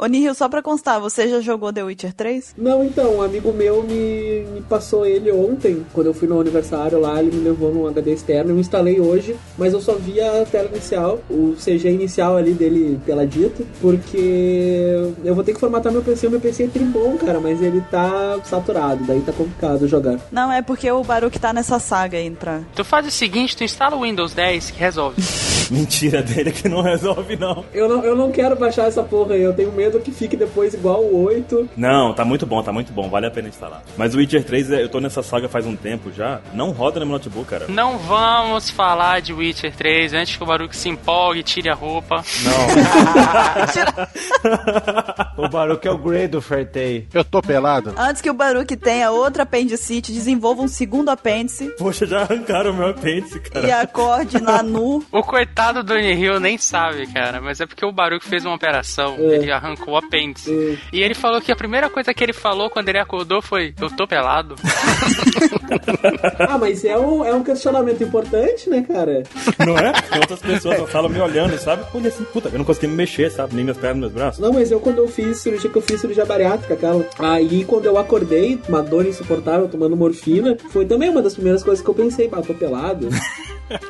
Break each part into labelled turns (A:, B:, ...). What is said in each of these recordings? A: Ô, Nihil, só pra constar, você já jogou The Witcher 3?
B: Não, então, um amigo meu me, me passou ele ontem, quando eu fui no aniversário lá, ele me levou num HD externo, eu instalei hoje, mas eu só vi a tela inicial, o CG inicial ali dele peladito, porque eu vou ter que formatar meu PC, o meu PC é trim bom, cara, mas ele tá saturado, daí tá complicado jogar.
A: Não, é porque o Baruch tá nessa saga aí pra...
C: Tu faz o seguinte, tu instala o Windows 10 que resolve.
D: Mentira dele que não resolve, não.
B: Eu não, eu não quero baixar essa porra aí, eu tenho medo que fique depois igual o 8.
D: Não, tá muito bom, tá muito bom, vale a pena instalar. Mas o Witcher 3, eu tô nessa saga faz um tempo já, não roda no meu notebook, cara.
C: Não vamos falar de Witcher 3 antes que o Baruque se empolgue e tire a roupa.
E: O Baruque é o Grey do Fairtay.
F: Eu tô pelado.
A: Antes que o Baruch tenha outra apendicite, desenvolva um segundo apêndice
D: Poxa, já arrancaram o meu apêndice,
A: e
D: cara.
A: acorde na nu.
C: O coitado do Hill nem sabe, cara, mas é porque o Baruch fez uma operação, ele arrancou o apêndice. E ele falou que a primeira coisa que ele falou quando ele acordou foi: Eu tô pelado.
B: Ah, mas é um, é um questionamento importante, né, cara?
D: Não é? Tem outras pessoas na sala me olhando, sabe? Olha assim, puta, eu não consegui me mexer, sabe? Nem minhas pernas, meus braços.
B: Não, mas eu quando eu fiz cirurgia, que eu fiz cirurgia bariátrica, cara. Aí quando eu acordei, uma dor insuportável, tomando morfina, foi também uma das primeiras coisas que eu pensei, pá, tô pelado.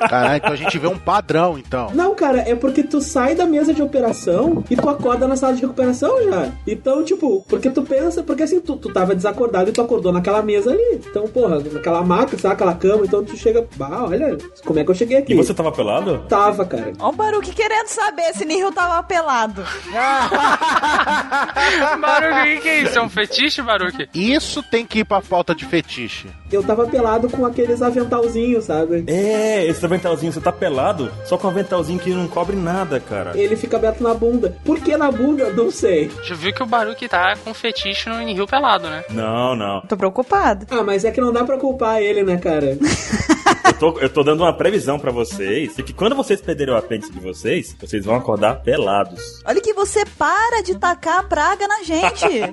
F: Caralho, então a gente vê um padrão, então.
B: Não, cara, é porque tu sai da mesa de operação e tu acorda na sala de recuperação já. Então, tipo, porque tu pensa, porque assim, tu, tu tava desacordado e tu acordou naquela mesa ali. Então, porra, naquela maca, sabe, aquela cama, então tu chega, bah, olha, como é que eu cheguei aqui?
D: E você tava pelado?
B: Tava, cara.
A: Ó o Baruch querendo saber se Nihil tava pelado.
C: Baruque, o que, que é isso? É um fetiche, Baruque?
F: Isso tem que ir pra falta de fetiche.
B: Eu tava pelado com aqueles aventalzinhos, sabe?
D: É, esse aventalzinho, você tá pelado, só com um aventalzinho que não cobre nada, cara.
B: Ele fica aberto na bunda. Por que na bunda? Não sei.
C: Já viu que o Baruque tá com fetiche no Hill pelado, né?
D: Não, não.
A: Tô preocupada.
B: Ah, mas é que não dá pra culpar ele, né, cara?
D: Eu tô, eu tô dando uma previsão pra vocês de que quando vocês perderem o apêndice de vocês, vocês vão acordar pelados.
A: Olha que você para de tacar a praga na gente.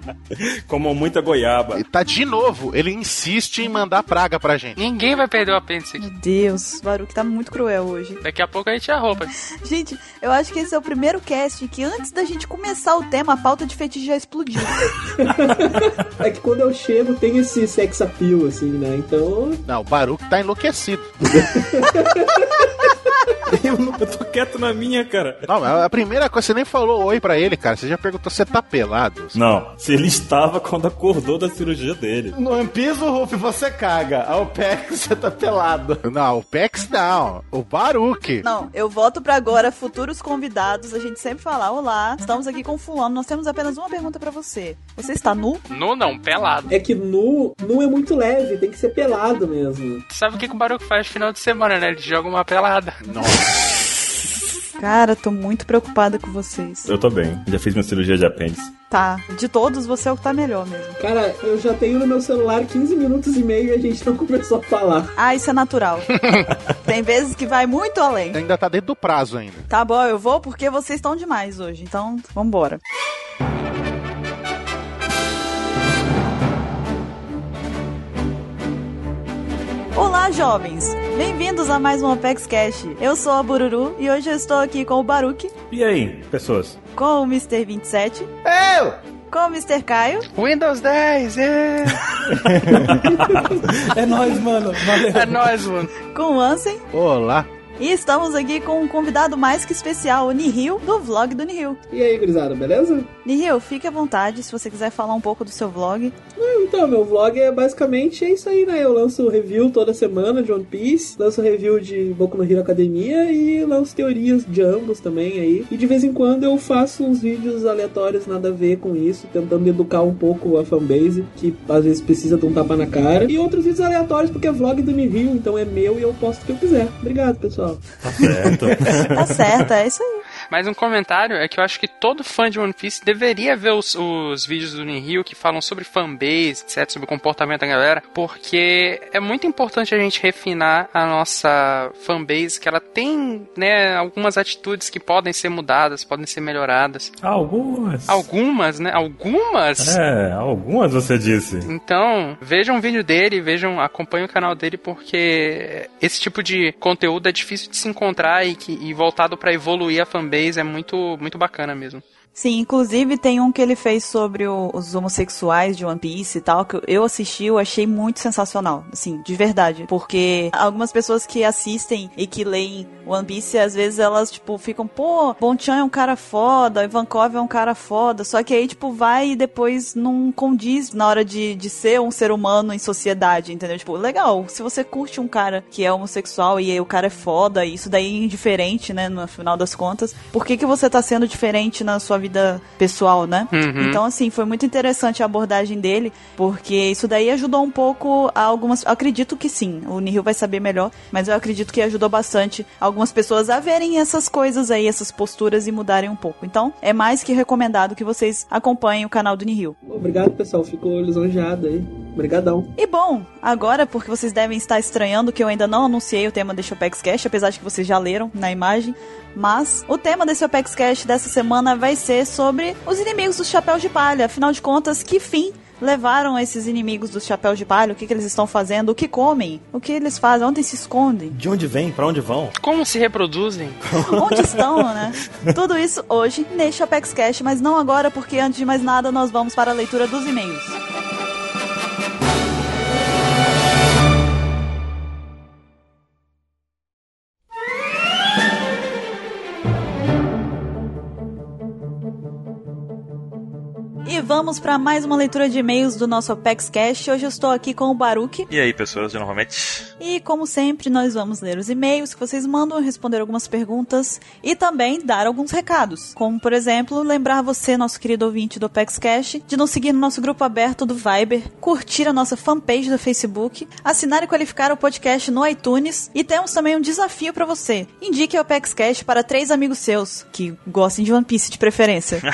D: Como muita goiaba.
F: E tá de novo, ele insiste em mandar praga pra gente.
C: Ninguém vai perder o apêndice aqui.
A: Meu Deus, o Baruch tá muito cruel hoje.
C: Daqui a pouco a gente é a roupa.
A: Gente, eu acho que esse é o primeiro cast que antes da gente começar o tema, a pauta de fetiche já explodiu.
B: É que quando eu chego tem esse sex appeal, assim, né? Então.
F: Não, o Baruque tá enlouquecido.
D: Eu, não- eu tô quieto na minha, cara.
F: Não, mas a primeira coisa, você nem falou oi pra ele, cara. Você já perguntou se tá pelado.
D: Não, se ele estava quando acordou da cirurgia dele.
E: No One Piece, o Ruff, você caga. Ao pé que você tá pelado.
F: Não, o Pex não. O Baruque.
A: Não, eu volto pra agora, futuros convidados, a gente sempre fala, olá, estamos aqui com fulano, nós temos apenas uma pergunta pra você. Você está nu?
C: Nu não, pelado.
B: É que nu, nu é muito leve, tem que ser pelado mesmo.
C: Sabe o que, que o Baruque faz no final de semana, né? Ele joga uma pelada.
A: Cara, tô muito preocupada com vocês.
D: Eu tô bem, já fiz minha cirurgia de apêndice.
A: Tá, de todos, você é o que tá melhor mesmo.
B: Cara, eu já tenho no meu celular 15 minutos e meio e a gente não começou a falar.
A: Ah, isso é natural. Tem vezes que vai muito além.
F: Ainda tá dentro do prazo ainda.
A: Tá bom, eu vou porque vocês estão demais hoje. Então, vambora. Olá, jovens! Bem-vindos a mais um Apex Cash. Eu sou a Bururu e hoje eu estou aqui com o Baruque,
D: E aí, pessoas?
A: com o Mr. 27. Eu! Com o Mr. Caio
C: Windows 10, é,
D: É nóis, mano. Valeu.
C: é nóis, mano.
A: com o Ansem.
F: Olá.
A: E estamos aqui com um convidado mais que especial, o Nihil, do vlog do Nihil.
B: E aí, gurizada, beleza?
A: Nihil, fique à vontade se você quiser falar um pouco do seu vlog.
B: Então, meu vlog é basicamente é isso aí, né? Eu lanço review toda semana de One Piece, lanço review de Boku no Hero Academia e lanço teorias de ambos também aí. E de vez em quando eu faço uns vídeos aleatórios, nada a ver com isso, tentando educar um pouco a fanbase, que às vezes precisa de um tapa na cara. E outros vídeos aleatórios, porque é vlog do Nihil, então é meu e eu posto o que eu quiser. Obrigado, pessoal.
D: Tá certo.
A: Tá certo, é isso aí.
C: Mas um comentário é que eu acho que todo fã de One Piece deveria ver os, os vídeos do Nihil que falam sobre fanbase, etc, sobre o comportamento da galera, porque é muito importante a gente refinar a nossa fanbase, que ela tem, né, algumas atitudes que podem ser mudadas, podem ser melhoradas.
D: Algumas.
C: Algumas, né? Algumas?
D: É, algumas você disse.
C: Então, vejam o vídeo dele, vejam, acompanhem o canal dele, porque esse tipo de conteúdo é difícil de se encontrar e, que, e voltado pra evoluir a fanbase é muito, muito bacana mesmo.
A: Sim, inclusive tem um que ele fez sobre o- os homossexuais de One Piece e tal, que eu- eu assisti, eu achei muito sensacional, assim, de verdade. Porque algumas pessoas que assistem e que leem One Piece, às vezes elas, tipo, ficam, pô, Bonchan é um cara foda, Ivankov é um cara foda, só que aí, tipo, vai e depois não condiz na hora de, de ser um ser humano em sociedade, entendeu? Tipo, legal, se você curte um cara que é homossexual e aí o cara é foda, e isso daí é indiferente, né, no final das contas, por que, que você tá sendo diferente na sua vida pessoal, né?
C: Uhum.
A: Então, assim, foi muito interessante a abordagem dele, porque isso daí ajudou um pouco a algumas. eu Acredito que sim, o Nihil vai saber melhor, mas eu acredito que ajudou bastante algumas pessoas a verem essas coisas aí, essas posturas e mudarem um pouco. Então, é mais que recomendado que vocês acompanhem o canal do Nihil.
B: Obrigado, pessoal. Ficou lisonjeado aí. Obrigadão.
A: E bom, agora, porque vocês devem estar estranhando que eu ainda não anunciei o tema desse Opex Cash, apesar de que vocês já leram na imagem. Mas o tema desse Opex Cash dessa semana vai ser sobre os inimigos dos chapéus de palha. Afinal de contas, que fim levaram esses inimigos dos chapéus de palha? O que, que eles estão fazendo? O que comem? O que eles fazem? Onde se escondem?
G: De onde vem? Pra onde vão?
C: Como se reproduzem?
A: Onde estão, né? Tudo isso hoje neste Apex Cash, mas não agora, porque antes de mais nada nós vamos para a leitura dos e-mails. E vamos para mais uma leitura de e-mails do nosso Apex Cash. Hoje eu estou aqui com o Baruque.
H: E aí, pessoas, de novamente?
A: E como sempre, nós vamos ler os e-mails que vocês mandam, responder algumas perguntas e também dar alguns recados. Como, por exemplo, lembrar você, nosso querido ouvinte do Opex Cash, de nos seguir no nosso grupo aberto do Viber, curtir a nossa fanpage do Facebook, assinar e qualificar o podcast no iTunes e temos também um desafio pra você. Indique o Opex Cash para três amigos seus que gostem de One Piece de preferência.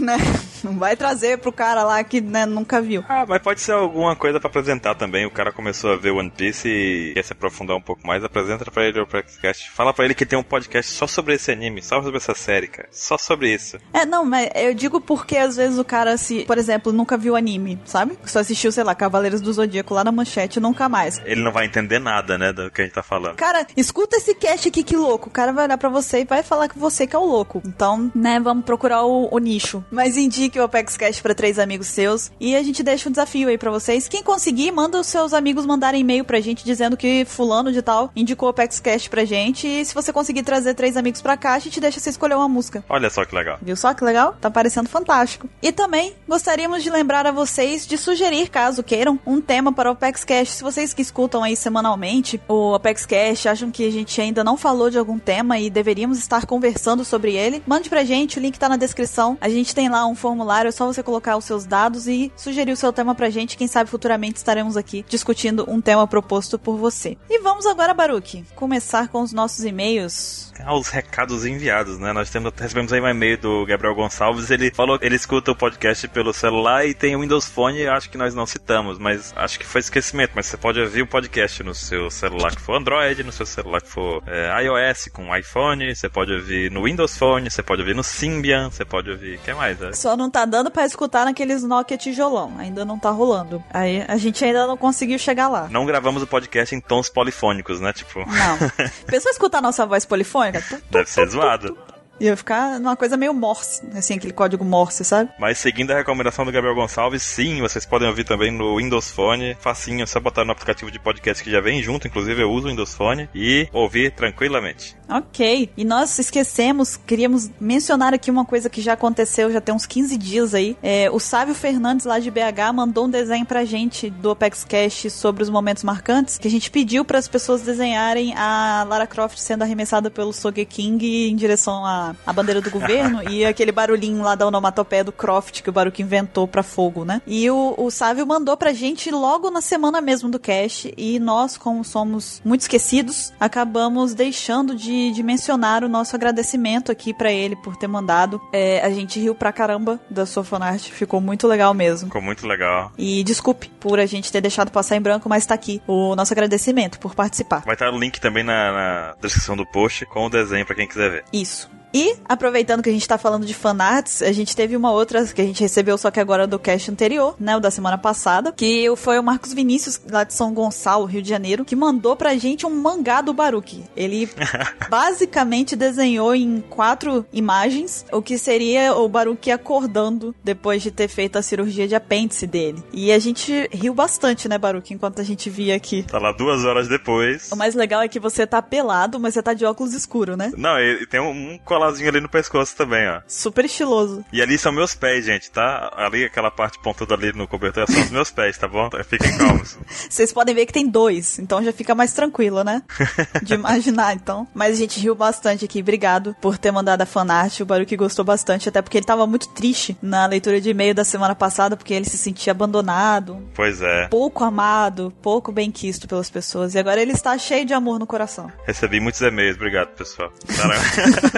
A: Né? Não vai trazer pro cara lá que né, nunca viu.
D: Ah, mas pode ser alguma coisa pra apresentar também. O cara começou a ver One Piece e quer se aprofundar um pouco mais. Apresenta pra ele o podcast. Fala pra ele que tem um podcast só sobre esse anime, só sobre essa série, cara. Só sobre isso.
A: É, não, mas eu digo porque às vezes o cara se, por exemplo, nunca viu anime, sabe? Só assistiu, sei lá, Cavaleiros do Zodíaco lá na manchete e nunca mais.
D: Ele não vai entender nada, né, do que a gente tá falando.
A: Cara, escuta esse cast aqui, que louco. O cara vai olhar pra você e vai falar que você que é o louco. Então, né, vamos procurar o, o nicho. Mas indique o Apex Cast pra três amigos seus e a gente deixa um desafio aí pra vocês. Quem conseguir, manda os seus amigos mandarem e-mail pra gente dizendo que fulano de tal indicou o Apex Cast pra gente. E se você conseguir trazer três amigos pra cá, a gente deixa você escolher uma música.
D: Olha só que legal.
A: Viu só que legal? Tá parecendo fantástico. E também gostaríamos de lembrar a vocês de sugerir, caso queiram, um tema para o Apex Cash. Se vocês que escutam aí semanalmente o Apex Cash acham que a gente ainda não falou de algum tema e deveríamos estar conversando sobre ele, mande pra gente, o link tá na descrição. A gente tem lá um formulário, é só você colocar os seus dados e sugerir o seu tema pra gente. Quem sabe futuramente estaremos aqui discutindo um tema proposto por você. E vamos agora, Baruque, começar com os nossos e-mails.
D: Ah, os recados enviados, né? Nós temos, recebemos aí um e-mail do Gabriel Gonçalves. Ele falou que ele escuta o podcast pelo celular e tem o Windows Phone. Acho que nós não citamos, mas acho que foi esquecimento. Mas você pode ouvir o podcast no seu celular que for Android, no seu celular que for é, iOS, com iPhone. Você pode ouvir no Windows Phone, você pode ouvir no Symbian, você pode ouvir. O que mais? né?
A: Só não tá dando pra escutar naqueles Nokia tijolão. Ainda não tá rolando. Aí a gente ainda não conseguiu chegar lá.
D: Não gravamos o podcast em tons polifônicos, né? Tipo,
A: Não. Pensou em escutar nossa voz polifônica? Tu, tu,
D: deve ser
A: tu,
D: zoado.
A: tu. Ia ficar numa coisa meio morse, assim, aquele código morse, sabe?
D: Mas seguindo a recomendação do Gabriel Gonçalves, sim, vocês podem ouvir também no Windows Phone. Facinho, é só botar no aplicativo de podcast que já vem junto, inclusive eu uso o Windows Phone, e ouvir tranquilamente.
A: Ok. E nós esquecemos, queríamos mencionar aqui uma coisa que já aconteceu, já tem uns 15 dias aí. É, o Sávio Fernandes, lá de BH, mandou um desenho pra gente do Apex Cash sobre os momentos marcantes, que a gente pediu para as pessoas desenharem a Lara Croft sendo arremessada pelo Sogeking em direção à, à bandeira do governo e aquele barulhinho lá da onomatopeia do Croft, que o Baruch inventou pra fogo, né? E o, o Sávio mandou pra gente logo na semana mesmo do cast e nós, como somos muito esquecidos, acabamos deixando de, de mencionar o nosso agradecimento aqui pra ele por ter mandado. É, a gente riu pra caramba da sua fanart, ficou muito legal mesmo.
D: Ficou muito legal.
A: E desculpe por a gente ter deixado passar em branco, mas tá aqui o nosso agradecimento por participar.
D: Vai estar o link também na, na descrição do post com o desenho pra quem quiser ver.
A: Isso. E, aproveitando que a gente tá falando de fanarts, a gente teve uma outra que a gente recebeu, só que agora do cast anterior, né? O da semana passada, que foi o Marcos Vinícius, lá de São Gonçalo, Rio de Janeiro, que mandou pra gente um mangá do Baruki. Ele basicamente desenhou em quatro imagens o que seria o Baruki acordando depois de ter feito a cirurgia de apêndice dele. E a gente riu bastante, né, Baruki, enquanto a gente via aqui.
D: Tá lá duas horas depois.
A: O mais legal é que você tá pelado, mas você tá de óculos escuro, né?
D: Não, e e tem um um colazinho ali no pescoço também, ó.
A: Super estiloso.
D: E ali são meus pés, gente, tá? Ali, aquela parte pontuda ali no cobertor são os meus pés, tá bom? Fiquem calmos.
A: Vocês podem ver que tem dois, então já fica mais tranquilo, né? De imaginar, então. Mas a gente riu bastante aqui. Obrigado por ter mandado a fanart. O Baruque gostou bastante, até porque ele tava muito triste na leitura de e-mail da semana passada, porque ele se sentia abandonado,
D: Pois é.
A: pouco amado, pouco bem quisto pelas pessoas. E agora ele está cheio de amor no coração.
D: Recebi muitos e-mails, obrigado, pessoal. Caramba.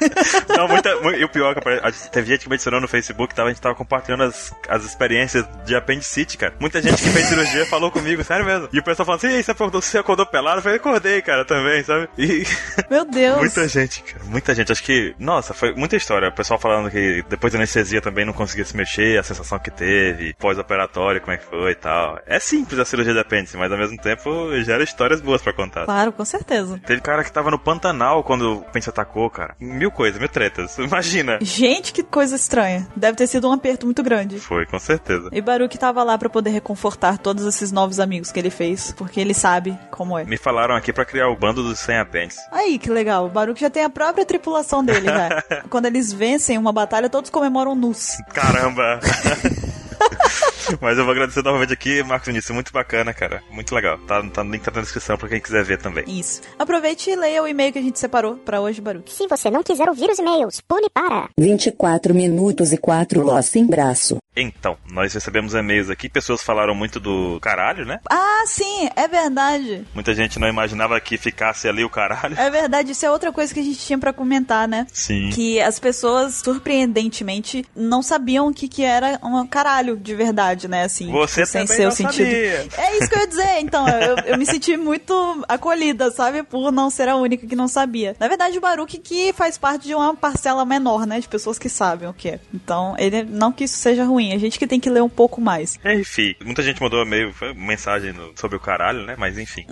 D: Não, muita, mu- e o pior, é que apare- a gente- teve gente que me adicionou no Facebook, tava, a gente tava compartilhando as, as experiências de apendicite, cara. Muita gente que fez cirurgia falou comigo, sério mesmo. E o pessoal falando assim, "E aí, você acordou, você acordou pelado? Eu falei, acordei, cara, também, sabe? E
A: Meu Deus.
D: muita gente, cara, muita gente. Acho que, nossa, foi muita história. O pessoal falando que depois da anestesia também não conseguia se mexer, a sensação que teve, pós-operatório, como é que foi e tal. É simples a cirurgia de apêndice, mas ao mesmo tempo gera histórias boas pra contar.
A: Claro, com certeza.
D: Teve cara que tava no Pantanal quando o Pence atacou, cara. Mil coisas, mil tretas. Imagina.
A: Gente, que coisa estranha. Deve ter sido um aperto muito grande.
D: Foi, com certeza.
A: E Baruque tava lá pra poder reconfortar todos esses novos amigos que ele fez, porque ele sabe como é.
D: Me falaram aqui pra criar o bando dos sem apêndice.
A: Aí, que legal. O Baruque já tem a própria tripulação dele, né? Quando eles vencem uma batalha, todos comemoram nus.
D: Caramba! Mas eu vou agradecer novamente aqui, Marcos Vinícius. Muito bacana, cara. Muito legal. Tá, tá, o link tá na descrição pra quem quiser ver também.
A: Isso. Aproveite e leia o e-mail que a gente separou pra hoje, Baruque.
I: Se você não quiser ouvir os e-mails, pule para.
J: 24 minutos e 4 ló sem braço.
D: Então, nós recebemos e-mails aqui. Pessoas falaram muito do caralho, né?
A: Ah, sim, é verdade.
D: Muita gente não imaginava que ficasse ali o caralho.
A: É verdade, isso é outra coisa que a gente tinha pra comentar, né?
D: Sim.
A: Que as pessoas, surpreendentemente, não sabiam o que, que era um caralho de verdade, né? Assim,
D: Você
A: tipo, sem
D: também
A: ser
D: não
A: o sentido.
D: sabia.
A: É isso que eu ia dizer, então. Eu, eu me senti muito acolhida, sabe? Por não ser a única que não sabia. Na verdade, o Baruque que faz parte de uma parcela menor, né? De pessoas que sabem o que é. Então, ele não que isso seja ruim. A gente que tem que ler um pouco mais.
D: É, Enfim, muita gente mandou e-mail, foi mensagem no- sobre o caralho, né? Mas enfim.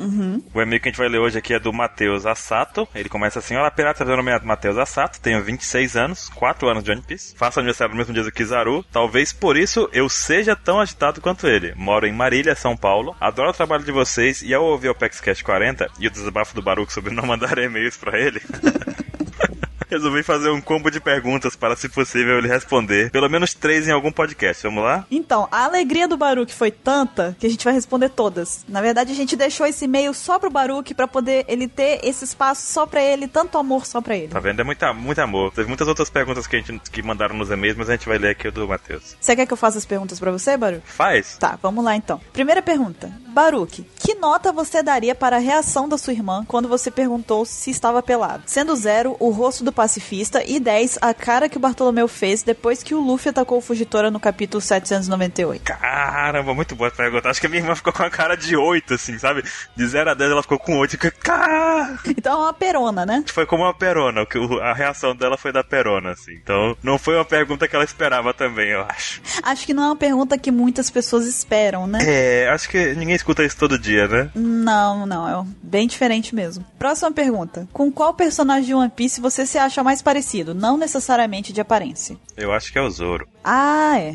D: O e-mail que a gente vai ler hoje aqui é do Matheus Assato. Ele começa assim: Olá, pirata, meu nome é Matheus Assato, tenho 26 anos, 4 anos de One Piece. Faço aniversário no mesmo dia do Kizaru. Talvez por isso eu seja tão agitado quanto ele. Moro em Marília, São Paulo. Adoro o trabalho de vocês e ao ouvir o PaxCast 40 e o desabafo do Baruco sobre não mandar e-mails pra ele. Resolvi fazer um combo de perguntas para, se possível, ele responder. Pelo menos três em algum podcast. Vamos lá?
A: Então, a alegria do Baruque foi tanta que a gente vai responder todas. Na verdade, a gente deixou esse e-mail só pro Baruque pra poder ele ter esse espaço só pra ele, tanto amor só pra ele.
D: Tá vendo? É muita, muito amor. Teve muitas outras perguntas que a gente que mandaram nos e-mails, mas a gente vai ler aqui o do Matheus.
A: Você quer que eu faça as perguntas pra você, Baruque?
D: Faz?
A: Tá, vamos lá então. Primeira pergunta. Baruque, que nota você daria para a reação da sua irmã quando você perguntou se estava pelado? Sendo zero, o rosto do pacifista e 10, a cara que o Bartolomeu fez depois que o Luffy atacou o Fugitora no capítulo 798.
D: Caramba, muito boa essa pergunta. Acho que a minha irmã ficou com a cara de 8, assim, sabe? De 0 a 10 ela ficou com 8. Que... Cá!
A: Então é uma perona, né?
D: Foi como uma perona. o que- o- A reação dela foi da perona, assim. Então, não foi uma pergunta que ela esperava também, eu acho.
A: Acho que não é uma pergunta que muitas pessoas esperam, né?
D: É, acho que ninguém escuta isso todo dia, né?
A: Não, não, é bem diferente mesmo. Próxima pergunta. Com qual personagem de One Piece você se acha mais parecido? Não necessariamente de aparência.
D: Eu acho que é o Zoro.
A: Ah, é.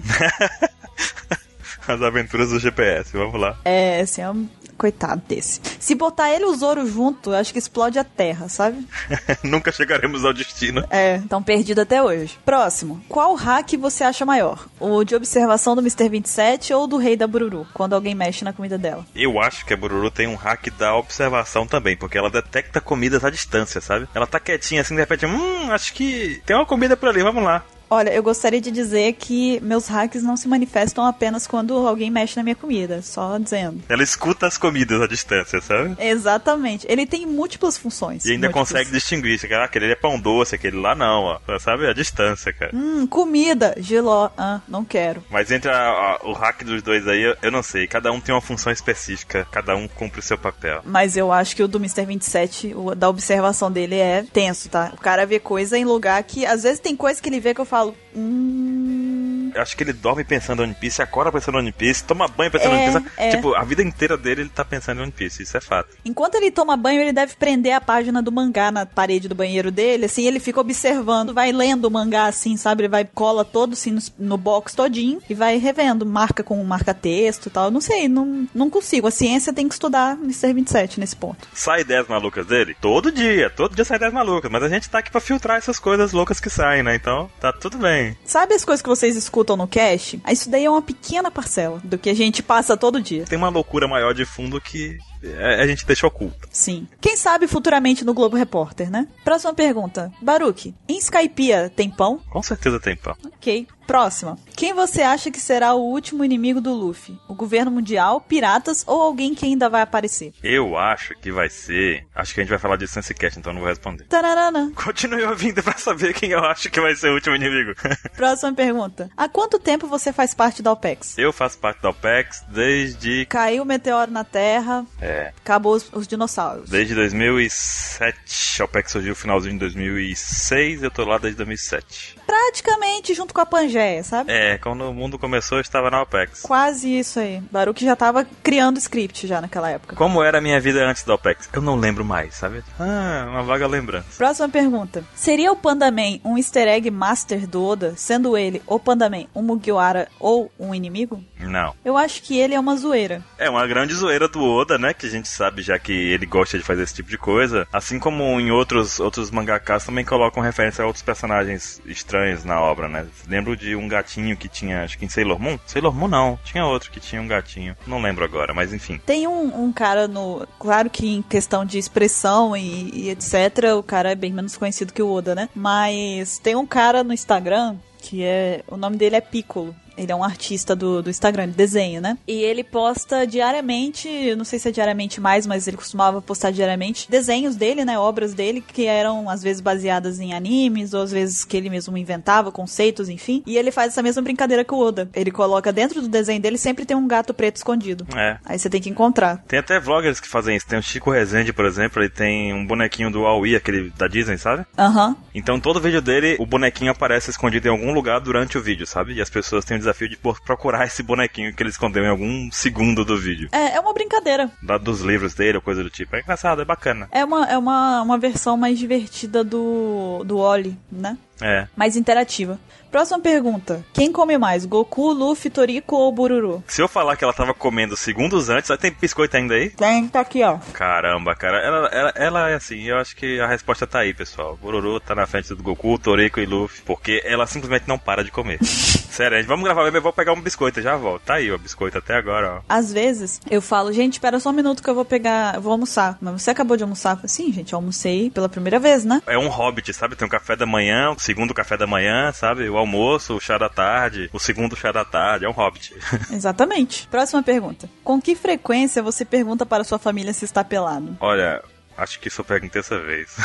D: As aventuras do GPS, vamos lá.
A: É, assim, é um coitado desse. Se botar ele e o Zoro junto, eu acho que explode a terra, sabe?
D: Nunca chegaremos ao destino.
A: É, tão perdido até hoje. Próximo. Qual hack você acha maior? O de observação do Mr. 27 ou do Rei da Bururu, quando alguém mexe na comida dela?
D: Eu acho que a Bururu tem um hack da observação também, porque ela detecta comidas à distância, sabe? Ela tá quietinha assim, de repente, hum, acho que tem uma comida por ali, vamos lá.
A: Olha, eu gostaria de dizer que meus hacks não se manifestam apenas quando alguém mexe na minha comida, só dizendo.
D: Ela escuta as comidas à distância, sabe?
A: Exatamente. Ele tem múltiplas funções.
D: E ainda
A: múltiplas.
D: consegue distinguir. Você, Ah, aquele ali é pão doce, aquele lá não, ó. Sabe? A distância, cara.
A: Hum, comida, geló. Ah, não quero.
D: Mas entre a- a- o hack dos dois aí, eu- eu não sei. Cada um tem uma função específica. Cada um cumpre o seu papel.
A: Mas eu acho que o do Mr. 27, o da observação dele é tenso, tá? O cara vê coisa em lugar que. Às vezes tem coisa que ele vê que eu falo. Hum.
D: Eu acho que ele dorme pensando em One Piece, acorda pensando em One Piece, toma banho pensando
A: É,
D: em One Piece.
A: é.
D: Tipo, a vida inteira dele ele tá pensando em One Piece, isso é fato.
A: Enquanto ele toma banho, ele deve prender a página do mangá na parede do banheiro dele, assim, ele fica observando, vai lendo o mangá assim, sabe? Ele vai cola todo assim no, no box todinho e vai revendo, marca com marca-texto e tal. Não sei, não, não consigo. A ciência tem que estudar Mr. 27 nesse ponto.
D: Sai ideias malucas dele? Todo dia, todo dia sai ideias malucas, mas a gente tá aqui pra filtrar essas coisas loucas que saem, né? Então, tá tudo bem.
A: Sabe as coisas que vocês escutam no cast? Isso daí é uma pequena parcela do que a gente passa todo dia.
D: Tem uma loucura maior de fundo que é, a gente deixa oculta.
A: Sim. Quem sabe futuramente no Globo Repórter, né? Próxima pergunta. Baruque, em Skypiea tem pão?
D: Com certeza tem pão.
A: Ok. Próxima. Quem você acha que será o último inimigo do Luffy? O governo mundial, piratas ou alguém que ainda vai aparecer?
D: Eu acho que vai ser. Acho que a gente vai falar disso nesse cast, então eu não vou responder.
A: Tararana.
D: Continue ouvindo pra saber quem eu acho que vai ser o último inimigo.
A: Próxima pergunta. Há quanto tempo você faz parte da OPEX?
D: eu faço parte da OPEX desde.
A: Caiu o meteoro na Terra,
D: É,
A: acabou os, os dinossauros.
D: Desde 2007, a OPEC surgiu no finalzinho de 2006, eu tô lá desde 2007.
A: Praticamente junto com a Pangeia, sabe?
D: É, quando o mundo começou eu estava na OPEX.
A: Quase isso aí. Baruque já tava criando script já naquela época.
D: Como era a minha vida antes da OPEX? Eu não lembro mais, sabe? Ah, uma vaga lembrança.
A: Próxima pergunta. Seria o Pandaman um easter egg master do Oda, sendo ele, o Pandaman, um Mugiwara ou um inimigo?
D: Não.
A: Eu acho que ele é uma zoeira.
D: É uma grande zoeira do Oda, né? Que a gente sabe já que ele gosta de fazer esse tipo de coisa. Assim como em outros, outros mangakas também colocam referência a outros personagens estranhos na obra, né? Lembro de um gatinho que tinha, acho que em Sailor Moon? Sailor Moon não, tinha outro que tinha um gatinho. Não lembro agora, mas enfim.
A: Tem um, um cara no. Claro que em questão de expressão e, e etc., o cara é bem menos conhecido que o Oda, né? Mas tem um cara no Instagram que é. O nome dele é Piccolo. Ele é um artista do, do Instagram, ele desenha, né? E ele posta diariamente, eu não sei se é diariamente mais, mas ele costumava postar diariamente desenhos dele, né? Obras dele que eram às vezes baseadas em animes, ou às vezes que ele mesmo inventava, conceitos, enfim. E ele faz essa mesma brincadeira que o Oda. Ele coloca dentro do desenho dele sempre tem um gato preto escondido.
D: É,
A: Aí você tem que encontrar.
D: Tem até vloggers que fazem isso. Tem o Chico Rezende, por exemplo, ele tem um bonequinho do Aoi, aquele da Disney, sabe?
A: Aham.
D: Então todo vídeo dele, o bonequinho aparece escondido em algum lugar durante o vídeo, sabe? E as pessoas têm o desafio de por- procurar esse bonequinho que ele escondeu em algum segundo do vídeo.
A: É, é uma brincadeira.
D: Da, dos livros dele ou coisa do tipo. É engraçado, é bacana.
A: É uma, é uma, uma versão mais divertida do, do Oli, né?
D: É.
A: Mais interativa. Próxima pergunta. Quem come mais? Goku, Luffy, Toriko ou Bururu?
D: Se eu falar que ela tava comendo segundos antes, aí tem biscoito ainda aí?
A: Tem, tá aqui, ó.
D: Caramba, cara, ela, ela, ela é assim, eu acho que a resposta tá aí, pessoal. Bururu tá na frente do Goku, Toriko e Luffy, porque ela simplesmente não para de comer. Sério, gente, vamos gravar mesmo, eu vou pegar um biscoito, eu já volto. Tá aí o biscoito até agora, ó.
A: Às vezes eu falo, gente, espera só um minuto que eu vou pegar, eu vou almoçar. Mas você acabou de almoçar? Eu falo, Sim, gente, eu almocei pela primeira vez, né?
D: É um hobbit, sabe? Tem o café da manhã, o segundo café da manhã, sabe? O almoço, o chá da tarde, o segundo chá da tarde, é um hobbit.
A: Exatamente. Próxima pergunta. Com que frequência você pergunta para sua família se está pelado?
D: Olha, acho que isso eu perguntei essa vez.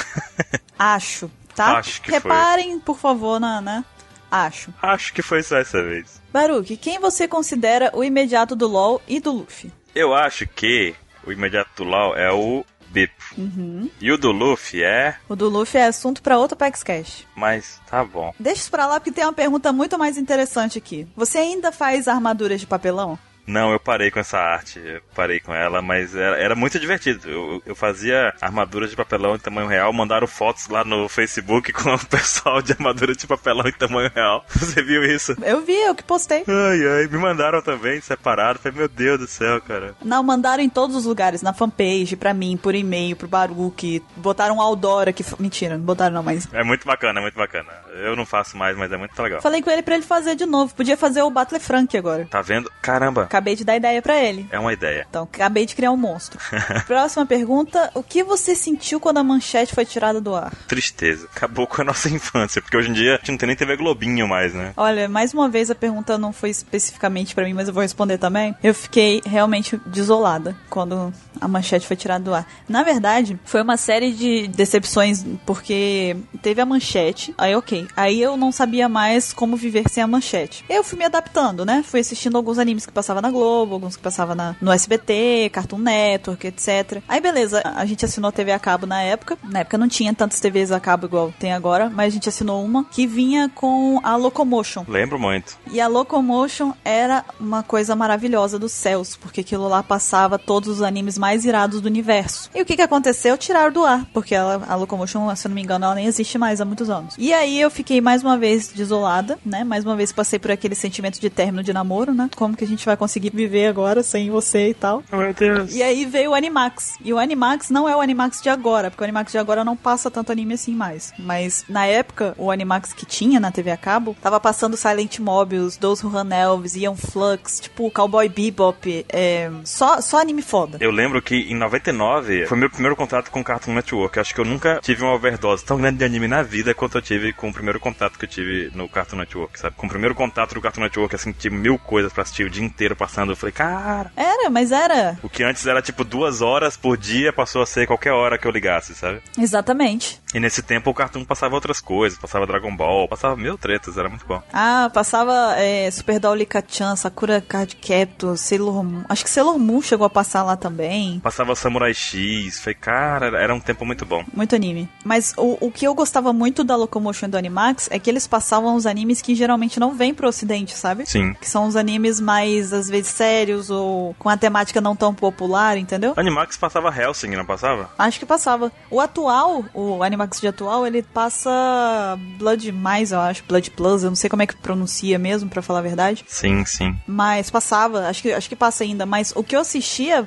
A: Acho, tá?
D: Acho que foi.
A: Reparem, por favor, na, né? Acho.
D: acho que foi só essa vez.
A: Baruque, quem você considera o imediato do LoL e do Luffy?
D: Eu acho que o imediato do Lau é o Beppo. E o do Luffy é...
A: O do Luffy é assunto pra outro Pax Cash.
D: Mas tá bom.
A: Deixa isso pra lá porque tem uma pergunta muito mais interessante aqui. Você ainda faz armaduras de papelão?
D: Não, eu parei com essa arte, eu parei com ela, mas era, era muito divertido. Eu, eu fazia armaduras de papelão em tamanho real, mandaram fotos lá no Facebook com o pessoal de armadura de papelão em tamanho real. Você viu isso?
A: Eu vi, eu que postei.
D: Ai, ai, me mandaram também, separado. Falei, meu Deus do céu, cara.
A: Não, mandaram em todos os lugares, na fanpage, pra mim, por e-mail, pro Baruque. Botaram um outdoor aqui. Mentira, não botaram não, mas...
D: É muito bacana, é muito bacana. Eu não faço mais, mas é muito legal.
A: Falei com ele pra ele fazer de novo. Podia fazer o Battle Frank agora.
D: Tá vendo? Caramba,
A: acabei de dar ideia pra ele.
D: É uma ideia.
A: Então, acabei de criar um monstro. Próxima pergunta: O que você sentiu quando a manchete foi tirada do ar?
D: Tristeza. Acabou com a nossa infância, porque hoje em dia a gente não tem nem TV Globinho mais, né?
A: Olha, mais uma vez a pergunta não foi especificamente pra mim, mas eu vou responder também. Eu fiquei realmente desolada quando a manchete foi tirada do ar. Na verdade, foi uma série de decepções, porque teve a manchete, aí ok. Aí eu não sabia mais como viver sem é a manchete. Eu fui me adaptando, né? Fui assistindo alguns animes que passava na Globo, alguns que passava na- no SBT, Cartoon Network, etc. Aí beleza, a gente assinou TV a cabo na época. Na época não tinha tantas TVs a cabo igual tem agora, mas a gente assinou uma que vinha com a Locomotion.
D: Lembro muito.
A: E a Locomotion era uma coisa maravilhosa dos céus, porque aquilo lá passava todos os animes mais irados do universo. E o que, que aconteceu? Tiraram do ar, porque ela- a Locomotion, se eu não me engano, ela nem existe mais há muitos anos. E aí eu fiquei mais uma vez desolada, né? Mais uma vez passei por aquele sentimento de término de namoro, né? Como que a gente vai conseguir viver agora sem você e tal?
D: Meu Deus.
A: E aí veio o Animax. E o Animax não é o Animax de agora, porque o Animax de agora não passa tanto anime assim mais. Mas na época, o Animax que tinha na TV a cabo, tava passando Silent Mobius, Those Who Run Elves, Ian Flux, tipo Cowboy Bebop, é, só, só anime foda.
D: Eu lembro que em 99 foi meu primeiro contato com o Cartoon Network. Acho que eu nunca tive uma overdose tão grande de anime na vida quanto eu tive com o primeiro contato que eu tive no Cartoon Network, sabe? Com o primeiro contato do Cartoon Network, assim, tive mil coisas pra assistir o dia inteiro passando. Eu falei, cara.
A: Era, mas era.
D: O que antes era tipo duas horas por dia passou a ser qualquer hora que eu ligasse, sabe?
A: Exatamente.
D: E nesse tempo o Cartoon passava outras coisas, passava Dragon Ball, passava mil tretas, era muito bom.
A: Ah, passava é, Super Chan, Sakura Card Captor, Sailor Moon. Acho que Sailor Moon chegou a passar lá também.
D: Passava Samurai X, foi cara, era- era um tempo muito bom.
A: Muito anime. Mas o, o que eu gostava muito da Locomotion e do Animax é que eles passavam os animes que geralmente não vêm pro ocidente, sabe?
D: Sim.
A: Que são os animes mais, às vezes, sérios ou com a temática não tão popular, entendeu?
D: Animax passava Helsing, não passava?
A: Acho que passava. O atual, o Animax de atual, ele passa Blood mais, eu acho, Blood Plus, eu não sei como é que pronuncia mesmo, pra falar a verdade.
D: Sim, sim.
A: Mas passava, acho que, acho que passa ainda. Mas o que eu assistia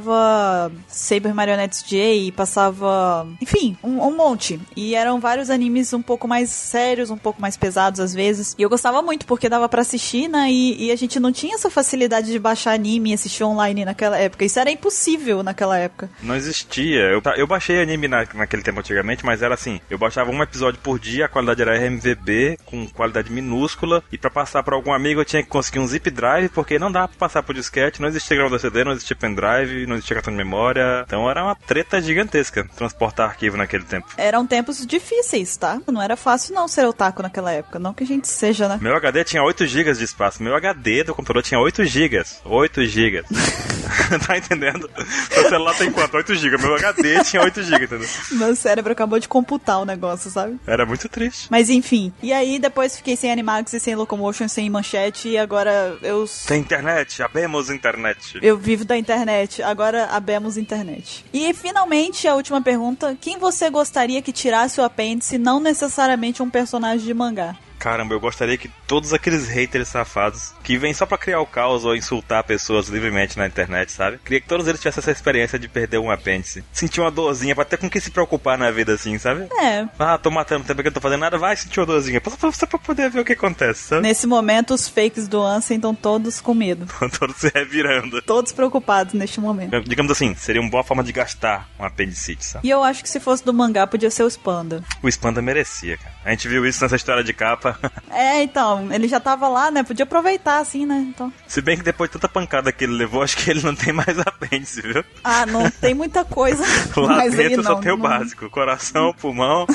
A: passava Saber Marionettes J, passava. Enfim, um, um monte. E eram vários animes um pouco mais sérios, um pouco mais pesados às vezes. E eu gostava muito, porque dava pra assistir, né? E, e a gente não tinha essa facilidade de baixar anime e assistir online naquela época. Isso era impossível naquela época.
D: Não existia. Eu, tá, eu baixei anime na- naquele tempo antigamente, mas era assim: eu baixava um episódio por dia, a qualidade era RMVB, com qualidade minúscula, e pra passar pra algum amigo eu tinha que conseguir um zip drive, porque não dava pra passar por disquete, não existia gravador CD, não existia pendrive, não existia cartão de memória. Então era uma treta gigantesca transportar arquivo naquele tempo.
A: Eram tempos difíceis, tá? Não era fácil não ser otaku naquela época. Não que a gente seja, né?
D: Meu HD tinha 8 GB de espaço. Meu HD do computador tinha 8 GB. 8 GB. tá entendendo? Seu celular tem quanto? 8 GB. Meu HD tinha 8 GB, entendeu?
A: Meu cérebro acabou de computar o negócio, sabe?
D: Era muito triste.
A: Mas enfim. E aí depois fiquei sem Animax e sem Locomotion, sem manchete, e agora eu. s-
D: Tem internet, abemos internet.
A: Eu vivo da internet, agora abemos internet. E finalmente, a última pergunta: quem você gostaria que tirasse o apêndice, não necessariamente um personagem de mangá?
D: Caramba, eu gostaria que todos aqueles haters safados que vêm só pra criar o caos ou insultar pessoas livremente na internet, sabe? Queria que todos eles tivessem essa experiência de perder um apêndice. Sentir uma dorzinha pra ter com o que se preocupar na vida assim, sabe?
A: É.
D: Ah, tô matando tempo que eu não tô fazendo nada, vai sentir uma dorzinha. Só pra, só pra poder ver o que acontece, sabe?
A: Nesse momento, os fakes do Ansem estão todos com medo.
D: Todos se revirando.
A: Todos preocupados neste momento.
D: Digamos assim, seria uma boa forma de gastar um apendicite, sabe?
A: E eu acho que se fosse do mangá, podia ser os panda.
D: O Spanda merecia, cara. A gente viu isso nessa história de capa.
A: É, então, ele já tava lá, né? Podia aproveitar, assim, né? Então.
D: Se bem que depois de tanta pancada que ele levou, acho que ele não tem mais apêndice, viu?
A: Ah, não tem muita coisa.
D: Lá
A: mas
D: dentro
A: ele
D: só
A: não,
D: tem o
A: não-
D: básico: coração, pulmão.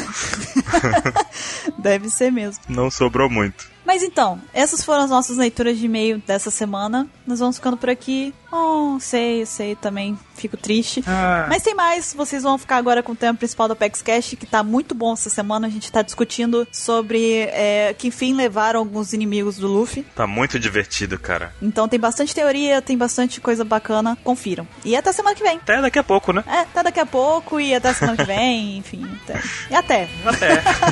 A: Deve ser mesmo.
D: Não sobrou muito.
A: Mas então, essas foram as nossas leituras de e-mail dessa semana. Nós vamos ficando por aqui. Oh, sei, sei, também fico triste. Mas tem mais, vocês vão ficar agora com o tema principal do Apex Cash, que tá muito bom essa semana. A gente tá discutindo sobre é, que fim levaram alguns inimigos do Luffy.
D: Tá muito divertido, cara.
A: Então tem bastante teoria, tem bastante coisa bacana. Confiram. E até semana que vem.
D: Até daqui a pouco, né?
A: É, até daqui a pouco e até semana que vem, enfim. Até. E até.
D: Até.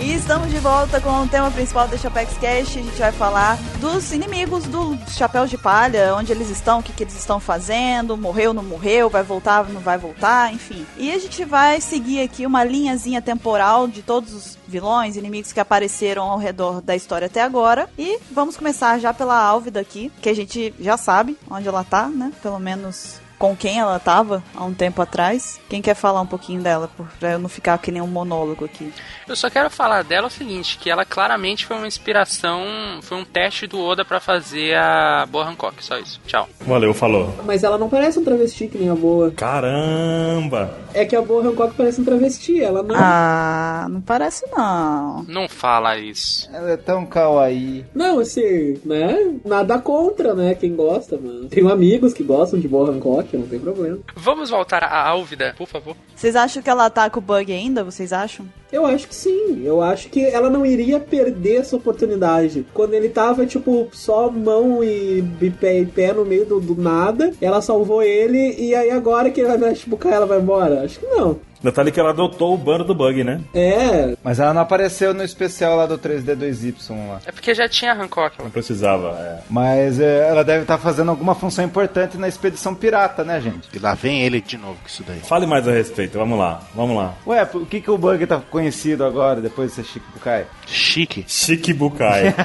A: Estamos de volta com o tema principal do Chapex Cast. A gente vai falar dos inimigos do Chapéu de Palha, onde eles estão, o que, que eles estão fazendo, morreu, não morreu, vai voltar, não vai voltar, enfim. E a gente vai seguir aqui uma linhazinha temporal de todos os vilões, inimigos que apareceram ao redor da história até agora. E vamos começar já pela Álvida aqui, que a gente já sabe onde ela tá, né? Pelo menos com quem ela tava há um tempo atrás. Quem quer falar um pouquinho dela, por- pra eu não ficar que nem um monólogo aqui?
C: Eu só quero falar dela o seguinte, que ela claramente foi uma inspiração, foi um teste do Oda pra fazer a boa Hancock, só isso. Tchau.
D: Valeu, falou.
B: Mas ela não parece um travesti que nem a boa.
D: Caramba!
B: É que a boa Hancock parece um travesti, ela não.
A: Ah, não parece não.
C: Não fala isso.
E: Ela é tão kawaii.
B: Não, assim, né? Nada contra, né? Quem gosta, mano. Tenho amigos que gostam de boa Hancock, não tem problema.
C: Vamos voltar à Álvida, por favor.
A: Vocês acham que ela ataca o bug ainda? Vocês acham?
B: Eu acho que sim. Eu acho que ela não iria perder essa oportunidade. Quando ele tava, tipo, só mão e, e pé, e pé no meio do, do nada, ela salvou ele, e aí agora que ele vai virar Shibukai, ela vai embora? Acho que não.
D: Detalhe que ela adotou o bando do bug, né?
B: É,
E: Mas ela não apareceu no especial lá do 3D2Y lá.
C: É porque já tinha a Hancock.
D: Não precisava, é.
E: Mas é, ela deve estar fazendo alguma função importante na expedição pirata, né, gente?
F: E lá vem ele de novo com isso daí.
D: Fale mais a respeito, vamos lá, vamos lá.
E: Ué, por- o que, que o Bug tá conhecido agora, depois desse Shikibukai?
F: Chique.
D: Shikibukai.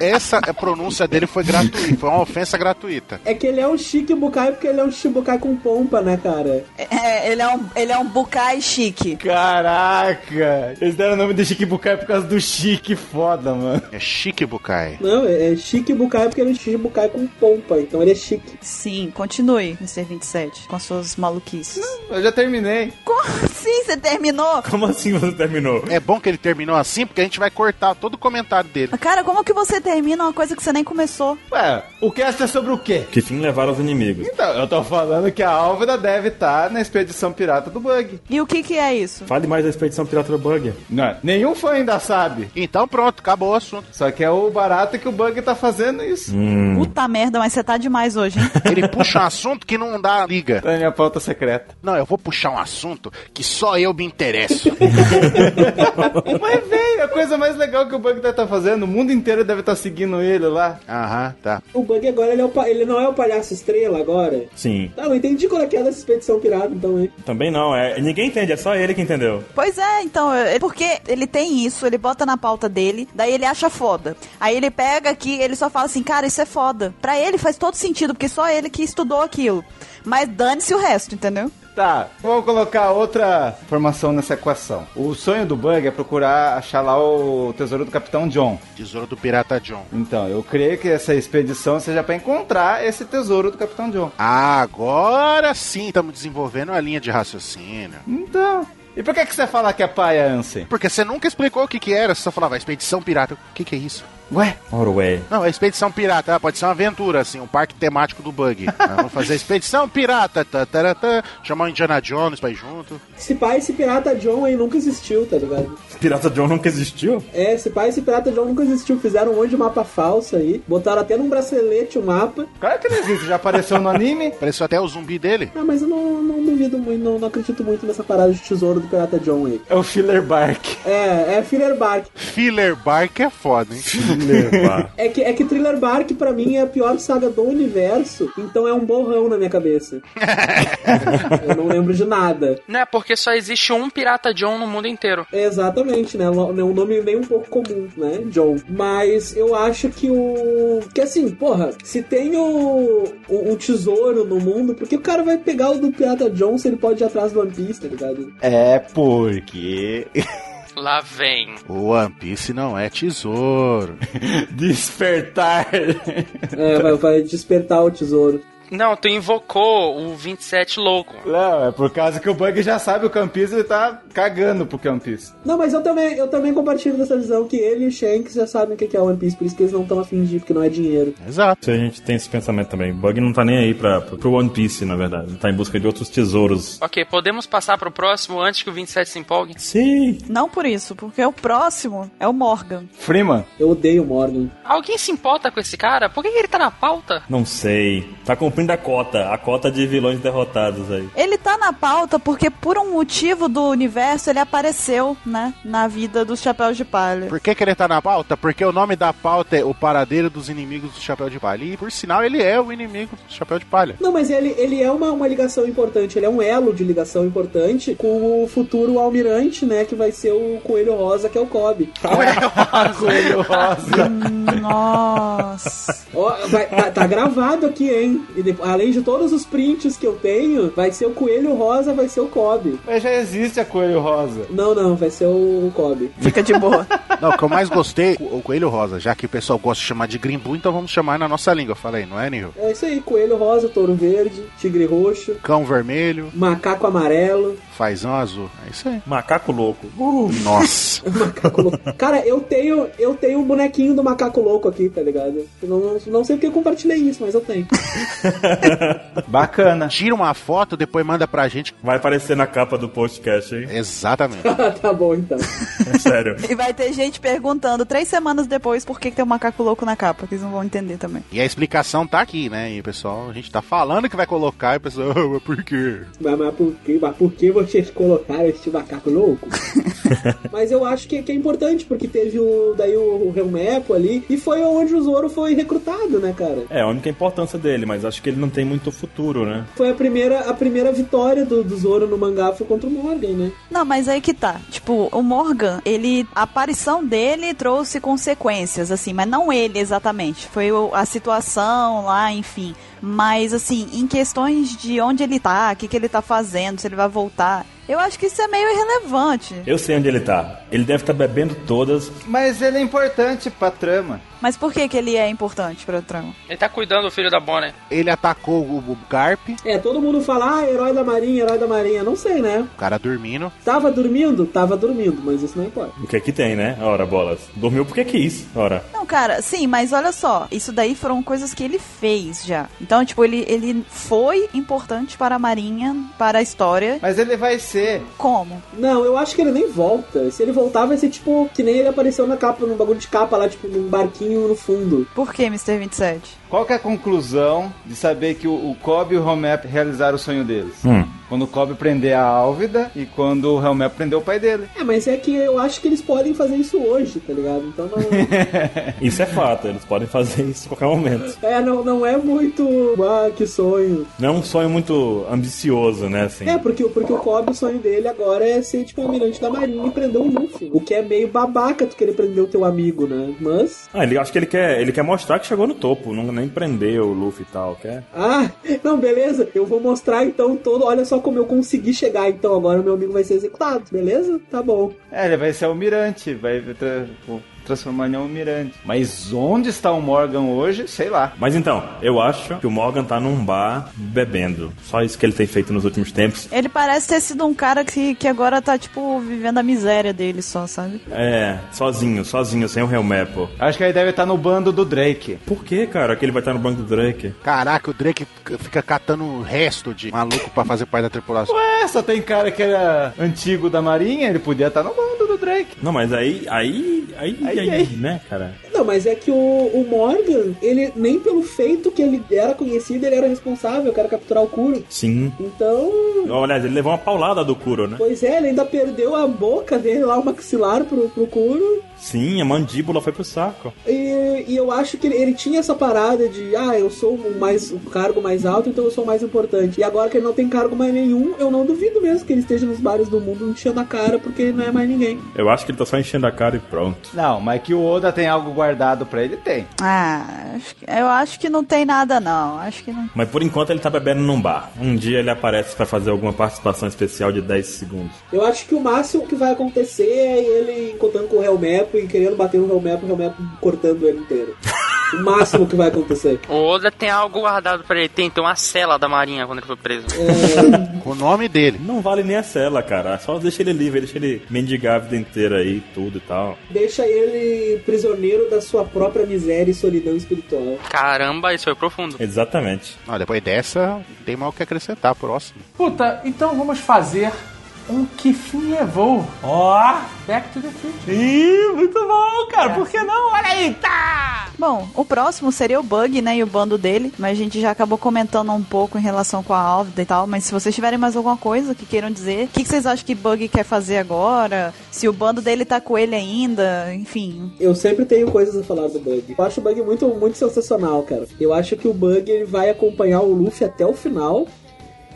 F: Essa pronúncia dele foi gratuita, foi uma ofensa gratuita.
B: é que ele é um Shikibukai porque ele é um Shibukai com pompa, né, cara?
A: É, ele é um, ele é um bucai chique.
E: Caraca! Eles deram o nome de Shikibukai por causa do Chique, foda, mano.
F: É chique, Bukai.
B: Não, é, é Shikibukai porque ele é um Shibukai com pompa, então ele é chique.
A: Sim, continue, Mr. 27, com as suas maluquices.
E: Eu já terminei.
A: Como assim? Você terminou?
D: Como assim você terminou?
F: É bom que ele terminou assim, porque a gente vai cortar todo o comentário dele.
A: Cara, como que você termina uma coisa que você nem começou?
E: Ué, o cast é sobre o quê?
D: Que fim levaram os inimigos?
E: Então, eu tô falando que a Álvida deve estar na expedição pirata do Bug.
A: E o que que é isso?
D: Fale mais a respeito de São Pirata do Bug.
E: Não, é? nenhum fã ainda sabe.
F: Então pronto, acabou o assunto.
E: Só que é o barato que o Bug tá fazendo isso.
A: Puta merda, mas você tá demais hoje, hein?
F: Ele puxa um assunto que não dá liga.
E: Tá na minha pauta secreta.
F: Não, eu vou puxar um assunto que só eu me interesso.
E: Mas, velho, a coisa mais legal que o Bug deve estar fazendo, o mundo inteiro deve estar seguindo ele lá.
F: Aham, tá.
B: O Bug agora, ele, é o pa- ele não é o palhaço estrela agora?
D: Sim.
B: Tá, não entendi qual é que é dessa expedição pirata, então, hein?
D: Também não, é. Ninguém entende, é só ele que entendeu.
A: Pois é, então, é- porque ele tem isso, ele bota na pauta dele, daí ele acha foda. Aí ele pega aqui, ele só fala assim, cara, isso é foda. Pra ele faz todo sentido, porque só ele que estudou aquilo. Mas dane-se o resto, entendeu?
E: Tá, vamos colocar outra formação nessa equação. O sonho do Bug é procurar achar lá o tesouro do Capitão John.
F: Tesouro do Pirata John.
E: Então, eu creio que essa expedição seja pra encontrar esse tesouro do Capitão John.
F: Agora sim estamos desenvolvendo a linha de raciocínio.
E: Então, e por que, que você fala que é paia, Ansem?
F: Porque você nunca explicou o que que era, você só falava expedição pirata. O que que é isso?
E: Ué,
D: Orway.
F: Não, é expedição pirata, Ah, pode ser uma aventura, assim, um parque temático do bug. Ah, Vamos fazer expedição pirata, tá, tá, tá, tá. chamar o Indiana Jones pra ir junto.
B: Esse pai, esse pirata John aí nunca existiu, tá ligado?
D: Pirata John nunca existiu?
B: É, esse pai, esse pirata John nunca existiu. Fizeram um monte de mapa falso aí. Botaram até num bracelete o mapa.
E: claro que não existe, já apareceu no anime.
F: Pareceu até o zumbi dele.
B: Ah, mas eu não, não duvido muito, não, não acredito muito nessa parada de tesouro do pirata John aí.
E: É o Filler Bark.
B: É, é Thriller Bark.
F: Filler Bark é foda, hein?
B: É que, é que Thriller Bark pra mim é a pior saga do universo, então é um borrão na minha cabeça. eu não lembro de nada.
C: Não é porque só existe um Pirata John no mundo inteiro.
B: É, Exatamente, né? Não é um nome nem um pouco comum, né, John? Mas eu acho que o. Que assim, porra, se tem o, o, o tesouro no mundo, por que o cara vai pegar o do Pirata John se ele pode ir atrás do One Piece, tá ligado?
E: É porque.
C: Lá vem.
F: O One Piece não é tesouro.
E: Despertar.
B: É, vai, vai despertar o tesouro.
C: Não, tu invocou o 27 louco.
E: Não, é por causa que o Bug já sabe o Campis, ele tá cagando pro Campis.
B: Não, mas eu também, eu também compartilho dessa visão que ele e o Shanks já sabem o que é One Piece, por isso que eles não estão afim de ir, porque não é dinheiro.
F: Exato.
D: Se a gente tem esse pensamento também. Bug não tá nem aí pra, pro One Piece, na verdade. Ele tá em busca de outros tesouros.
C: Ok, podemos passar pro próximo antes que o 27 se empolgue?
D: Sim.
A: Não por isso, porque o próximo é o Morgan.
E: Freeman,
B: Eu odeio o Morgan.
C: Alguém se importa com esse cara? Por que que ele tá na pauta?
D: Não sei. Tá com cumprindo a cota, a cota de vilões derrotados aí.
A: Ele tá na pauta porque por um motivo do universo ele apareceu, né? Na vida dos Chapéus de Palha.
F: Por que, que ele tá na pauta? Porque o nome da pauta é O Paradeiro dos Inimigos do Chapéu de Palha. E por sinal, ele é o inimigo do Chapéu de Palha.
B: Não, mas ele, ele é uma, uma ligação importante, ele é um elo de ligação importante com o futuro almirante, né? Que vai ser o Coelho Rosa, que é o Cobb.
E: Tá. Coelho rosa.
A: Hum, Nossa.
B: Ó, vai- tá, tá gravado aqui, hein? E de- além de todos os prints que eu tenho, vai ser o Coelho Rosa, vai ser o Cobb.
E: Mas já existe a coelho rosa.
B: Não, não, vai ser o Cobb.
A: Fica de boa.
F: Não, o que eu mais gostei, o Coelho Rosa, já que o pessoal gosta de chamar de Grimbu, então vamos chamar na nossa língua. Fala aí, não é, Nil?
B: É isso aí, Coelho Rosa, Touro Verde, Tigre Roxo,
F: Cão vermelho,
B: Macaco Amarelo.
F: fazão azul. É isso aí.
D: Macaco louco.
F: Nossa.
B: Macaco Louco. Cara, eu tenho, eu tenho um bonequinho do Macaco Louco aqui, tá ligado? Eu Não, não sei porque eu compartilhei isso, mas eu tenho.
E: Bacana.
F: Tira uma foto, depois manda pra gente.
D: Vai aparecer na capa do podcast, hein?
F: Exatamente.
B: tá bom, então.
D: Sério.
A: E vai ter gente perguntando três semanas depois por que, que tem um macaco louco na capa, que eles não vão entender também.
F: E a explicação tá aqui, né? E pessoal, a gente tá falando que vai colocar e o pessoal, ah, mas por quê?
B: Mas, mas por que, mas por que vocês colocaram este macaco louco? mas eu acho que, que é importante, porque teve o, daí o, o Helmepo ali, e foi onde o Zoro foi recrutado, né, cara?
D: É, a única importância dele, mas acho que ele não tem muito futuro, né?
B: Foi a primeira, a primeira vitória do, do Zoro no mangá foi contra o Morgan, né?
A: Não, mas aí que tá. Tipo, o Morgan, ele. A aparição dele trouxe consequências, assim, mas não ele exatamente. Foi o- a situação lá, enfim. Mas, assim, em questões de onde ele tá, o que, que ele tá fazendo, se ele vai voltar. Eu acho que isso é meio irrelevante.
D: Eu sei onde ele tá. Ele deve estar bebendo todas.
E: Mas ele é importante pra trama.
A: Mas por que, que ele é importante pra trama?
C: Ele tá cuidando do filho da Bonnie.
F: Ele atacou o o Garp, o
B: É, todo mundo fala, ah, herói da marinha, herói da marinha. Não sei, né?
F: cara dormindo.
B: Tava dormindo? Tava dormindo, mas isso não importa.
D: O que é que tem, né? Ora, bolas. Dormiu porque quis. Ora.
A: Não, cara, sim, mas olha só, isso daí foram coisas que ele fez já. Então, tipo, ele, ele foi importante para a Marinha, para a história.
E: Mas ele vai ser.
A: Como?
B: Não, eu acho que ele nem volta. Se ele voltar, vai ser tipo que nem ele apareceu na capa, num bagulho de capa lá, tipo, num barquinho no fundo.
A: Por que, Mr. 27?
E: Qual que é a conclusão de saber que o, o Cobb e o Helmep realizaram o sonho deles?
D: Hum.
E: Quando o Cobb prender a Álvida e quando o Helmep prendeu o pai dele.
B: É, mas é que eu acho que eles podem fazer isso hoje, tá ligado? Então não.
D: Isso é fato, eles podem fazer isso a qualquer momento.
B: é, não, não é muito. Ah, que sonho.
D: Não é um sonho muito ambicioso, né? Assim.
B: É, porque, porque o Cobb, o sonho dele agora é ser, tipo, almirante da marinha e prender o Luffy. O que é meio babaca tu querer prender o teu amigo, né? Mas.
D: Ah, ele acho que ele quer, ele quer mostrar que chegou no topo, não nem prender o Luffy e tal, quer?
B: Ah, não, beleza. Eu vou mostrar então todo. Olha só como eu consegui chegar. Então agora meu amigo vai ser executado, beleza? Tá bom.
E: É, ele vai ser almirante, vai tra- o- transformar em almirante. Mas onde está o Morgan hoje? Sei lá.
D: Mas então, eu acho que o Morgan tá num bar bebendo. Só isso que ele tem feito nos últimos tempos.
A: Ele parece ter sido um cara que, que agora tá, tipo, vivendo a miséria dele só, sabe?
D: É, sozinho, sozinho, sem o Helmepo.
E: Acho que ele deve estar no bando do Drake.
D: Por que, cara, que ele vai estar no banco do Drake?
F: Caraca, o Drake fica- fica catando o resto de maluco pra fazer parte da tripulação.
E: Ué, só é tem cara que era antigo da marinha, ele podia estar no bando do Drake.
D: Não, mas aí, aí, aí,
E: Aí,
D: aí,
E: aí.
D: né, cara?
B: Não, mas é que o, o Morgan, ele nem pelo feito que ele era conhecido, ele era responsável, que era capturar o Kuro.
D: Sim.
B: Então,
D: Aliás, ele levou uma paulada do Kuro, né?
B: pois é, ele ainda perdeu a boca dele lá, o maxilar pro, pro Kuro.
D: Sim, a mandíbula foi pro saco.
B: E, e eu acho que ele, ele tinha essa parada de, ah, eu sou o, mais, o cargo mais alto, então eu sou o mais importante. E agora que ele não tem cargo mais nenhum, eu não duvido mesmo que ele esteja nos bares do mundo enchendo a cara, porque ele não é mais ninguém.
D: Eu acho que ele tá só enchendo a cara e pronto.
E: Não, mas que o Oda tem algo guardado pra ele, tem.
A: Ah, acho que- eu acho que não tem nada, não. Acho que não.
D: Mas por enquanto ele tá bebendo num bar. Um dia ele aparece pra fazer alguma participação especial de 10 segundos.
B: Eu acho que o máximo que vai acontecer é ele encontrando com o Helmepo e querendo bater no Helmepo, o Helmepo cortando ele inteiro. O máximo que vai acontecer.
C: O Oda tem algo guardado pra ele. Tem então a cela da marinha quando ele foi preso.
F: Com o nome dele.
D: Não vale nem a cela, cara. Só deixa ele livre, deixa ele mendigar a vida inteira aí, tudo e tal.
B: Deixa ele prisioneiro da sua própria miséria e solidão espiritual.
C: Caramba, isso foi profundo.
D: Exatamente.
F: Não, depois dessa, não tem mal o que acrescentar. Próximo.
K: Puta, então vamos fazer O que fim levou?
D: Ó!
K: Back to the Future.
D: Ih, muito bom, cara.
K: É.
D: Por que não? Olha aí, tá!
A: Bom, o próximo seria o Bug, né? E o bando dele. Mas a gente já acabou comentando um pouco em relação com a Álvida e tal. Mas se vocês tiverem mais alguma coisa que queiram dizer, o que, que vocês acham que Bug quer fazer agora? Se o bando dele tá com ele ainda, enfim.
B: Eu sempre tenho coisas a falar do Bug. Eu acho o Bug muito, muito sensacional, cara. Eu acho que o Bug ele vai acompanhar o Luffy até o final.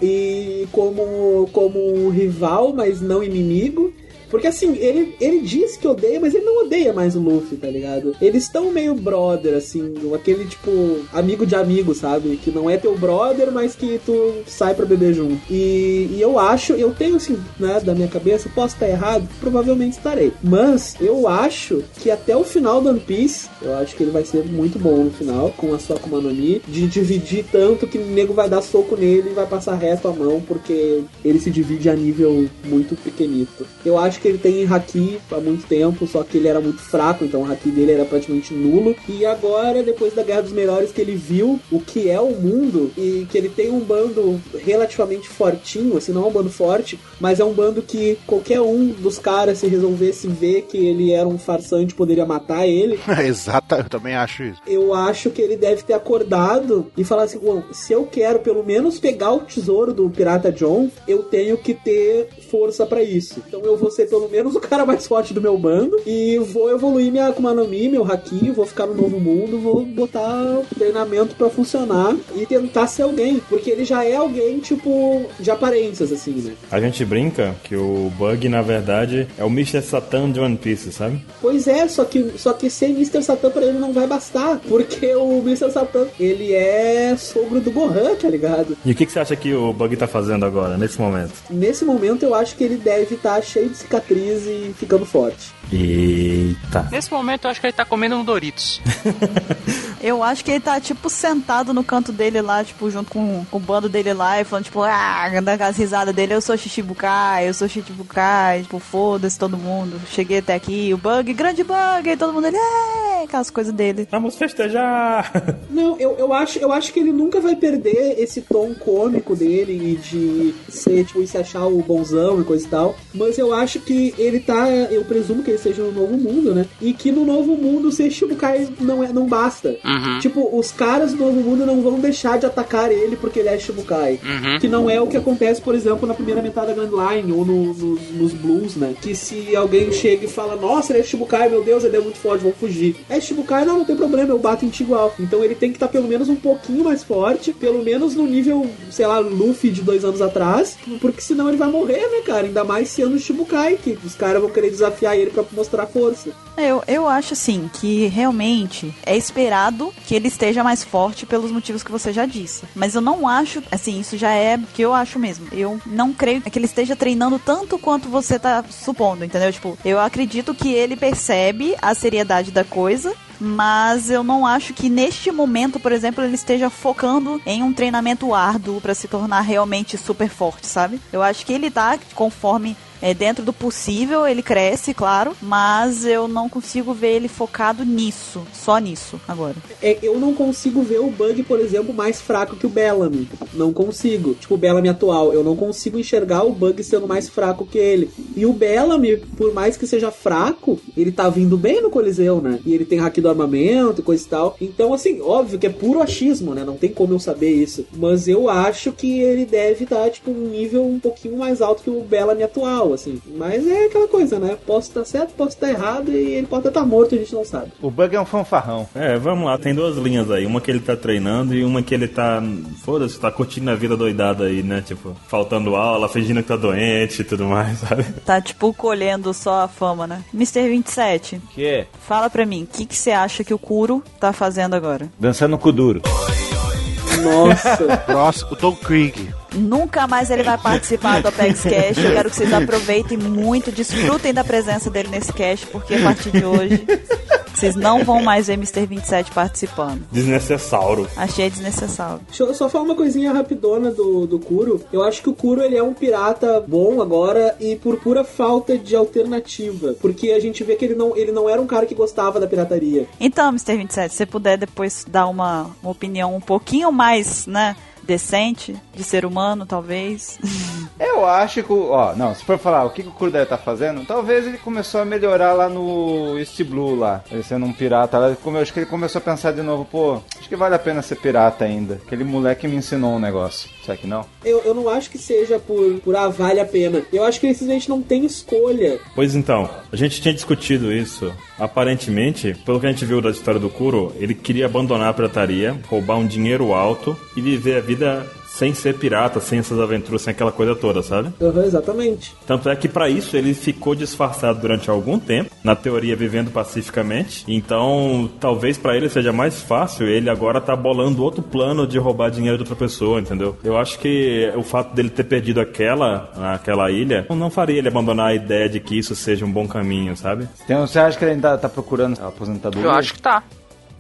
B: E como, como um rival, mas não inimigo. Porque assim, ele, ele diz que odeia, mas ele não odeia mais o Luffy, tá ligado? Eles estão meio brother, assim, aquele tipo, amigo de amigo, sabe? Que não é teu brother, mas que tu sai pra beber junto. E, e eu acho, eu tenho assim, né, da minha cabeça, posso estar errado, provavelmente estarei. Mas eu acho que até o final do One Piece, eu acho que ele vai ser muito bom no final, com a sua Akuma no Mi, de dividir tanto que o nego vai dar soco nele e vai passar reto a mão, porque ele se divide a nível muito pequenito. Eu acho que ele tem Haki há muito tempo, só que ele era muito fraco, então o Haki dele era praticamente nulo. E agora, depois da Guerra dos Melhores, que ele viu o que é o mundo e que ele tem um bando relativamente fortinho, assim, não é um bando forte, mas é um bando que qualquer um dos caras, se resolvesse ver que ele era um farsante, poderia matar ele.
F: Exata, eu também acho isso.
B: Eu acho que ele deve ter acordado e falar assim: "Bom, se eu quero pelo menos pegar o tesouro do Pirata John, eu tenho que ter força pra isso. Então eu vou ser pelo menos o cara mais forte do meu bando e vou evoluir minha Akuma no Mi, meu Haki, vou ficar no novo mundo, vou botar o treinamento pra funcionar e tentar ser alguém, porque ele já é alguém, tipo, de aparências, assim, né?
D: A gente brinca que o Bug, na verdade, é o Mr. Satan de One Piece, sabe?
B: Pois é, só que, só que ser Mr. Satan pra ele não vai bastar, porque o Mr. Satan, ele é sogro do Gohan, tá ligado?
D: E o que, que você acha que o Bug tá fazendo agora, nesse momento?
B: Nesse momento eu acho que ele deve estar cheio de cicatriz e ficando forte.
D: Eita.
C: Nesse momento, eu acho que ele tá comendo um Doritos.
A: Eu acho que ele tá, tipo, sentado no canto dele lá, tipo, junto com, com o bando dele lá e falando, tipo, ah, dando aquelas risadas dele, eu sou Shichibukai, eu sou Shichibukai, tipo, foda-se todo mundo. Cheguei até aqui, o bug, grande bug, e todo mundo ele, é, aquelas coisas dele.
D: Vamos festejar!
B: Não, eu, eu, acho, eu acho que ele nunca vai perder esse tom cômico dele e de ser, tipo, e se achar o bonzão e coisa e tal. Mas eu acho que ele tá. Eu presumo que ele seja no novo mundo, né? E que no novo mundo ser Shibukai não, é, não basta.
C: Uhum.
B: Tipo, os caras do novo mundo não vão deixar de atacar ele porque ele é Shibukai.
C: Uhum.
B: Que não é o que acontece, por exemplo, na primeira metade da Grand Line ou no- no- nos blues, né? Que se alguém chega e fala, nossa, ele é Shibukai, meu Deus, ele é muito forte, vou fugir. É Shibukai, não, não tem problema, eu bato em ti igual. Então ele tem que estar pelo menos um pouquinho mais forte, pelo menos no nível, sei lá, Luffy de dois anos atrás, porque senão ele vai morrer, né, cara? Ainda mais sendo Shibukai, que os caras vão querer desafiar ele pra mostrar força.
A: É, Eu, eu acho assim que realmente é esperado que ele esteja mais forte pelos motivos que você já disse. Mas eu não acho, assim, isso já é que eu acho mesmo. Eu não creio que ele esteja treinando tanto quanto você tá supondo, entendeu? Tipo, eu acredito que ele percebe a seriedade da coisa. Mas eu não acho que neste momento, por exemplo, ele esteja focando em um treinamento árduo pra se tornar realmente super forte, sabe? Eu acho que ele tá conforme é, dentro do possível, ele cresce, claro, mas eu não consigo ver ele focado nisso, só nisso agora.
B: É, eu não consigo ver o Bug, por exemplo, mais fraco que o Bellamy. Não consigo. Tipo, o Bellamy atual. Eu não consigo enxergar o Bug sendo mais fraco que ele. E o Bellamy, por mais que seja fraco, ele tá vindo bem no Coliseu, né? E ele tem hack do armamento e coisa e tal. Então, assim, óbvio que é puro achismo, né? Não tem como eu saber isso. Mas eu acho que ele deve estar, tipo, um nível um pouquinho mais alto que o Bellamy atual, assim. Mas é aquela coisa, né? Posso estar certo, posso estar errado e ele pode até estar morto, a gente não sabe.
E: O Bug é um fanfarrão.
D: É, vamos lá, tem duas linhas aí. Uma que ele tá treinando e uma que ele tá. Foda-se, tá curtindo a vida doidada aí, né? Tipo, faltando aula, fingindo que tá doente e tudo mais, sabe?
A: Tá tipo colhendo só a fama, né? Mr. 27,
E: Que?
A: fala pra mim, o que que você acha que o Kuro tá fazendo agora?
E: Dançando cu duro.
B: Nossa.
F: Próximo, o Don Krieg.
A: Nunca mais ele vai participar do Apex Cash. Eu quero que vocês aproveitem muito, desfrutem da presença dele nesse cast, porque a partir de hoje vocês não vão mais ver Mr. 27 participando.
D: Desnecessauro.
A: Achei desnecessário.
B: Deixa eu só falar uma coisinha rapidona do, do Kuro. Eu acho que o Kuro ele é um pirata bom agora e por pura falta de alternativa. Porque a gente vê que ele não, ele não era um cara que gostava da pirataria.
A: Então, Mr. 27, se você puder depois dar uma, uma opinião um pouquinho mais, né, decente, de ser humano, talvez.
E: Eu acho que. o- Ó, não, se for falar o que, que o Kurdai tá fazendo, talvez ele começou a melhorar lá no East Blue lá. Ele sendo um pirata lá. ele come- Eu acho que ele começou a pensar de novo, pô, acho que vale a pena ser pirata ainda. Aquele moleque me ensinou um negócio. Será que não?
B: Eu, eu não acho que seja por, por ah, vale a pena. Eu acho que ele simplesmente não tem escolha.
D: Pois então, a gente tinha discutido isso. Aparentemente, pelo que a gente viu da história do Kuro, ele queria abandonar a pirataria, roubar um dinheiro alto e viver a vida sem ser pirata, sem essas aventuras, sem aquela coisa toda, sabe?
B: Aham, exatamente.
D: Tanto é que pra isso ele ficou disfarçado durante algum tempo, na teoria vivendo pacificamente. Então, talvez pra ele seja mais fácil ele agora tá bolando outro plano de roubar dinheiro de outra pessoa, entendeu? Eu acho que o fato dele ter perdido aquela, aquela ilha, não faria ele abandonar a ideia de que isso seja um bom caminho, sabe?
E: Tem, você acha que ele ainda tá procurando a aposentadoria?
C: Eu acho que tá.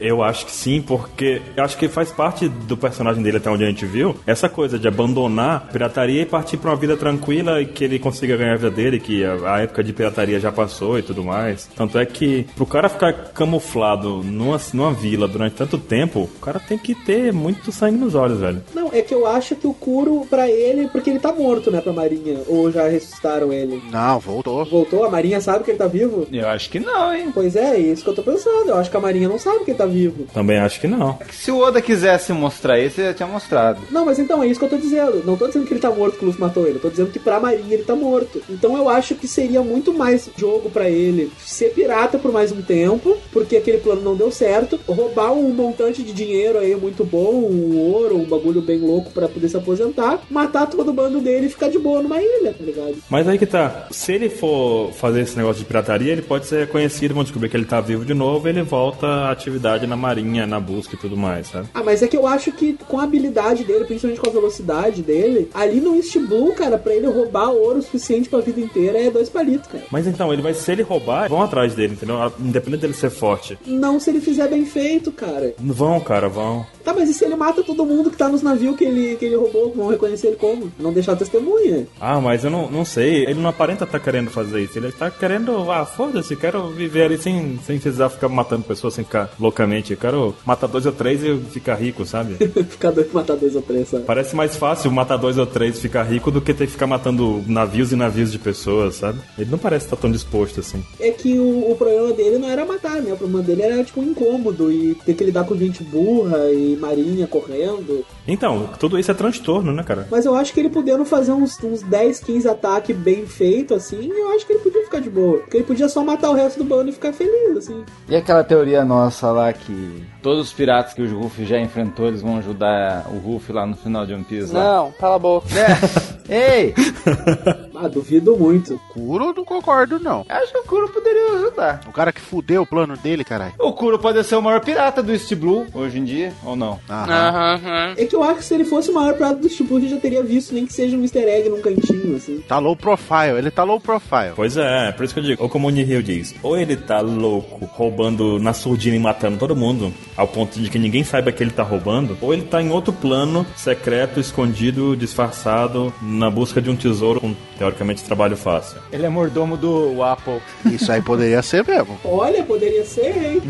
D: Eu acho que sim, porque eu acho que faz parte do personagem dele até onde a gente viu, essa coisa de abandonar a pirataria e partir pra uma vida tranquila e que ele consiga ganhar a vida dele, que a, a época de pirataria já passou e tudo mais. Tanto é que pro cara ficar camuflado numa, numa vila durante tanto tempo, o cara tem que ter muito sangue nos olhos, velho.
B: Não, é que eu acho que o Kuro, pra ele, porque ele tá morto, né, pra Marinha. Ou já ressuscitaram ele.
F: Não, voltou.
B: Voltou? A Marinha sabe que ele tá vivo?
E: Eu acho que não, hein?
B: Pois é, é isso que eu tô pensando. Eu acho que a Marinha não sabe que ele tá vivo.
D: Também acho que não.
E: Se o Oda quisesse mostrar isso, ele já tinha mostrado.
B: Não, mas então é isso que eu tô dizendo. Não tô dizendo que ele tá morto, que o Luffy matou ele. Eu tô dizendo que pra Marinha ele tá morto. Então eu acho que seria muito mais jogo pra ele ser pirata por mais um tempo, porque aquele plano não deu certo, roubar um montante de dinheiro aí muito bom, um ouro, um bagulho bem louco pra poder se aposentar, matar todo o bando dele e ficar de boa numa ilha, tá ligado?
D: Mas aí que tá. Se ele for fazer esse negócio de pirataria, ele pode ser reconhecido, vão descobrir que ele tá vivo de novo e ele volta à atividade na marinha, na busca e tudo mais, sabe?
B: Ah, mas é que eu acho que com a habilidade dele, principalmente com a velocidade dele, ali no East Blue, cara, pra ele roubar ouro o suficiente pra vida inteira é dois palitos, cara.
D: Mas então, ele vai, se ele roubar, vão atrás dele, entendeu? Ah, Independente dele ser forte.
B: Não se ele fizer bem feito, cara.
D: Vão, cara, vão.
B: Tá, mas e se ele mata todo mundo que tá nos navios que ele, que ele roubou? Vão reconhecer ele como? Não deixar testemunha.
D: Ah, mas eu não, não sei. Ele não aparenta estar querendo fazer isso. Ele tá querendo. Ah, foda-se, quero viver ali sem, sem precisar ficar matando pessoas, sem ficar loucamente. Eu quero matar dois ou três e ficar rico, sabe?
B: Ficar doido e matar dois ou três, sabe?
D: Parece mais fácil matar dois ou três e ficar rico do que ter que ficar matando navios e navios de pessoas, sabe? Ele não parece estar tão disposto assim.
B: É que o, o problema dele não era matar, né? O problema dele era, tipo, um incômodo e ter que lidar com gente burra e marinha correndo.
D: Então, tudo isso é transtorno, né, cara?
B: Mas eu acho que ele podendo fazer uns, uns 10, 15 ataques bem feito, assim, eu acho que ele podia ficar de boa. Porque ele podia só matar o resto do bando e ficar feliz, assim.
E: E aquela teoria nossa lá que todos os piratas que o Ruff já enfrentou, eles vão ajudar o Ruff lá no final de One Piece né? lá?
L: Não, cala a boca.
E: É. Ei!
B: Ah, duvido muito.
F: Kuro, não concordo, não.
E: Acho que o Kuro poderia ajudar.
F: O cara que fudeu o plano dele, caralho.
E: O Kuro pode ser o maior pirata do East Blue hoje em dia, ou não?
F: Aham.
C: Aham, aham.
B: É que eu acho que se ele fosse o maior prato do Shibu, ele já teria visto, nem que seja um easter egg num cantinho, assim.
F: Tá low profile, ele tá low profile.
D: Pois é, por isso que eu digo, ou como o Nihil diz, ou ele tá louco, roubando na surdina e matando todo mundo, ao ponto de que ninguém saiba que ele tá roubando, ou ele tá em outro plano, secreto, escondido, disfarçado, na busca de um tesouro com, teoricamente, trabalho fácil.
E: Ele é mordomo do Apple.
F: Isso aí poderia ser mesmo.
B: Olha, poderia ser, hein?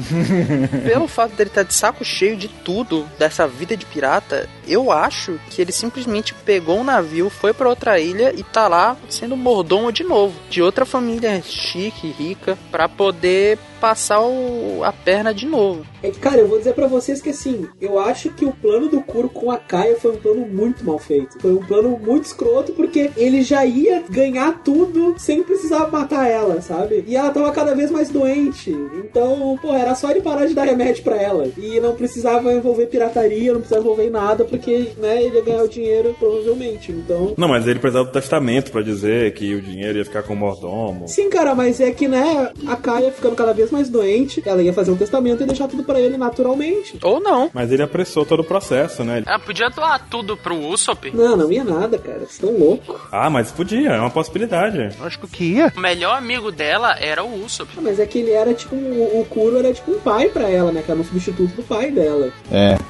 L: Pelo fato dele estar de saco cheio de tudo, dessa vida de pirata, eu acho que ele simplesmente pegou um navio, foi pra outra ilha e tá lá sendo mordomo de novo, de outra família chique, rica, pra poder passar o- a perna de novo.
B: É que, cara, eu vou dizer pra vocês que assim, eu acho que o plano do Kuro com a Kaia foi um plano muito mal feito. Foi um plano muito escroto, porque ele já ia ganhar tudo sem precisar matar ela, sabe? E ela tava cada vez mais doente. Então, pô, era só ele parar de dar remédio pra ela. E não precisava envolver pirataria, não precisava envolver em nada, porque, né, ele ia ganhar o dinheiro provavelmente. Então.
D: Não, mas ele precisava do testamento pra dizer que o dinheiro ia ficar com o mordomo.
B: Sim, cara, mas é que, né, a Kaia ficando cada vez mais doente, ela ia fazer um testamento e deixar tudo pra ele naturalmente.
L: Ou não.
D: Mas ele apressou todo o processo, né? Ele-
C: Ah, podia doar tudo pro Usopp.
B: Não, não ia nada, cara. Vocês estão loucos.
D: Ah, mas podia, é uma possibilidade.
F: Lógico que ia.
C: O melhor amigo dela era o Usopp.
B: Ah, Mas é que ele era tipo um, o Kuro era tipo um pai pra ela, né? Que era um substituto do pai dela.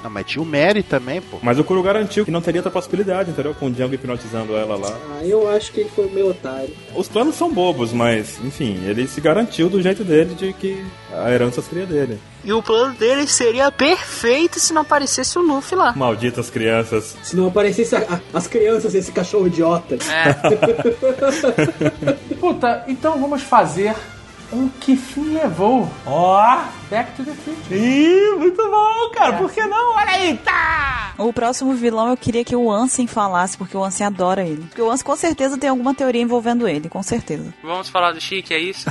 F: Não, mas tinha o Mary também, pô.
D: Mas o Kuro garantiu que não teria outra possibilidade, entendeu? Com o Django hipnotizando ela lá.
B: Ah, eu acho que ele foi meio otário.
D: Os planos são bobos, mas, enfim, ele se garantiu do jeito dele de que a herança seria dele.
L: E o plano dele seria perfeito se não aparecesse o Luffy lá.
D: Malditas crianças.
B: Se não aparecesse a- a- as crianças, esse cachorro idiota.
K: Puta, então vamos fazer um que fim levou.
D: Ó!
K: Back to the Future. É.
D: Ih, muito bom, cara. Por que não? Olha aí, tá!
A: O próximo vilão eu queria que o Ansem falasse, porque o Ansem adora ele. Porque o Ansem com certeza tem alguma teoria envolvendo ele, com certeza.
C: Vamos falar do Chique, é isso?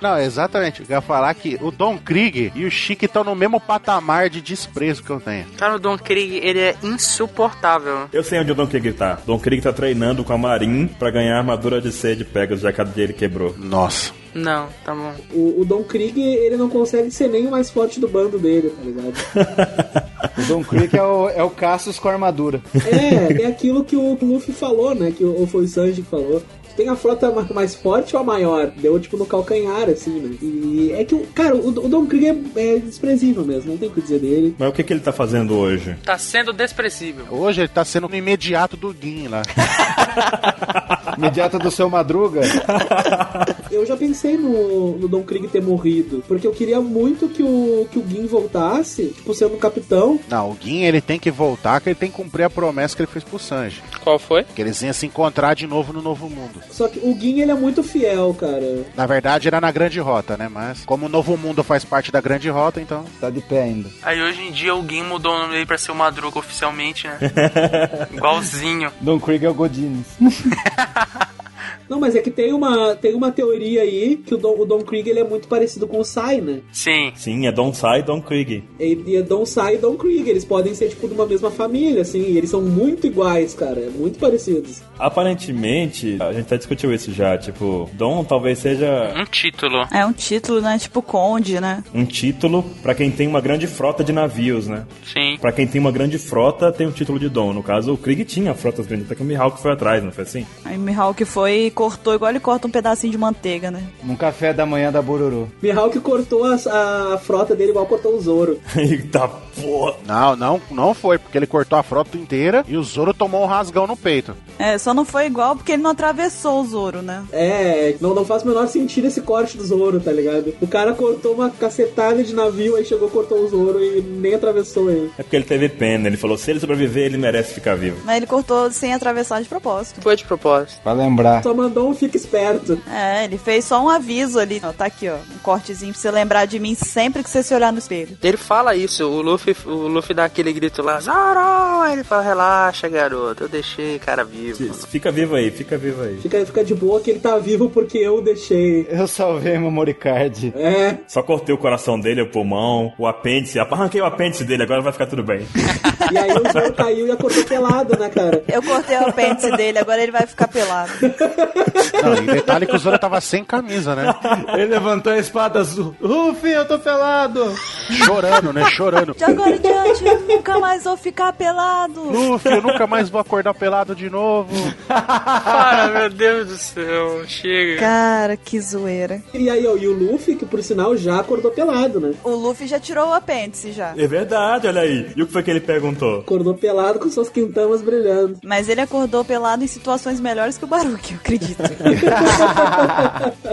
F: Não, exatamente. Eu ia falar que o Don Krieg e o Chique estão no mesmo patamar de desprezo que eu tenho.
C: Tá
L: Cara, o Don Krieg, ele é insuportável.
D: Eu sei onde o Don Krieg tá. Don Krieg tá treinando com a Marin pra ganhar a armadura de sede Pegasus, já que a dele quebrou.
F: Nossa.
L: Não, tá bom.
B: O, o Don Krieg, ele não consegue ser nem o mais forte do bando dele, tá ligado?
E: O Don Creek é o, é o Cassius com a armadura.
B: É, é aquilo que o Luffy falou, né? Que, o- ou foi o Sanji que falou. Tem a frota ma- mais forte ou a maior? Deu tipo no calcanhar, assim, né? E é que, o cara, o, o Don Krieg é, é desprezível mesmo, não tem o que dizer dele.
D: Mas o que, que ele tá fazendo hoje?
C: Tá sendo desprezível.
F: Hoje ele tá sendo no imediato do Guin lá.
E: Imediata do seu Madruga.
B: Eu já pensei no, no Don Krieg ter morrido, porque eu queria muito que o, que o Gin voltasse, tipo, sendo um capitão.
F: Não, o Guin ele tem que voltar, que ele tem que cumprir a promessa que ele fez pro Sanji.
L: Qual foi?
F: Que eles iam se encontrar de novo no Novo Mundo.
B: Só que o Gin, ele é muito fiel, cara.
F: Na verdade era na Grande Rota, né? Mas como o Novo Mundo faz parte da Grande Rota, então...
E: Tá de pé ainda.
C: Aí hoje em dia alguém mudou o nome dele pra ser o Madruga oficialmente, né? Igualzinho.
E: Don Krieg é o Godines.
B: Não, mas é que tem uma, tem uma teoria aí que o Don, o Don Krieg, ele é muito parecido com o Sai, né?
C: Sim.
D: Sim, é Don Sai e Don Krieg.
B: E é Don Sai e Don Krieg, eles podem ser, tipo, de uma mesma família, assim, e eles são muito iguais, cara, é muito parecidos.
D: Aparentemente, a gente até discutiu isso já, tipo, Don talvez seja
C: Um título.
A: É um título, né? Tipo Conde, né?
D: um título pra quem tem uma grande frota de navios, né?
C: Sim.
D: Pra quem tem uma grande frota, tem o título de Dom. No caso, o Krieg tinha frotas grandes, até que o Mihawk foi atrás, não foi assim?
A: Aí Mihawk foi e cortou, igual ele corta um pedacinho de manteiga, né?
E: Num café da manhã da Bururu.
B: Mihawk cortou as- a, frota dele igual cortou o Zoro.
D: Eita porra!
F: Não, não, não foi, porque ele cortou a frota inteira e o Zoro tomou um rasgão no peito.
A: É, só não foi igual porque ele não atravessou o Zoro, né?
B: É, não, não faz o menor sentido esse corte do Zoro, tá ligado? O cara cortou uma cacetada de navio, aí chegou, cortou o Zoro e nem atravessou ele.
D: É porque ele teve pena, ele falou: se ele sobreviver, ele merece ficar vivo.
A: Mas ele cortou sem atravessar de propósito.
L: Foi de propósito.
E: Pra lembrar.
B: Só mandou um fica esperto.
A: É, ele fez só um aviso ali. Ó, tá aqui, ó. Um cortezinho pra você lembrar de mim sempre que você se olhar no espelho.
L: Ele fala isso, o Luffy, o Luffy dá aquele grito lá,
C: "Ah,
L: Zoro! Aí Ele fala, relaxa, garoto, eu deixei o cara vivo.
D: Fica vivo aí, fica vivo aí.
B: Fica, fica de boa que ele tá vivo porque eu deixei.
E: Eu salvei meu Moricard.
B: É,
D: Só cortei o coração dele, o pulmão, o apêndice. Arranquei o apêndice dele, agora vai ficar tudo bem.
B: e aí o Zoro caiu e acordou pelado, né, cara?
A: Eu cortei o apêndice dele, agora ele vai ficar pelado.
F: Não, e detalhe que o Zoro tava sem camisa, né?
E: Ele levantou a espada azul. Rufi, eu tô pelado.
F: Chorando, né? Chorando.
A: De agora em diante, eu nunca mais vou ficar pelado.
F: Luffy, eu nunca mais vou acordar pelado de novo.
C: Para, meu Deus do céu. Chega.
A: Cara, que zoeira.
B: E aí, ó, e o Luffy, que por sinal já acordou pelado, né?
A: O Luffy já tirou o apêndice já.
D: É verdade, olha aí. E o que foi que ele perguntou?
B: Acordou pelado com suas quintamas brilhando.
A: Mas ele acordou pelado em situações melhores que o Baruque, eu acredito.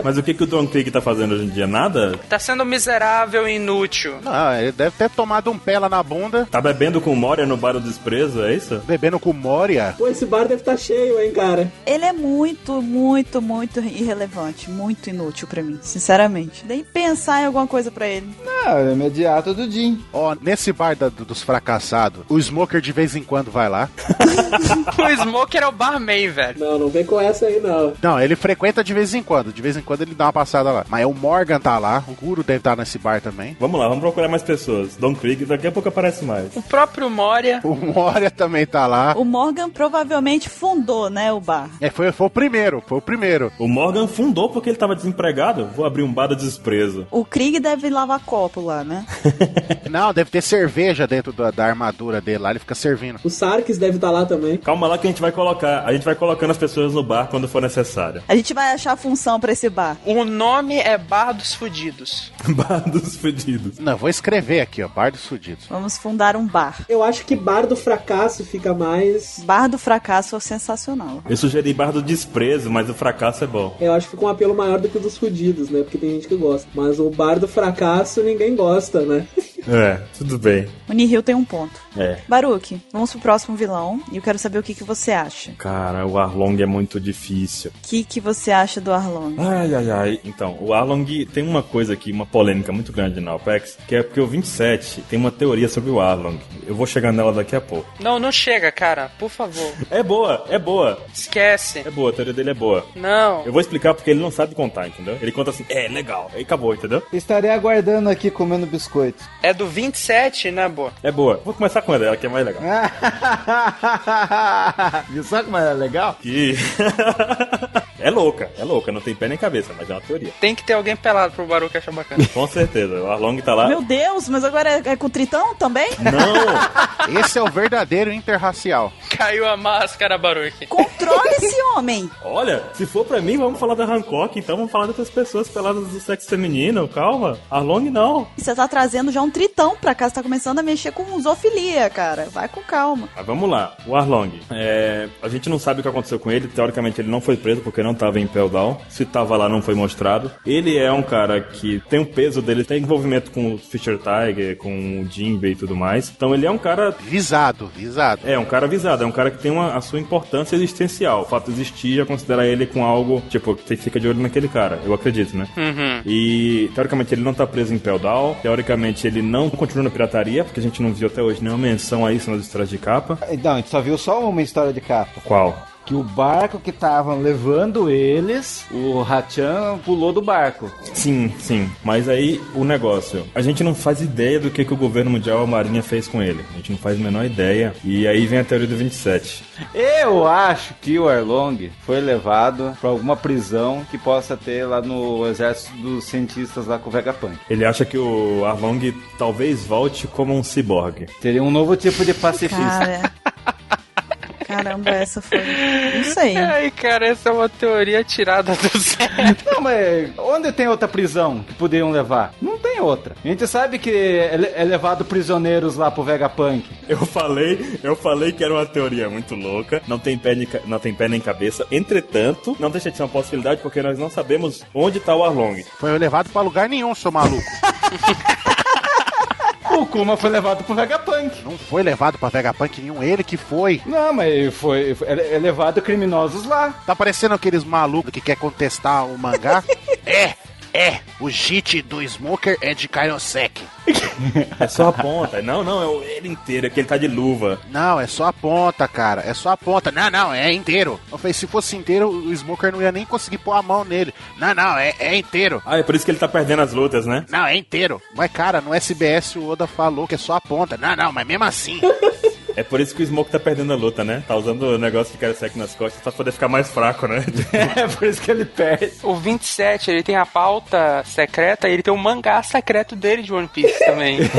D: Mas o que, que o Don Krieg tá fazendo hoje em dia? Nada?
C: Tá sendo miserável e inútil.
F: Ah, ele deve ter tomado um pé lá na bunda,
D: Tá bebendo com o Moria no bar do desprezo, é isso?
F: bebendo com Moria.
B: Pô, esse bar deve estar cheio, hein, cara?
A: ele é muito, muito, muito irrelevante. Muito inútil pra mim, sinceramente. Nem pensar em alguma coisa pra ele.
E: Ah, é imediato do Jim.
F: Ó, nesse bar da- dos fracassados, o Smoker de vez em quando vai lá.
C: O Smoker é o barman, velho.
B: Não, não vem com essa aí, não.
F: Não, ele frequenta de vez em quando. De vez em quando ele dá uma passada lá. Mas o Morgan tá lá, o Guru deve estar nesse bar também.
D: Vamos lá, vamos procurar mais pessoas. Don Krieg, daqui a pouco aparece mais.
C: O próprio Moria.
F: O Moria também tá lá.
A: O Morgan provavelmente fundou, né, o bar.
F: É, foi, foi o primeiro, foi o primeiro.
D: O Morgan fundou porque ele tava desempregado. Vou abrir um bar do desprezo.
A: O Krieg deve lavar copo lá, né?
F: Não, deve ter cerveja dentro da, da armadura dele lá, ele fica servindo.
B: O Sarkis deve estar lá também.
D: Calma lá que a gente vai colocar. A gente vai colocando as pessoas no bar quando for necessário.
A: A gente vai achar função pra esse bar.
L: O nome é Bar dos Fudidos.
D: bar dos fudidos.
F: Não, vou escrever aqui, ó, Bar dos Fudidos.
A: Vamos fundar um bar.
B: Eu acho que bar do fracasso fica mais.
A: Bar do fracasso é sensacional.
D: Eu sugeri bar do desprezo, mas o fracasso é bom.
B: Eu acho que fica um apelo maior do que o dos fudidos, né? Porque tem gente que gosta. Mas o bar do fracasso, ninguém ninguém gosta, né?
D: É, tudo bem.
A: O Nihil tem um ponto.
D: É.
A: Baruque, vamos pro próximo vilão e eu quero saber o que, que você acha.
D: Cara, o Arlong é muito difícil.
A: O que, que você acha do Arlong?
D: Ai, ai, ai. Então, o Arlong tem uma coisa aqui, uma polêmica muito grande na OPEX, que é porque o 27 tem uma teoria sobre o Arlong. Eu vou chegar nela daqui a pouco.
C: Não, não chega, cara. Por favor.
D: É boa, é boa.
C: Esquece.
D: É boa, a teoria dele é boa.
C: Não.
D: Eu vou explicar porque ele não sabe contar, entendeu? Ele conta assim, é, legal. Aí acabou, entendeu?
E: Estarei aguardando aqui comendo biscoito.
C: É do 27, né, boa?
D: É boa. Vou começar com ela, que é mais legal.
E: Viu só como ela é legal?
D: Que... é louca, é louca, não tem pé nem cabeça, mas é uma teoria.
C: Tem que ter alguém pelado pro Baruque achar bacana.
D: Com certeza, o Arlong tá lá.
A: Meu Deus, mas agora é, é com o Tritão também?
D: Não!
F: Esse é o verdadeiro interracial.
C: Caiu a máscara, Baruque.
A: Controle esse homem!
D: Olha, se for pra mim, vamos falar da Hancock, então vamos falar dessas pessoas peladas do sexo feminino, calma. Arlong não.
A: Você tá trazendo já um Tritão pra cá, você tá começando a mexer com zoofilia, cara. Vai com calma.
D: Mas Ah, vamos lá, o Arlong. É, a gente não sabe o que aconteceu com ele, teoricamente ele não foi preso porque não tava em Pell Down. Se tava lá, não foi mostrado. Ele é um cara que tem o peso dele, tem envolvimento com o Fischer Tiger, com o Jinbe e tudo mais. Então ele é um cara.
F: Visado, visado.
D: É, um cara visado, é um cara que tem uma, a sua importância existencial. O fato de existir já considera ele com algo, tipo, que fica de olho naquele cara. Eu acredito, né?
C: Uhum.
D: E teoricamente ele não tá preso em Pell Down. Teoricamente ele não continua na pirataria, porque a gente não viu até hoje nenhuma menção a isso nas histórias de capa.
E: Não, Então, a gente só viu só uma história de capa.
D: Qual?
E: que o barco que estavam levando eles, o Hachan pulou do barco.
D: Sim, sim. Mas aí o negócio, a gente não faz ideia do que, que o governo mundial, a Marinha, fez com ele. A gente não faz a menor ideia. E aí vem a teoria do 27.
E: Eu acho que o Arlong foi levado para alguma prisão que possa ter lá no exército dos cientistas lá com o Vegapunk.
D: Ele acha que o Arlong talvez volte como um ciborgue.
E: Teria um novo tipo de pacifista.
A: é. Caramba, essa foi. Não sei. né?
C: Ai, cara, essa é uma teoria tirada do céu.
E: Não, mas onde tem outra prisão que poderiam levar? Não tem outra. A gente sabe que é é levado prisioneiros lá pro Vegapunk.
D: Eu falei, eu falei que era uma teoria muito louca, não tem pé nem, ca- não tem pé nem cabeça. Entretanto, não deixa de ser uma possibilidade porque nós não sabemos onde tá o Arlong.
F: Foi levado pra lugar nenhum, seu maluco.
E: O Kuma foi levado pro Vegapunk.
F: Não foi levado pra Vegapunk nenhum, ele que foi.
E: Não, mas foi, foi é é levado criminosos lá.
F: Tá parecendo aqueles malucos que quer contestar o mangá? é, é, o JIT do Smoker é de Kairosek.
D: É só a ponta. Não, não, é o- ele inteiro, é que ele tá de luva.
F: Não, é só a ponta, cara. É só a ponta. Não, não, é inteiro. Eu falei, se fosse inteiro, o Smoker não ia nem conseguir pôr a mão nele. Não, não, é, é inteiro.
D: Ah, é por isso que ele tá perdendo as lutas, né?
F: Não, é inteiro. Mas, cara, no SBS o Oda falou que é só a ponta. Não, não, mas mesmo assim.
D: É por isso que o Smoke tá perdendo a luta, né? Tá usando o negócio de Karasek nas costas pra poder ficar mais fraco, né?
E: É por isso que ele perde.
C: O 27, ele tem a pauta secreta e ele tem o mangá secreto dele de One Piece também.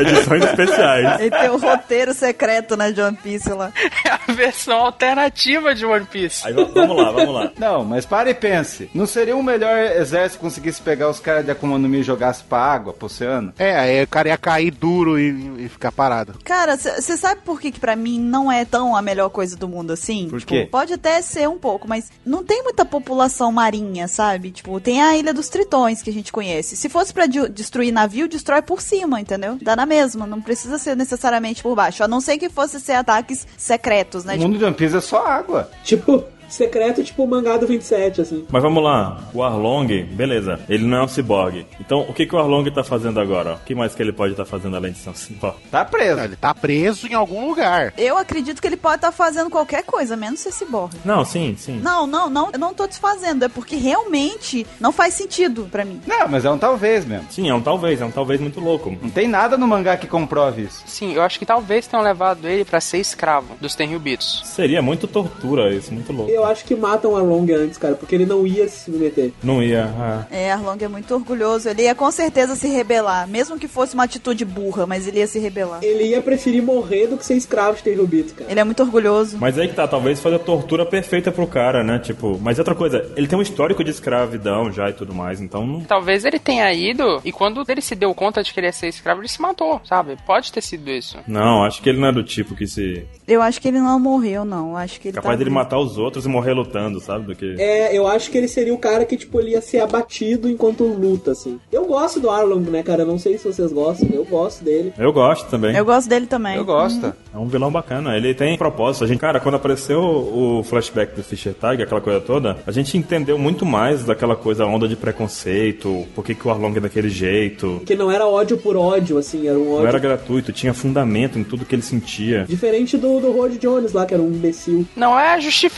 D: Edições especiais.
A: Ele tem o roteiro secreto, né, de One Piece lá.
C: é a versão alternativa de One Piece.
D: Aí v- vamos lá, vamos lá.
E: Não, mas pare e pense. Não seria o melhor exército que conseguisse pegar os caras de Akuma no Mi e jogasse pra água, pro oceano?
F: É, aí o cara ia cair duro e, e ficar parado.
A: Cara, você sabe por que, que pra mim não é tão a melhor coisa do mundo assim?
E: Por
A: Tipo,
E: quê?
A: pode até ser um pouco, mas não tem muita população marinha, sabe? Tipo, tem a Ilha dos Tritões que a gente conhece. Se fosse pra de- destruir navio, destrói por cima, entendeu? Dá na mesma, não precisa ser necessariamente por baixo. A não ser que fosse ser ataques secretos, né?
E: O mundo de One Piece é só água.
B: Tipo, secreto, tipo o mangá do 27, assim.
D: Mas vamos lá, o Arlong, beleza, ele não é um ciborgue. Então, o que, que o Arlong tá fazendo agora? O que mais que ele pode estar fazendo além de ser um ciborgue?
E: Tá preso.
F: Não, ele tá preso em algum lugar.
A: Eu acredito que ele pode estar fazendo qualquer coisa, menos ser ciborgue.
D: Não, sim, sim.
A: Não, não, não, eu não tô desfazendo. É porque realmente não faz sentido pra mim.
E: Não, mas é um talvez mesmo.
D: Sim, é um talvez, é um talvez muito louco.
E: Não tem nada no mangá que comprove isso.
C: Sim, eu acho que talvez tenham levado ele pra ser escravo dos Tenryubitos.
D: Seria muito tortura isso, muito louco.
B: Eu acho que matam a Long antes, cara, porque ele não ia se submeter.
D: Não ia. ah.
A: É, Arlong é muito orgulhoso. Ele ia com certeza se rebelar. Mesmo que fosse uma atitude burra, mas ele ia se rebelar.
B: Ele ia preferir morrer do que ser escravo de Terrubito, cara.
A: Ele é muito orgulhoso.
D: Mas aí que tá, talvez fazer a tortura perfeita pro cara, né? Tipo, mas outra coisa, ele tem um histórico de escravidão já e tudo mais, então não.
C: Talvez ele tenha ido e quando ele se deu conta de que ele ia ser escravo, ele se matou, sabe? Pode ter sido isso.
D: Não, acho que ele não é do tipo que se.
A: Eu acho que ele não morreu, não. Eu acho que ele
D: Capaz
A: tá
D: dele
A: vivo.
D: matar os outros e morrer lutando, sabe? Do que...
B: É, eu acho que ele seria o cara que, tipo, ele ia ser abatido enquanto luta, assim. Eu gosto do Arlong, né, cara? Eu Não sei se vocês gostam, eu gosto dele.
D: Eu gosto também.
A: Eu gosto dele também.
D: Eu gosto. É um vilão bacana. Ele tem propósito. A gente, cara, quando apareceu o flashback do Fischer Tiger, aquela coisa toda, a gente entendeu muito mais daquela coisa, a onda de preconceito, por que, que o Arlong é daquele jeito.
B: Que não era ódio por ódio, assim, era um
D: Não
B: ódio.
D: era gratuito, tinha fundamento em tudo que ele sentia.
B: Diferente do, do Rod Jones lá, que era um imbecil.
C: Não é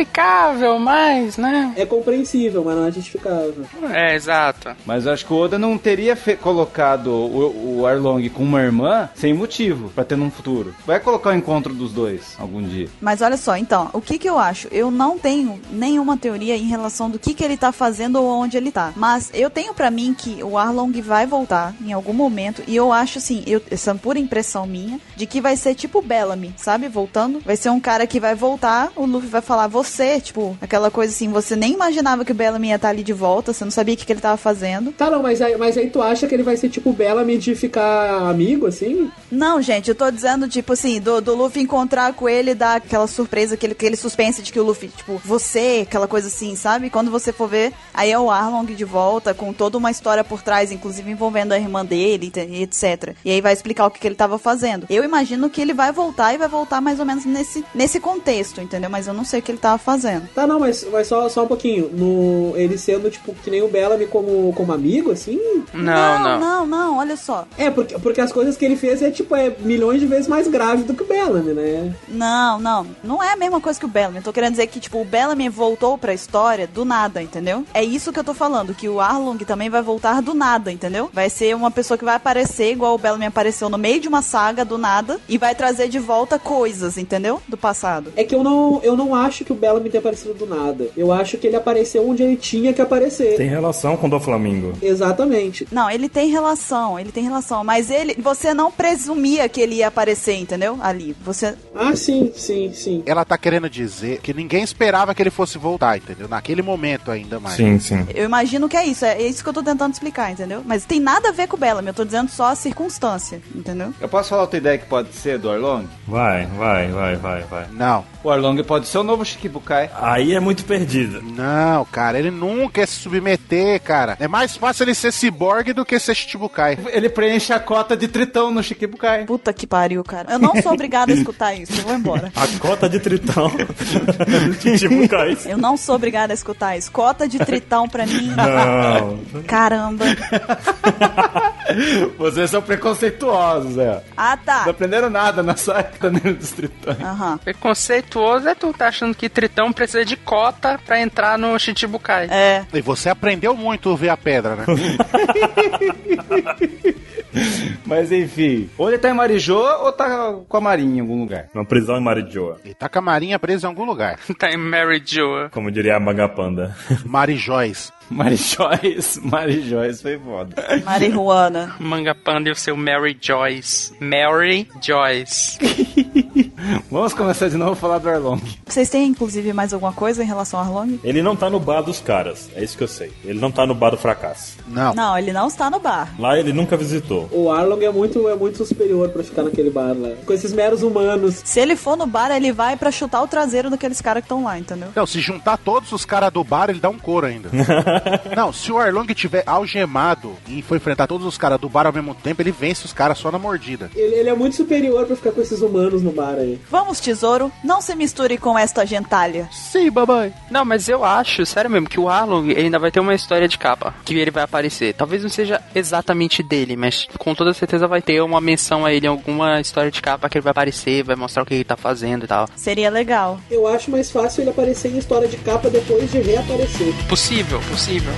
C: justificável mais, né?
B: É compreensível, mas não é justificável.
C: É, exato.
E: Mas eu acho que o Oda não teria fe- colocado o, o Arlong com uma irmã sem motivo, pra ter num futuro. Vai colocar o encontro dos dois algum dia.
A: Mas olha só, então, o que que eu acho? Eu não tenho nenhuma teoria em relação do que que ele tá fazendo ou onde ele tá. Mas eu tenho pra mim que o Arlong vai voltar em algum momento e eu acho assim, eu, essa é uma pura impressão minha, de que vai ser tipo Bellamy, sabe? Voltando. Vai ser um cara que vai voltar, o Luffy vai falar você, tipo, aquela coisa assim, você nem imaginava que o Bellamy ia estar ali de volta, você não sabia o que que ele tava fazendo.
B: Tá, não, mas aí, mas aí tu acha que ele vai ser tipo Bellamy de ficar amigo, assim?
A: Não, gente, eu tô dizendo, tipo assim, do, do Luffy encontrar com ele, dar aquela surpresa, aquele, aquele suspense de que o Luffy, tipo, você, aquela coisa assim, sabe? Quando você for ver, aí é o Arlong de volta, com toda uma história por trás, inclusive envolvendo a irmã dele, e etc. E aí vai explicar o que, que ele tava fazendo. Eu imagino que ele vai voltar e vai voltar mais ou menos nesse, nesse contexto, entendeu? Mas eu não sei o que ele tava fazendo.
B: Tá, não, mas, mas só, só um pouquinho. No, ele sendo, tipo, que nem o Bellamy como, como amigo, assim?
A: não. Não, não, olha só.
B: É, porque, porque as coisas que ele fez é, tipo, é milhões de vezes mais grave do que o Bellamy, né?
A: Não, não. Não é a mesma coisa que o Bellamy. Eu tô querendo dizer que, tipo, o Bellamy voltou pra história do nada, entendeu? É isso que eu tô falando, que o Arlong também vai voltar do nada, entendeu? Vai ser uma pessoa que vai aparecer igual o Bellamy apareceu no meio de uma saga do nada e vai trazer de volta coisas, entendeu? Do passado.
B: É que eu não, eu não acho que o Bellamy tenha aparecido do nada. Eu acho que ele apareceu onde ele tinha que aparecer.
D: Tem relação com o do Flamingo.
B: Exatamente.
A: Não, ele tem relação, ele tem relação, mas ele, você não presumia que ele ia aparecer, entendeu? Ali, você
B: Ah, sim, sim, sim.
F: Ela tá querendo dizer que ninguém esperava que ele fosse voltar, entendeu? Naquele momento ainda mais.
D: Sim, sim.
A: Eu imagino que é isso, é isso que eu tô tentando explicar, entendeu? Mas tem nada a ver com o Bellamy, eu tô dizendo só a circunstância, entendeu?
E: Eu posso falar outra ideia que pode ser do Arlong?
D: Vai, vai, vai, vai, vai.
F: Não.
E: O Arlong pode ser o novo Shikibukai.
D: Aí é muito perdido.
F: Não, cara, ele nunca ia se submeter, cara. É mais fácil ele ser ciborgue do que ser Shichibukai.
E: Ele preenche a cota de tritão no Shikibukai.
A: Puta que pariu, cara. Eu não sou obrigada a escutar isso, eu vou embora.
D: A cota de tritão. tipo um Chichibukai.
A: Eu não sou obrigada a escutar isso. Cota de tritão pra mim.
D: Não.
A: Caramba.
E: Vocês são preconceituosos, é.
A: Ah, tá.
E: Não aprenderam nada na saga né, dos tritões.
A: Aham.
C: Preconceituoso é tu tá achando que Tritão precisa de cota pra entrar no Shichibukai.
A: É.
F: E você aprendeu muito ver a pedra, né?
E: Mas enfim, ou ele tá em Marijô ou tá com a Marinha em algum lugar.
D: Uma prisão em Marijoa.
F: Ele tá com a marinha presa em algum lugar.
C: Tá em Mary Joa.
D: Como diria a Magapanda.
F: Marijóis.
E: Marijóis, Marijóis foi foda.
A: Marihuana.
C: Manga Panda e o seu Mary Joyce. Mary Joyce.
E: Vamos começar de novo a falar do Arlong.
A: Vocês têm, inclusive, mais alguma coisa em relação ao Arlong?
D: Ele não tá no bar dos caras, é isso que eu sei. Ele não tá no bar do fracasso.
F: Não.
A: Não, ele não está no bar.
D: Lá ele nunca visitou.
B: O Arlong é muito, é muito superior pra ficar naquele bar lá. Com esses meros humanos.
A: Se ele for no bar, ele vai pra chutar o traseiro daqueles caras que estão lá, entendeu?
F: Não, se juntar todos os caras do bar, ele dá um couro ainda. não, se o Arlong tiver algemado e for enfrentar todos os caras do bar ao mesmo tempo, ele vence os caras só na mordida.
B: Ele, ele é muito superior pra ficar com esses humanos no bar aí.
A: Vamos, tesouro, não se misture com esta gentalha.
F: Sim, babai.
C: Não, mas eu acho, sério mesmo, que o Arlong ele ainda vai ter uma história de capa. Que ele vai aparecer. Talvez não seja exatamente dele, mas com toda certeza vai ter uma menção a ele em alguma história de capa que ele vai aparecer, vai mostrar o que ele tá fazendo e tal.
A: Seria legal.
B: Eu acho mais fácil ele aparecer em história de capa depois de reaparecer.
C: Possível, possível.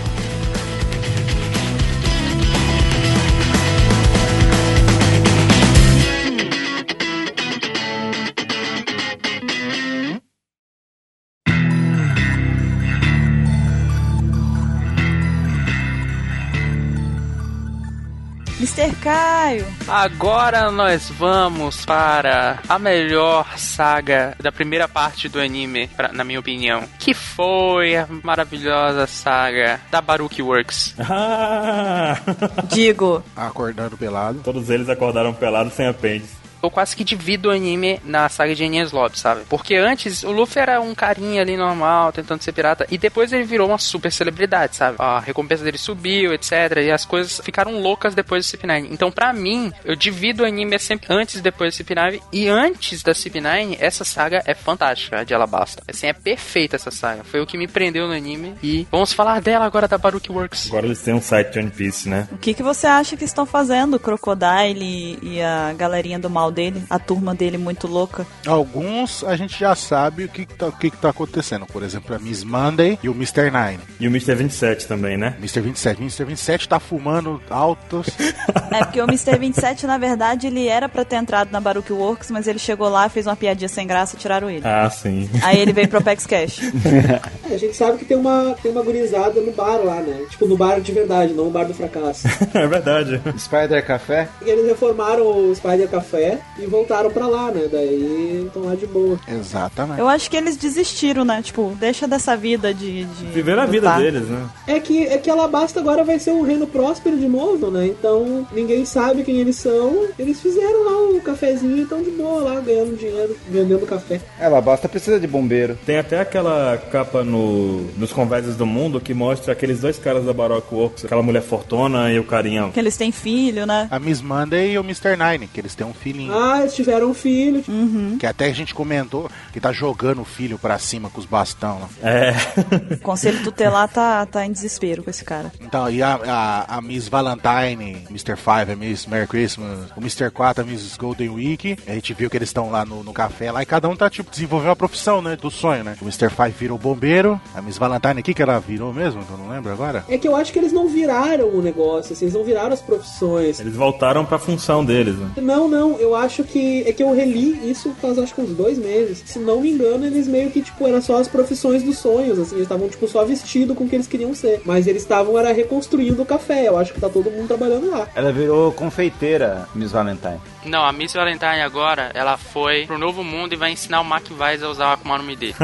A: Mr. Caio.
C: Agora nós vamos para a melhor saga da primeira parte do anime, pra- na minha opinião. Que foi a maravilhosa saga da Baruki Works.
D: Ah!
A: Digo,
F: Acordando pelado.
D: Todos eles acordaram pelados sem apêndice.
C: eu quase que divido o anime na saga de Enies Lobby, sabe? Porque antes o Luffy era um carinha ali normal, tentando ser pirata, e depois ele virou uma super celebridade, sabe? A recompensa dele subiu, etc. E as coisas ficaram loucas depois do CP9. Então, pra mim, eu divido o anime é sempre antes e depois do CP9. E antes da CP9, essa saga é fantástica, a de Alabasta. Assim, é perfeita essa saga. Foi o que me prendeu no anime. E vamos falar dela agora, da Baruch Works.
D: Agora eles têm um site de One Piece, né?
A: O que, que você acha que estão fazendo, o Crocodile e a galerinha do mal dele? A turma dele muito louca?
F: Alguns a gente já sabe o que, que, tá, o que, que tá acontecendo. Por exemplo, a Miss Monday e o Mr. Nine.
D: E o Mr. 27 também, né?
F: Mr. 27. Mr. 27 tá fumando altos.
A: É porque o Mr. 27, na verdade, ele era pra ter entrado na Baruch Works, mas ele chegou lá, fez uma piadinha sem graça, tiraram ele.
D: Ah, sim.
A: Aí ele veio pro Apex Cash.
B: É, a gente sabe que tem uma, tem uma gurizada no bar lá, né? Tipo, no bar de verdade, não no bar do fracasso.
D: é verdade.
E: Spider Café?
B: E eles reformaram o Spider Café e voltaram pra lá, né? Daí estão lá de boa.
F: Exatamente.
A: Eu acho que eles desistiram, né? Tipo, deixa dessa vida de. de
D: Viveram a vida
A: lutar.
D: deles, né?
B: É que, é que Alabasta agora vai ser um reino próspero de novo, né? Então ninguém sabe quem eles são. Eles fizeram lá o cafezinho e estão de boa lá, ganhando dinheiro, vendendo café.
E: Ela basta precisa de bombeiro.
D: Tem até aquela capa no, nos Conversos do Mundo que mostra aqueles dois caras da Baroque Works, aquela mulher fortuna e o carinha.
A: Que eles têm filho, né?
F: A Miss Monday e o Mr. Nine, que eles têm um filhinho.
B: Ah, eles tiveram um filho.
A: Uhum.
F: Que até a gente comentou que tá jogando o filho pra cima com os bastão né? lá.
D: É.
A: O conselho tutelar tá, tá em desespero com esse cara.
F: Então, e a, a, a Miss Valentine, Mr. Five, a Miss Merry Christmas, o Mr. 4, a Miss Golden Week. A gente viu que eles estão lá no, no café lá e cada um tá, tipo, desenvolvendo uma profissão, né? Do sonho, né? O Mr. Five virou bombeiro. A Miss Valentine, o que que ela virou mesmo? Que Eu não lembro agora.
B: É que eu acho que eles não viraram o negócio, assim, eles não viraram as profissões.
D: Eles voltaram pra função deles, né?
B: Não, não, eu acho que. É que eu reli isso faz acho que uns dois meses. Se não me engano, eles meio que, tipo, eram só as profissões dos sonhos, assim, eles estavam, tipo, só vestido com o que eles queriam ser. Mas eles estavam, era reconstruindo o café. Eu acho que tá todo mundo trabalhando lá.
E: Ela virou confeiteira, Miss Valentine.
C: Não, a Miss Valentine agora, ela foi pro novo mundo e vai ensinar o Mark Weiss a usar o Akuma no Mi dele.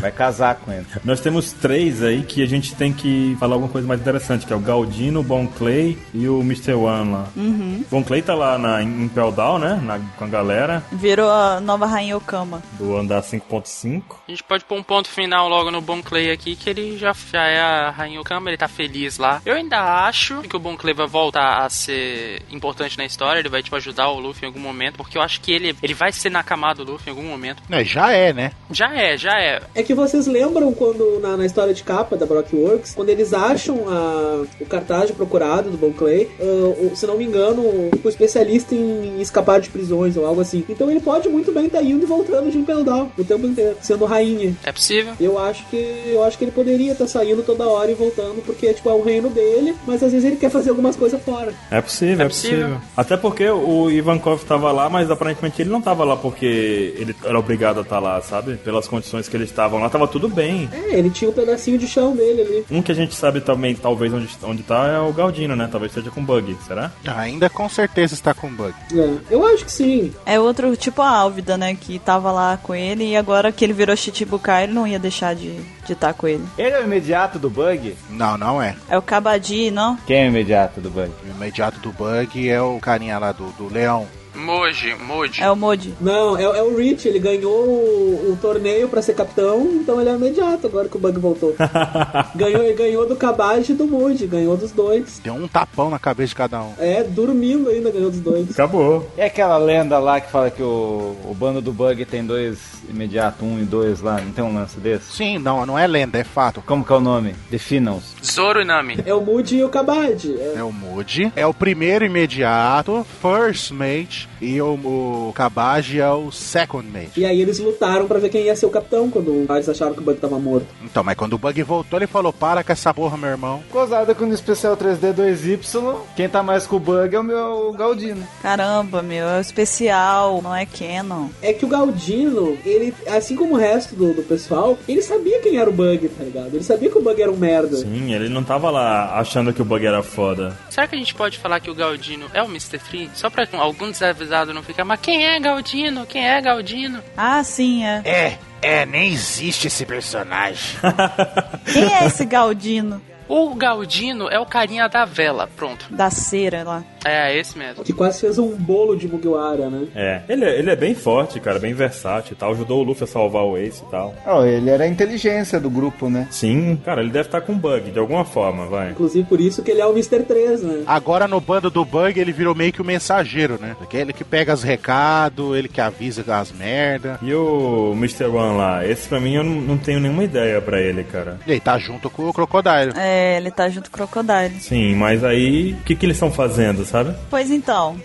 E: Vai casar com ele.
D: Nós temos três aí que a gente tem que falar alguma coisa mais interessante, que é o Galdino, o Bon Clay e o Mr. One lá.
A: Uhum.
D: Bon Clay tá lá na, em Impel Down, né? na- com a galera
A: Virou a nova rainha Okama.
D: do andar 5.5.
C: A gente pode pôr um ponto final logo no Bon Clay aqui, que ele já, já é a Rainha Okama, ele tá feliz lá. Eu ainda acho que o Bon Clay vai voltar a ser importante na história, ele vai, tipo, ajudar o Luffy em algum momento, porque eu acho que ele, ele vai ser Nakama do Luffy em algum momento.
F: Não, já é, né?
C: Já é, já é.
B: É que vocês lembram quando, na, na história de capa da Brock Works, quando eles acham a- o cartaz de procurado do Bon Clay, ah, o- se não me engano, o especialista em, escapar de prisões ou algo assim. Então ele pode muito bem estar indo e voltando de Impel Down o tempo inteiro, sendo rainha.
C: É possível.
B: Eu acho que eu acho que ele poderia estar saindo toda hora e voltando, porque tipo, é o reino dele, mas às vezes ele quer fazer algumas coisas fora.
D: É possível, é,
C: É
D: possível.
C: possível.
D: Até porque o Ivankov tava lá, mas aparentemente ele não tava lá porque ele era obrigado a estar lá, sabe? Pelas condições que eles estavam lá, tava tudo bem.
B: É, ele tinha um pedacinho de chão dele ali.
D: Um que a gente sabe também, talvez, onde, onde tá é o Galdino, né? Talvez esteja com bug, será?
F: Ainda com certeza está com bug.
B: É, eu acho que sim.
A: É outro tipo a Álvida, né? Que tava lá com ele e agora que ele virou Chichibukai, ele não ia deixar de estar de tá com ele.
E: Ele é o imediato do bug?
F: Não, não é.
A: É o Kabadi, não?
E: Quem é o imediato do bug?
F: O imediato do bug é o carinha lá do, do leão.
C: Moji, Moji.
A: É o Modi.
B: Não, é, é o Rich, ele ganhou o, o torneio pra ser capitão, então ele é imediato agora que o Bug voltou. ganhou, ele ganhou do Cabage e do Moody, ganhou dos dois.
F: Deu um tapão na cabeça de cada um.
B: É, dormindo ainda ganhou dos dois.
D: Acabou.
E: É aquela lenda lá que fala que o, o bando do bug tem dois imediato, um e dois lá, não tem um lance desse?
F: Sim, não, não é lenda, é fato.
E: Como que é o nome? Definam-os.
C: Zoro e Nami.
B: É o Moody e o Cabade. É,
F: É o Moody, é o primeiro imediato, first mate, e o, o Kabaji é o second mate.
B: E aí eles lutaram pra ver quem ia ser o capitão quando eles acharam que o Bug tava morto.
F: Então, mas quando o Bug voltou, ele falou, para com essa porra, meu irmão.
E: Cozada com o especial 3D 2Y, quem tá mais com o bug é o meu Galdino.
A: Caramba, meu, é o especial, não é Canon.
B: É que o Galdino, ele, assim como o resto do, do pessoal, ele sabia quem era o Bug, tá ligado? Ele sabia que o Bug era um merda.
D: Sim, ele não tava lá achando que o bug era foda.
C: Será que a gente pode falar que o Galdino é o Mr. Free? Só pra algum desavisado não ficar, mas quem é Galdino? Quem é Galdino?
A: Ah, sim, é.
F: É, é, nem existe esse personagem.
A: Quem é esse Galdino
C: O Galdino é o carinha da vela, pronto.
A: da cera lá?
C: É, esse mesmo.
B: Que quase fez um bolo de Mugiwara, né?
D: É. Ele, é- ele é bem forte, cara, bem versátil e tal. Ajudou o Luffy a salvar o Ace e tal.
E: Oh, ele era a inteligência do grupo, né?
D: Sim, cara, ele deve estar com bug, de alguma forma, vai.
B: Inclusive por isso que ele é o Mr. 3, né?
F: Agora no bando do Bug ele virou meio que o mensageiro, né? Aquele que pega os recados, ele que avisa as merda.
D: E o Mr. One lá? Esse pra mim eu não, não tenho nenhuma ideia pra ele, cara.
F: Ele tá junto com o Crocodile.
A: É, ele tá junto com o Crocodile.
D: Sim, mas aí, o que, que eles estão fazendo, sabe?
A: Pois então,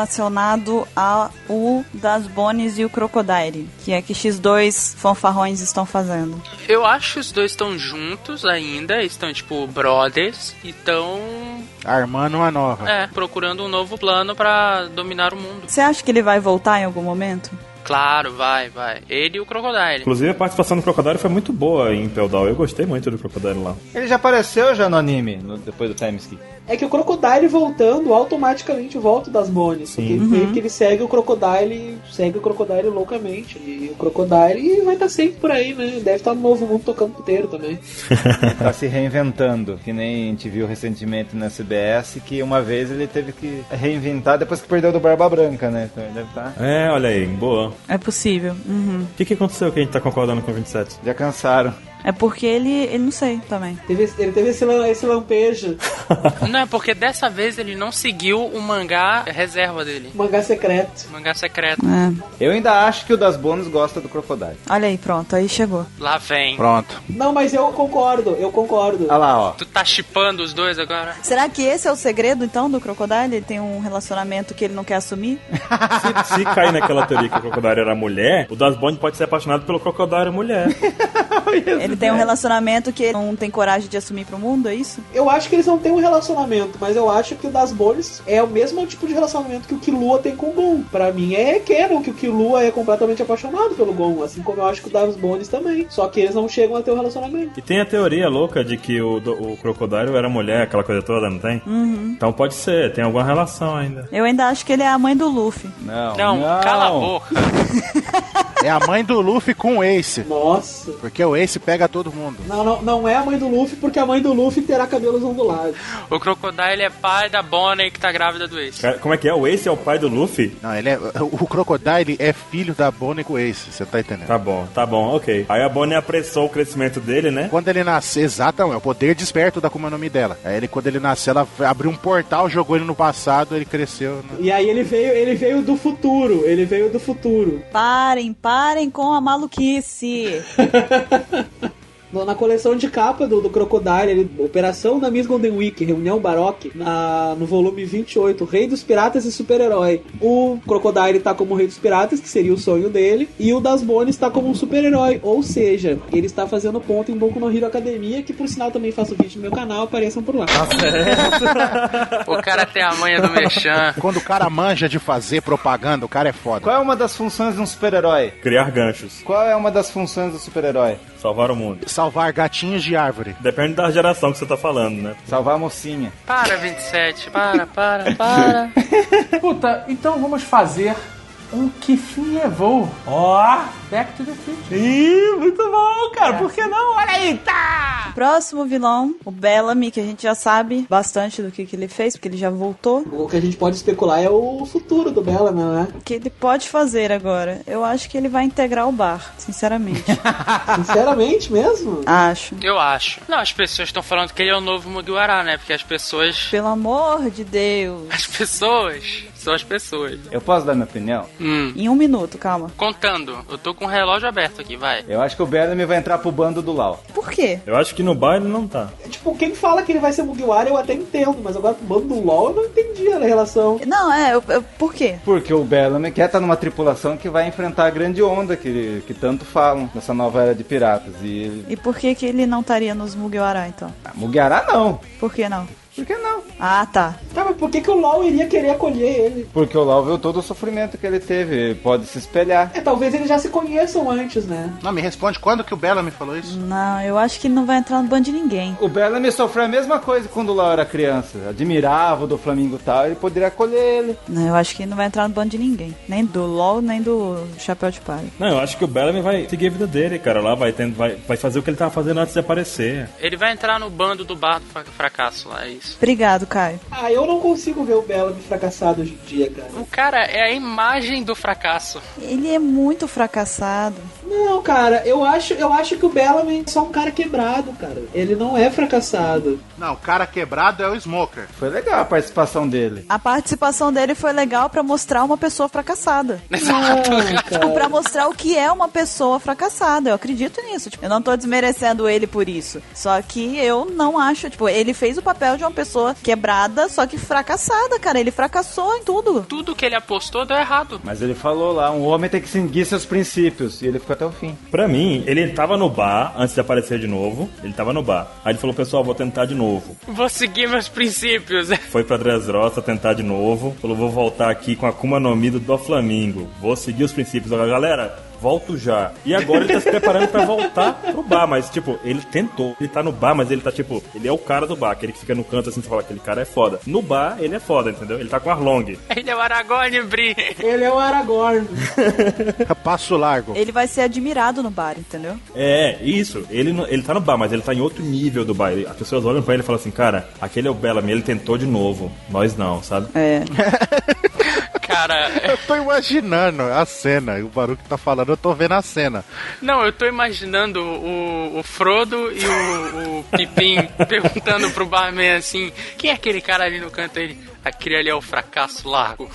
A: relacionado a o das Bones e o Crocodile, que é que X2 fanfarrões estão fazendo.
C: Eu acho que os dois estão juntos ainda, estão tipo brothers, e estão
F: Armando uma nova.
C: é, procurando um novo plano pra dominar o mundo.
A: Você acha que ele vai voltar em algum momento?
C: Claro, vai, vai. Ele e o Crocodile.
D: Inclusive a participação do Crocodile foi muito boa em Impel Down. Eu gostei muito do Crocodile lá.
E: Ele já apareceu já no anime, no- depois do Timeskip.
B: É que o Crocodile voltando automaticamente volta das Bones. Porque ele, meio que ele segue o Crocodile, segue o Crocodile loucamente. E o Crocodile vai estar sempre por aí, né? Deve estar no novo mundo tocando puteiro também.
E: tá se reinventando, que nem a gente viu recentemente na CBS, que uma vez ele teve que reinventar depois que perdeu do Barba Branca, né? Então ele deve estar.
D: É, olha aí, boa.
A: É possível. Uhum.
D: O que, que aconteceu que a gente tá concordando com o 27?
E: Já cansaram.
A: É porque ele, ele não sei também.
B: Teve esse- ele teve esse, lan- esse lampejo,
C: Não, é porque dessa vez ele não seguiu o mangá reserva dele.
B: mangá secreto.
C: O mangá secreto.
A: É,
E: Eu ainda acho que o das bônus gosta do Crocodile.
A: olha aí, pronto, aí chegou.
C: Lá vem.
F: Pronto.
B: Não, mas eu concordo, eu concordo.
E: Olha lá, ó.
C: Tu tá chipando os dois agora?
A: Será que esse é o segredo então do Crocodile? Ele tem um relacionamento que ele não quer assumir?
D: Se, se cair naquela teoria que o Crocodile era mulher, o Das Bond pode ser apaixonado pelo Crocodile mulher.
A: Ele tem um relacionamento que ele não tem coragem de assumir pro mundo, é isso?
B: Eu acho que eles não têm um relacionamento, mas eu acho que o das Bones é o mesmo tipo de relacionamento que o Killua tem com o Gon. Pra mim é canon que o Killua é completamente apaixonado pelo Gon, assim como eu acho que o das Bones também. Só que eles não chegam a ter um relacionamento.
D: E tem a teoria louca de que o, do- o Crocodile era mulher, aquela coisa toda, não tem? Então pode ser, tem alguma relação ainda.
A: Eu ainda acho que ele é a mãe do Luffy.
E: Não,
C: Não, cala a boca.
F: É a mãe do Luffy com o Ace.
B: Nossa.
F: Porque o Ace pega todo mundo.
B: Não, não, não é a mãe do Luffy, porque a mãe do Luffy terá cabelos ondulados.
C: O Crocodile é pai da Bonnie que tá grávida do ex.
D: Cara, como é que é? O Ace é o pai do Luffy?
F: Não, ele é. O Crocodile é filho da Bonnie com o Ace, você tá entendendo?
D: Tá bom, tá bom, ok. Aí a Bonnie apressou o crescimento dele, né?
F: Quando ele nasceu, exatamente, é o poder desperto da Akuma no Mi dela. Aí ele, quando ele nasceu, ela abriu um portal, jogou ele no passado, ele cresceu. né?
B: E aí ele veio, ele veio do futuro, ele veio do futuro.
A: Parem, parem com a maluquice.
B: No- Na coleção de capa do, do Crocodile, ele- Operação na Miss Golden Week, Reunião Baroque, na, no volume 28, Rei dos Piratas e Super-Herói. O Crocodile tá como Rei dos Piratas, que seria o sonho dele, e o Das Bones tá como um super-herói, ou seja, ele está fazendo ponto em Boku no Hero Academia, que por sinal também faço vídeo no meu canal, apareçam por lá.
C: O cara tem a manha do Mechan.
F: Quando o cara manja de fazer propaganda, o cara é foda.
E: Qual é uma das funções de um super-herói?
D: Criar ganchos,
E: Qual é uma das funções do super-herói?
D: salvar o mundo.
F: Salvar gatinhos de árvore.
D: Depende da geração que você tá falando, né?
E: Salvar a mocinha.
C: Para, 27. Para, para, para.
K: Puta, então vamos fazer um que fim levou. Ó, Back to the Future.
D: Ih, muito bom, cara, por que não? Olha aí, tá!
A: Próximo vilão, o Bellamy, que a gente já sabe bastante do que, que ele fez, porque ele já voltou.
B: O que a gente pode especular é o futuro do Bella, né?
A: O que ele pode fazer agora? Eu acho que ele vai integrar o bar, sinceramente.
B: Sinceramente mesmo?
A: acho.
C: Eu acho. Não, as pessoas estão falando que ele é o novo Mugiwara, né? Porque as pessoas.
A: Pelo amor de Deus.
C: As pessoas são as pessoas.
E: Eu posso dar minha opinião?
C: Hum.
A: Em um minuto, calma.
C: Contando, eu tô com o relógio aberto aqui, vai.
E: Eu acho que o Bellamy vai entrar pro bando do Lau.
A: Por quê?
D: Eu acho que no baile não tá.
B: Tipo, quem fala que ele vai ser Mugiwara eu até entendo, mas agora pro bando do LoL eu não entendi a relação.
A: Não, é, eu- eu- por quê?
E: Porque o Bellamy quer estar numa tripulação que vai enfrentar a grande onda que, que tanto falam dessa nova era de piratas. E ele...
A: E por que que ele não estaria nos Mugiwara, então?
E: Ah, Mugiará não.
A: Por que não?
E: Por que não?
A: Ah, tá.
B: Tá, mas por que, que o LoL iria querer acolher ele?
E: Porque o Lau viu todo o sofrimento que ele teve, ele pode se espelhar.
B: É, talvez eles já se conheçam antes, né?
F: Não, me responde quando que o Bella me falou isso?
A: Não, eu acho que ele não vai entrar no bando de ninguém.
E: O Bellamy sofreu a mesma coisa quando o Lau era criança. Admirava o do Flamengo tal, ele poderia acolher ele.
A: Não, eu acho que ele não vai entrar no bando de ninguém. Nem do LOL, nem do Chapéu de Palha.
D: Não, eu acho que o Bellamy vai seguir a vida dele, cara. Lá vai, tendo, vai, vai fazer o que ele tava fazendo antes de aparecer.
C: Ele vai entrar no bando do bar do fra- fracasso lá e isso.
A: Obrigado, Caio.
B: Ah, eu não consigo ver o Bellamy fracassado hoje em dia, cara.
C: O cara é a imagem do fracasso.
A: Ele é muito fracassado.
B: Não, cara, eu acho, eu acho que o Bellamy é só um cara quebrado, cara. Ele não é fracassado.
F: Não, o cara quebrado é o Smoker.
E: Foi legal a participação dele.
A: A participação dele foi legal pra mostrar uma pessoa fracassada.
C: Exato.
A: Tipo, pra mostrar o que é uma pessoa fracassada. Eu acredito nisso. Tipo, eu não tô desmerecendo ele por isso. Só que eu não acho. Tipo, ele fez o papel de uma pessoa quebrada, só que fracassada, cara. Ele fracassou em tudo.
C: Tudo que ele apostou deu errado.
E: Mas ele falou lá, um homem tem que seguir seus princípios. E ele ficou até o fim.
D: Pra mim, ele tava no bar antes de aparecer de novo. Ele tava no bar. Aí ele falou, pessoal, vou tentar de novo.
C: Vou seguir meus princípios.
D: Foi pra Dressrosa tentar de novo. Falou, vou voltar aqui com a Kuma no Mi do Doflamingo. Vou seguir os princípios. Agora, galera, volto já. E agora ele tá se preparando pra voltar pro bar, mas tipo, ele tentou. Ele tá no bar, mas ele tá tipo, ele é o cara do bar, aquele que fica no canto assim, você fala, aquele cara é foda. No bar, ele é foda, entendeu? Ele tá com Arlong.
C: Ele é o Aragorn, Bri.
B: Ele é o Aragorn.
F: Passo largo.
A: Ele vai ser admirado no bar, entendeu?
D: É, isso. Ele, não- ele tá no bar, mas ele tá em outro nível do bar. Ele- As pessoas olham pra ele e falam assim, cara, aquele é o Bellamy, ele tentou de novo. Nós não, sabe?
A: É.
C: Cara,
F: Eu tô imaginando a cena, e o Baruque tá falando, eu tô vendo a cena.
C: não, eu tô imaginando o, o Frodo e o, o Pipim perguntando pro barman assim: quem é aquele cara ali no canto? Ele, aquele ali é o fracasso largo.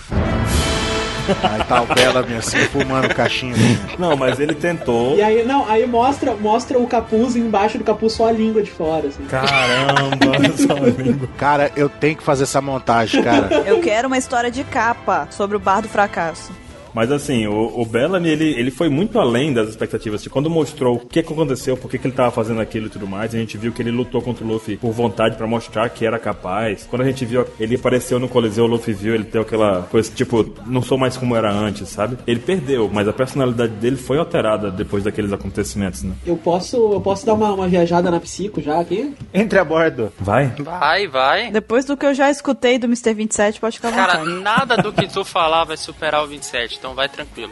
F: Aí tá o Bellamy assim, fumando caixinha.
D: Não, mas ele tentou.
B: E aí, não, aí mostra, mostra o capuz e embaixo do capuz só a língua de fora, assim.
D: Caramba, só um amigo.
F: Cara, eu tenho que fazer essa montagem, cara.
A: Eu quero uma história de capa sobre o bar do fracasso.
D: Mas assim, o, o Bellamy, ele, ele foi muito além das expectativas. Tipo, quando mostrou o que, que aconteceu, por que, que ele tava fazendo aquilo e tudo mais, a gente viu que ele lutou contra o Luffy por vontade pra mostrar que era capaz. Quando a gente viu, ele apareceu no Coliseu, o Luffy viu, ele deu aquela coisa, tipo, não sou mais como era antes, sabe? Ele perdeu, mas a personalidade dele foi alterada depois daqueles acontecimentos, né?
B: Eu posso, eu posso dar uma, uma viajada na psico já aqui?
E: Entre a bordo.
D: Vai?
C: Vai, vai.
A: Depois do que eu já escutei do Mr. 27, pode ficar à
C: Cara,
A: vontade.
C: nada do que tu falar vai superar o 27, então vai tranquilo.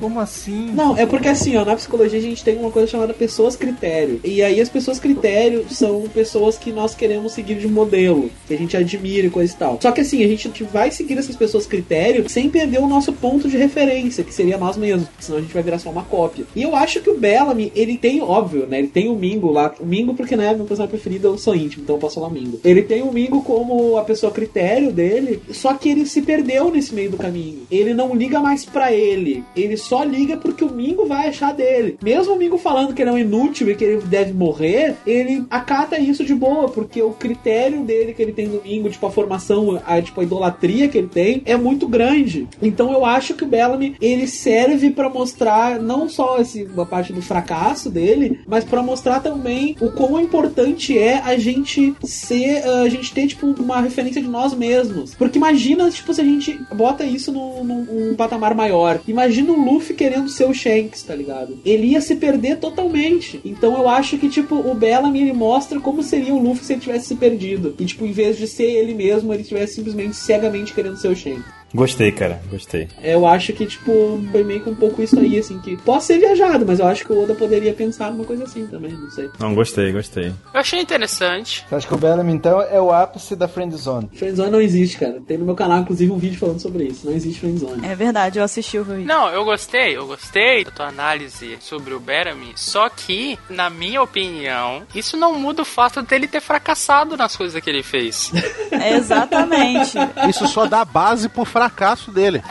E: Como assim?
B: Não, é porque assim, ó, na psicologia a gente tem uma coisa chamada pessoas critério. E aí as pessoas critério são pessoas que nós queremos seguir de modelo, que a gente admira e coisa e tal. Só que assim, a gente vai seguir essas pessoas critério sem perder o nosso ponto de referência, que seria nós mesmos, porque senão a gente vai virar só uma cópia. E eu acho que o Bellamy, ele tem, óbvio, né, ele tem o Mingo lá. O Mingo porque, né, meu personagem preferido, eu sou íntimo, então eu posso falar Mingo. Ele tem o Mingo como a pessoa critério dele, só que ele se perdeu nesse meio do caminho. Ele não liga mais pra ele. Ele só liga porque o Mingo vai achar dele. Mesmo o Mingo falando que ele é um inútil e que ele deve morrer, ele acata isso de boa, porque o critério dele que ele tem no Mingo, tipo, a formação, a, tipo, a idolatria que ele tem, é muito grande. Então eu acho que o Bellamy, ele serve pra mostrar não só esse, a parte do fracasso dele, mas pra mostrar também o quão importante é a gente ser, a gente ter, tipo, uma referência de nós mesmos. Porque imagina, tipo, se a gente bota isso num, num- num patamar maior. Imagina o Luffy querendo ser o Shanks, tá ligado? Ele ia se perder totalmente. Então eu acho que, tipo, o Bellamy, ele mostra como seria o Luffy se ele tivesse se perdido. E, tipo, em vez de ser ele mesmo, ele tivesse simplesmente cegamente querendo ser o Shanks.
D: Gostei, cara, gostei.
B: Eu acho que, tipo, foi meio que um pouco isso aí, assim, que pode ser viajado, mas eu acho que o Oda poderia pensar numa coisa assim também, não sei.
D: Não, gostei, gostei.
C: Eu achei interessante.
E: Você acha que o Bellamy, então, é o ápice da friend zone?
B: Friendzone não existe, cara. Tem no meu canal, inclusive, um vídeo falando sobre isso. Não existe friendzone.
A: É verdade, eu assisti o vídeo.
C: Não, eu gostei, eu gostei da tua análise sobre o Berami, só que, na minha opinião, isso não muda o fato dele ter fracassado nas coisas que ele fez.
A: É exatamente.
F: Isso só dá base pro fracasso dele.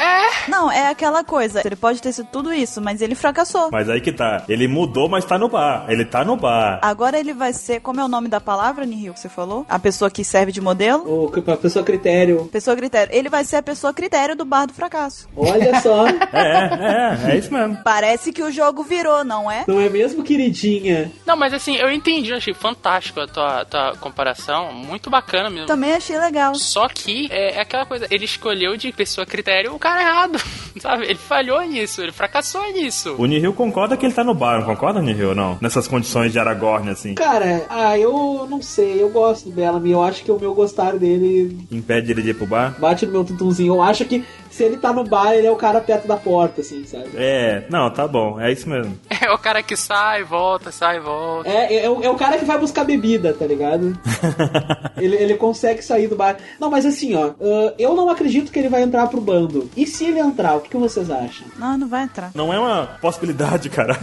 A: Não, é aquela coisa. Ele pode ter sido tudo isso, mas ele fracassou.
D: Mas aí que tá. Ele mudou, mas tá no bar. Ele tá no bar.
A: Agora ele vai ser. Como é o nome da palavra, Nihil, que você falou? A pessoa que serve de modelo?
B: Ô, que- pra pessoa critério.
A: Pessoa critério. Ele vai ser a pessoa critério do bar do fracasso.
B: Olha só.
D: É, é, é, é isso mesmo.
A: Parece que o jogo virou, não é?
B: Não é mesmo, queridinha?
C: Não, mas assim, eu entendi, eu achei fantástico a tua, tua comparação, muito bacana mesmo.
A: Também achei legal.
C: Só que é, é aquela coisa, ele escolheu de pessoa critério o cara errado, sabe? Ele falhou nisso, ele fracassou nisso.
D: O Nihil concorda que ele tá no bar, não concorda, Nihil, não? Nessas condições de Aragorn, assim.
B: Cara, ah, eu não sei. Eu gosto do Bellamy. Eu acho que o meu gostar dele
D: Impede ele de ir pro bar?
B: bate no meu tuntunzinho. Eu acho que se ele tá no bar, ele é o cara perto da porta, assim, sabe?
D: É, não, tá bom, é isso mesmo.
C: É o cara que sai, volta, sai, volta.
B: É, é, é o, é o cara que vai buscar bebida, tá ligado? ele, ele consegue sair do bar. Não, mas assim, ó, ah, eu não acredito que ele vai entrar pro bando. E se ele entrar, o que, que vocês acham?
A: Não, não vai entrar.
D: Não é uma possibilidade, cara.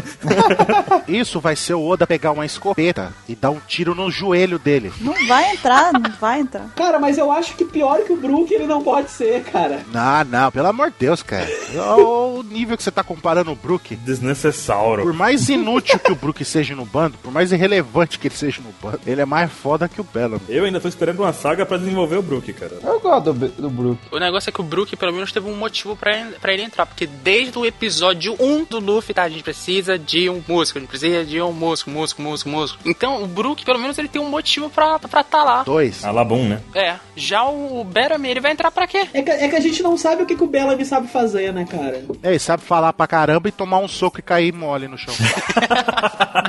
E: É.
F: Isso vai ser o Oda pegar uma escopeta e dar um tiro no joelho dele.
A: Não vai entrar, não vai entrar.
B: Cara, mas eu acho que pior que o Brook ele não pode ser, cara.
F: Não, não, pelo amor de Deus, cara. Olha o nível que você tá comparando o Brook.
D: Desnecessauro.
F: Por mais inútil que o Brook seja no bando, por mais irrelevante que ele seja no bando, ele é mais foda que o Bellamy.
D: Eu ainda tô esperando uma saga pra desenvolver o Brook, cara.
E: Eu gosto do, B- do Brook.
C: O negócio é que o Brook, pelo menos, teve um motivo pra, en- pra ele entrar. Porque desde o episódio 1 do Luffy, tá? A gente precisa de um músico, a gente precisa de um músico, músico, músico, músico. Então, o Brook, pelo menos, ele tem um motivo pra, pra tá lá.
F: Dois.
D: Alabum, né?
C: É. Já o Berami, ele vai entrar pra quê?
B: É que, é que a gente não sabe o que, que o Bellamy sabe fazer, né, cara?
F: É, ele sabe falar pra caramba e tomar um soco e cair mole no chão.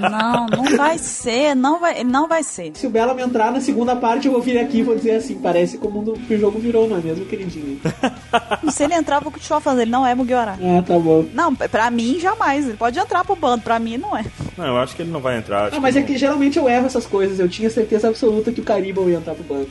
A: Não, não vai ser, não vai, ele não vai ser.
B: Se o Bellamy entrar na segunda parte, eu vou vir aqui e vou dizer assim, parece que o mundo que o jogo virou, não é mesmo, queridinho?
A: Se ele entrar, eu vou continuar falando, ele não é Mugiwara.
B: ah, tá bom.
A: Não, pra mim jamais. Ele pode entrar pro bando, pra mim não é.
D: Não, eu acho que ele não vai entrar. acho
B: Ah, mas
D: que
B: é que geralmente eu erro essas coisas. Eu tinha certeza absoluta que o Caribou ia entrar pro banco.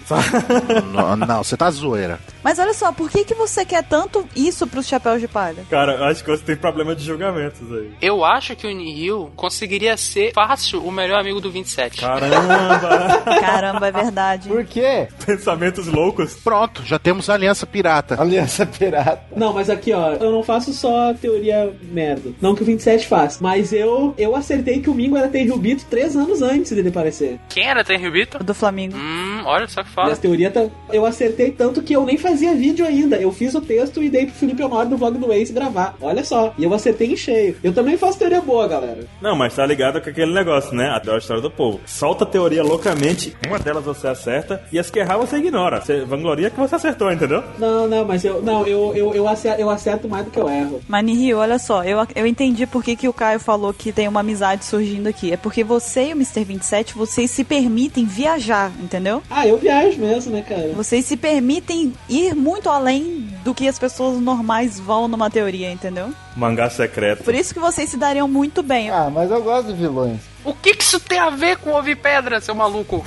F: não, não, você tá zoeira.
A: Mas olha só, por que, que você quer tanto isso pros chapéus de palha?
D: Cara, eu acho que você tem problema de julgamentos aí.
C: Eu acho que o Nihil conseguiria ser fácil o melhor amigo do 27.
D: Caramba!
A: Caramba, é verdade.
E: Por quê?
D: Pensamentos loucos.
F: Pronto, já temos a aliança pirata.
E: Aliança Pirata.
B: Não, mas aqui, ó, eu não faço só teoria merda. Não que o 27 faça, mas eu eu acertei que o Mingo era Tenryubito três anos antes dele aparecer.
C: Quem era Tenryubito?
A: Do Flamengo.
C: Hum, olha só que
B: Minha
C: fala.
B: teoria tá... Eu acertei tanto que eu nem fazia vídeo ainda. Eu fiz o texto e dei pro Felipe Honor do vlog do Ace gravar. Olha só. E eu acertei em cheio. Eu também faço teoria boa, galera.
D: Não, mas tá ligado com aquele negócio, né? A história do povo. Solta a teoria loucamente, uma delas você acerta, e as que errar você ignora. Você vangloria que você acertou, entendeu?
B: Não, não, mas eu... Não, eu, eu, eu, acerto, eu acerto mais do que eu erro.
A: Mas Nihil, olha só, eu, eu entendi por que, que o Caio falou que tem uma amizade surgindo aqui. É porque você e o Mr. 27, vocês se permitem viajar, entendeu?
B: Ah, eu viajo mesmo, né, cara?
A: Vocês se permitem ir muito além do que as pessoas normais vão numa teoria, entendeu?
D: Mangá secreto.
A: Por isso que vocês se dariam muito bem.
E: Ah, mas eu gosto de vilões.
C: O que, que isso tem a ver com ouvir pedra, seu maluco?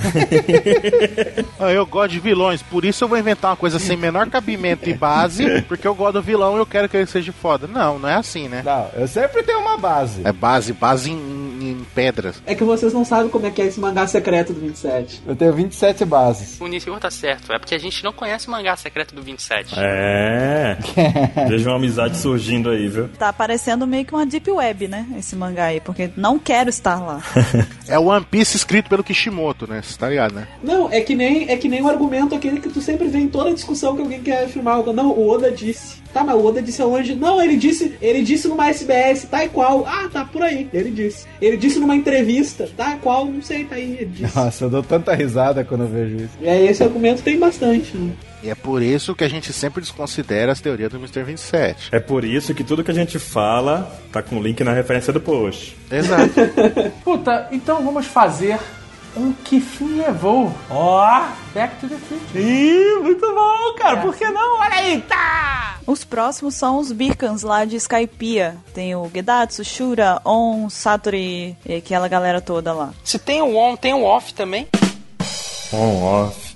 F: Ah, Eu gosto de vilões, por isso eu vou inventar uma coisa sem menor cabimento e base, porque eu gosto do vilão e eu quero que ele seja foda. Não, não é assim, né?
E: Não, eu sempre tenho uma base.
F: É base, base em, em pedras.
B: É que vocês não sabem como é que é esse mangá secreto do 27.
E: Eu tenho 27 bases.
C: o Nihil tá certo. É porque a gente não conhece o mangá secreto do 27.
D: É. Veja uma amizade surgindo aí, viu?
A: Tá parecendo meio que uma deep web, né? Esse mangá aí, porque não quero estar lá.
F: É o One Piece escrito pelo Kishimoto, né? Você tá ligado, né?
B: Não, é que nem é que nem o argumento aquele que tu sempre vê em toda discussão que alguém quer afirmar algo. Não, o Oda disse. Tá, mas o Oda disse aonde? Não, ele disse, ele disse numa SBS, tá e qual? Ah, tá por aí. Ele disse. Ele disse numa entrevista, tá e qual? Não sei, tá aí, ele disse.
E: Nossa, eu dou tanta risada quando eu vejo isso.
B: E aí esse argumento tem bastante, né?
F: E é por isso que a gente sempre desconsidera as teorias do Mr. 27.
D: É por isso que tudo que a gente fala tá com o link na referência do post.
F: Exato.
K: Puta, então vamos fazer um que fim levou. Ó, Back to the Future. Ih, muito bom,
B: É.
K: cara. Por que não? Olha aí, tá!
A: Os próximos são os Beacons lá de Skypiea. Tem o Gedatsu, Shura, On, Satori, e aquela galera toda lá.
C: Se tem
K: um
C: o on, tem o off também.
D: On, off.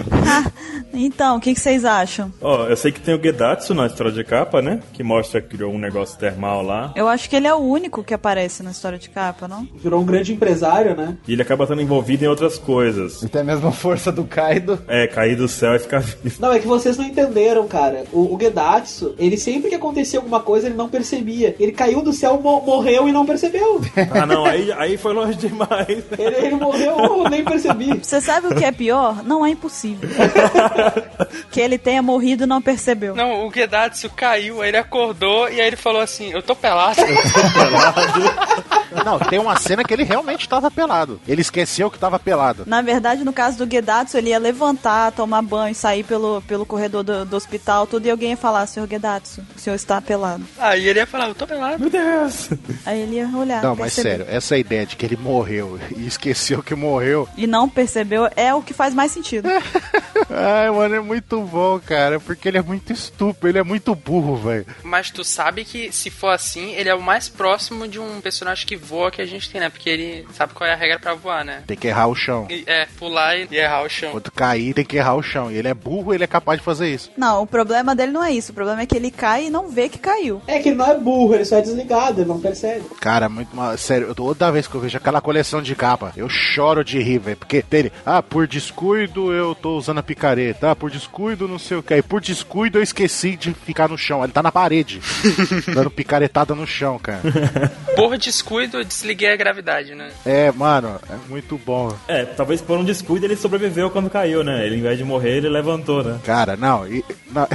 A: então, o que, que vocês acham?
D: Ó, eu sei que tem o Gedatsu na história de capa, né? Que mostra que criou um negócio termal lá.
A: Eu acho que ele é o único que aparece na história de capa, não?
B: Virou um grande empresário, né?
D: E ele acaba estando envolvido em outras coisas.
E: E tem a mesma força do Kaido.
D: É, cair do céu e ficar vivo.
B: Não, é que vocês não entenderam, cara. O, o Gedatsu, ele sempre que acontecia alguma coisa, ele não percebia. Ele caiu do céu, mo- morreu e não percebeu.
D: Ah, não, aí, aí foi longe demais.
B: Ele, ele morreu, eu nem percebi.
A: Você sabe o que é pior? Não é impossível. que ele tenha morrido e não percebeu.
C: Não, o Gedatsu caiu, aí ele acordou e aí ele falou assim: Eu tô pelado.
F: não, tem uma cena que ele realmente tava pelado. Ele esqueceu que tava pelado.
A: Na verdade, no caso do Gedatsu, ele ia levantar, tomar banho, sair pelo, pelo corredor do, do hospital, tudo, e alguém ia falar, senhor Gedatsu, o senhor está pelado.
C: aí ele ia falar: Eu tô pelado.
D: Meu Deus!
A: Aí ele ia olhar.
F: Não, mas
A: perceber.
F: sério, essa é ideia de que ele morreu e esqueceu que morreu.
A: E não percebeu é o que faz mais sentido.
F: Ai, mano, é muito bom, cara. Porque ele é muito estúpido, ele é muito burro, velho.
C: Mas tu sabe que se for assim, ele é o mais próximo de um personagem que voa que a gente tem, né? Porque ele sabe qual é a regra pra voar, né?
F: Tem que errar o chão.
C: E- É, pular e e errar o chão.
F: Quando cair, tem que errar o chão. E ele é burro, ele é capaz de fazer isso.
A: Não, o problema dele não é isso. O problema é que ele cai e não vê que caiu.
B: É que ele não é burro, ele só é desligado, ele não percebe.
F: Cara, muito mal. Sério, eu- toda vez que eu vejo aquela coleção de capa, eu choro de rir, velho. Porque dele, ah, por descuido eu tô usando a picareta. Ah, por descuido não sei o que. Aí, por descuido eu esqueci de ficar no chão. Ele tá na parede, dando picaretada no chão, cara.
C: Por descuido, eu desliguei a gravidade, né?
F: É, mano, é muito bom.
D: É, talvez por um descuido ele sobreviveu quando caiu, né? Ele, ao invés de morrer, ele levantou, né?
F: Cara, não, e, na-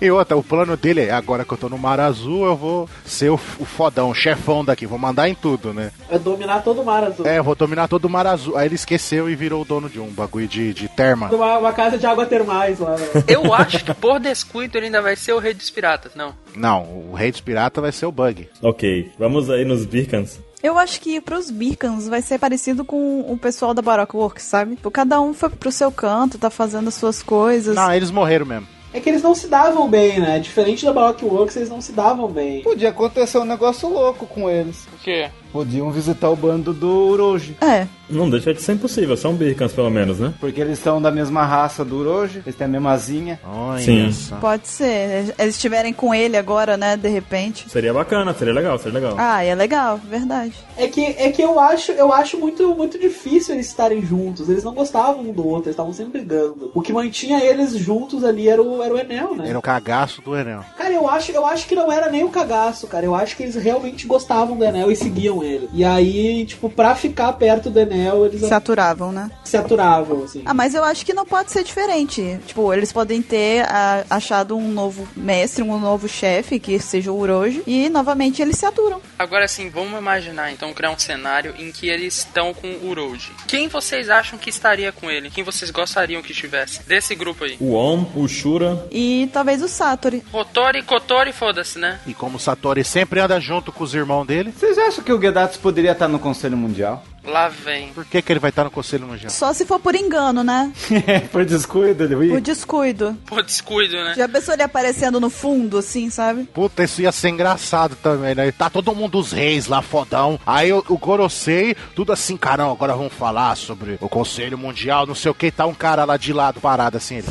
F: e outra, o plano dele é, agora que eu tô no mar azul, eu vou ser o, f- o fodão, o chefão daqui, vou mandar em tudo, né?
B: É dominar todo o mar azul.
F: É, eu vou dominar todo o mar azul. Aí ele esqueceu e virou o dono de um bagulho de, de terma.
B: Uma, uma casa de água termais lá. né?
C: Eu acho que por descuido ele ainda vai ser o rei dos piratas, não.
F: Não, o rei dos piratas vai ser o Bug.
D: Ok, vamos aí nos Birkans.
A: Eu acho que pros Birkans vai ser parecido com o pessoal da Baroque Works, sabe? Tipo, Cada um foi pro seu canto, tá fazendo as suas coisas.
F: Não, eles morreram mesmo.
B: É que eles não se davam bem, né? Diferente da Baroque Works, eles não se davam bem.
E: Podia acontecer um negócio louco com eles.
C: O quê?
E: Podiam visitar o bando do Uroji.
A: É.
D: Não deixa de ser impossível, são Birkans pelo menos, né?
E: Porque eles são da mesma raça do Uroji, eles têm a mesma asinha.
F: Olha
D: Sim.
F: só.
A: Pode ser. Eles estiverem com ele agora, né? De repente.
D: Seria bacana, seria legal, seria legal.
A: Ah, é legal, verdade.
B: É que, é que eu acho, eu acho muito, muito difícil eles estarem juntos. Eles não gostavam um do outro, eles estavam sempre brigando. O que mantinha eles juntos ali era o, era o Enel, né?
F: Era o cagaço do Enel.
B: Cara, eu acho, eu acho que não era nem o cagaço, cara. Eu acho que eles realmente gostavam do Enel e seguiam ele. E aí, tipo, pra ficar perto do Enel, eles
A: Se aturavam, né?
B: se aturavam, assim.
A: Ah, mas eu acho que não pode ser diferente. Tipo, eles podem ter ah, achado um novo mestre, um novo chefe, que seja o Uroji, e novamente eles se aturam.
C: Agora sim, vamos imaginar então criar um cenário em que eles estão com o Uroji. Quem vocês acham que estaria com ele? Quem vocês gostariam que estivesse? Desse grupo aí.
D: O Om, o Shura.
A: E talvez o Satori.
C: Rotori, Kotori, foda-se, né?
F: E como o Satori sempre anda junto com os irmãos dele,
E: Vocês acham que o Gedatsu poderia estar no Conselho Mundial?
C: Lá vem.
F: por que, que ele vai estar no Conselho Mundial?
A: Só se for por engano, né?
E: Por descuido, ele
A: Por descuido.
C: Por descuido, né?
A: Já pensou ele aparecendo no fundo, assim, sabe?
F: Puta, isso ia ser engraçado também, né? Tá todo mundo os reis lá, fodão. Aí o, o Gorosei, tudo assim, carão, agora vamos falar sobre o Conselho Mundial, não sei o que. Tá um cara lá de lado, parado assim. ele.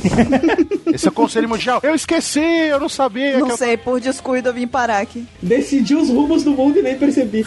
F: Esse é o Conselho Mundial. Eu esqueci, eu não sabia. que
A: Não
F: eu-
A: sei, por descuido eu vim parar aqui.
B: Decidi os rumos do mundo e nem percebi.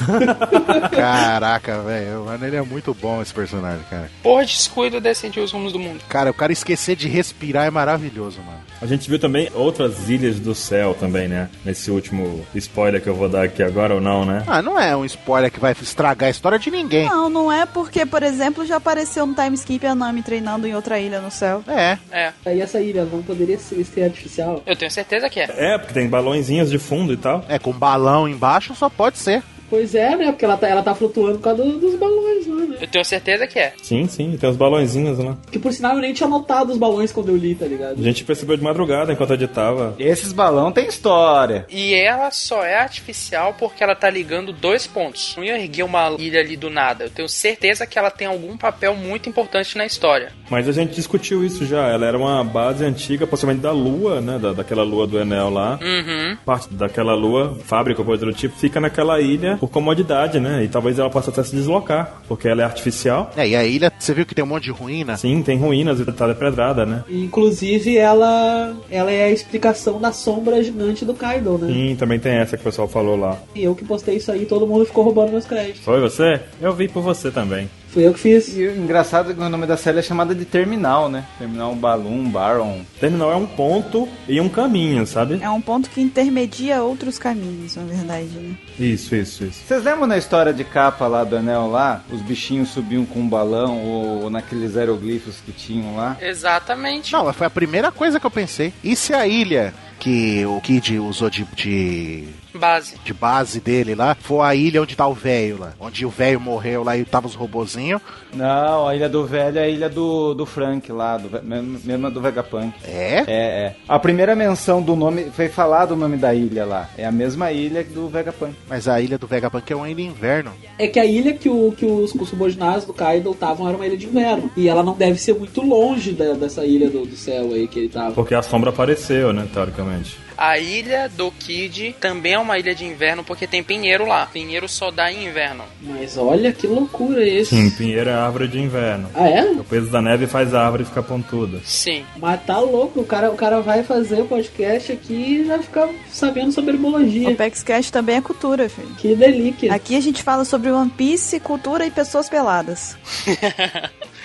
F: Caraca, velho. Mano, ele é muito bom esse personagem, cara.
C: Por descuido decidiu os rumos do mundo.
F: Cara, o cara esquecer de respirar é maravilhoso, mano.
D: A gente viu também outras ilhas do céu também, né? Nesse último spoiler que eu vou dar aqui agora ou não, né?
F: Ah, não é um spoiler que vai estragar a história de ninguém.
A: Não, não é porque, por exemplo, já apareceu no time skip a Nami treinando em outra ilha no céu.
F: É.
C: É,
B: Aí essa ilha não poderia ser, ser artificial?
C: eu tenho certeza que é.
D: É, porque tem balõezinhos de fundo e tal.
F: É, com balão embaixo só pode ser.
B: Pois é, né? Porque ela tá, ela tá flutuando por causa do- dos balões lá, né?
C: Eu tenho certeza que é.
D: Sim, sim, tem os balõezinhos lá.
B: Que por sinal eu nem tinha notado os balões quando eu li, tá
D: A
B: ligado?
D: gente percebeu de madrugada enquanto editava.
E: Esses balão tem história.
C: E ela só é artificial porque ela tá ligando dois pontos. Não ia erguer uma ilha ali do nada. Eu tenho certeza que ela tem algum papel muito importante na história.
D: Mas a gente discutiu isso já. Ela era uma base antiga, possivelmente da lua, né? Da, daquela lua do Enel lá.
C: Uhum.
D: Parte daquela lua, fábrica ou coisa do tipo, fica naquela ilha por comodidade, né? E talvez ela possa até se deslocar, porque ela é artificial.
F: É, e a ilha, você viu que tem um monte de ruína?
D: Sim, tem ruínas e tá depredrada, né?
B: E, Inclusive, ela, ela é a explicação da sombra gigante do Kaido, né?
D: Sim, também tem essa que o pessoal falou lá.
B: E eu que postei isso aí, todo mundo ficou roubando meus créditos.
D: Foi você? Eu vi por você também.
B: Fui eu que fiz.
E: E o engraçado é que o nome da série é chamada de Terminal, né? Terminal Balloon, Baron.
D: Terminal é um ponto e um caminho, sabe?
A: É um ponto que intermedia outros caminhos, na verdade, né?
D: Isso, isso, isso.
E: Vocês lembram na história de capa lá do Anel lá? Os bichinhos subiam com um balão ou, ou naqueles aeroglifos que tinham lá?
C: Exatamente.
F: Não, foi a primeira coisa que eu pensei. E se a ilha que o Kid usou de, de
C: Base.
F: de base dele lá, foi a ilha onde tá o velho lá. Onde o velho morreu lá e tava os robozinhos.
E: Não, a Ilha do Velho é a Ilha do, do Frank lá, do, ve- mesmo mesmo do Vegapunk.
F: É?
E: É, é. A primeira menção do nome, foi falado o nome da ilha lá. É a mesma ilha do Vegapunk.
F: Mas a ilha do Vegapunk é uma ilha inverno.
B: É que a ilha que, o, que os subordinados do Kaido estavam era uma ilha de inverno. E ela não deve ser muito longe da- dessa ilha do, do céu aí que ele tava.
D: Porque a sombra apareceu, né, teoricamente.
C: A ilha do Kid também é uma ilha de inverno porque tem pinheiro lá. Pinheiro só dá em inverno.
B: Mas olha que loucura esse.
D: Sim, pinheiro é árvore de inverno.
B: Ah, é?
D: O peso da neve faz a árvore ficar pontuda.
C: Sim.
B: Mas tá louco, o cara, o cara vai fazer o podcast aqui e já fica sabendo sobre
A: O
B: herbologia.
A: PaxCast também é cultura, filho.
B: Que delícia.
A: Aqui a gente fala sobre One Piece, cultura e pessoas peladas.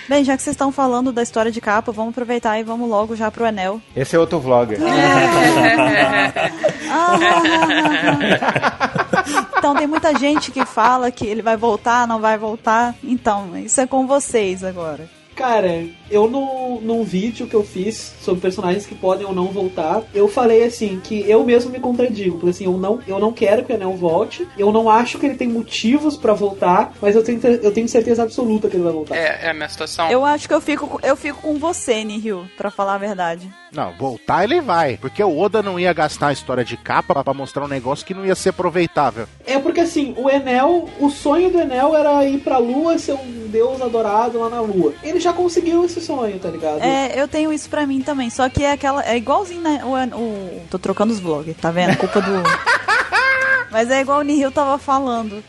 A: Bem, já que vocês estão falando da história de capa, vamos aproveitar e vamos logo já pro Enel.
E: Esse é outro vlogger.
A: Ah, Então tem muita gente que fala que ele vai voltar, não vai voltar. Então, isso é com vocês agora.
B: Cara, eu no, num vídeo que eu fiz sobre personagens que podem ou não voltar, eu falei assim, que eu mesmo me contradigo, porque assim, eu não, eu não quero que o Anel volte, eu não acho que ele tem motivos pra voltar, mas eu tenho, eu tenho certeza absoluta que ele vai voltar.
C: É, é a minha situação.
A: Eu acho que eu fico, eu fico com você, Nihil, pra falar a verdade.
F: Não, voltar ele vai. Porque o Oda não ia gastar a história de capa pra mostrar um negócio que não ia ser aproveitável.
B: É porque assim, o Enel, o sonho do Enel era ir pra lua ser um deus adorado lá na lua. Ele já conseguiu esse sonho, tá ligado?
A: É, eu tenho isso pra mim também. Só que é aquela. É igualzinho, né? O, An- o- tô trocando os vlogs, tá vendo? Culpa do. Mas é igual o Nihil tava falando.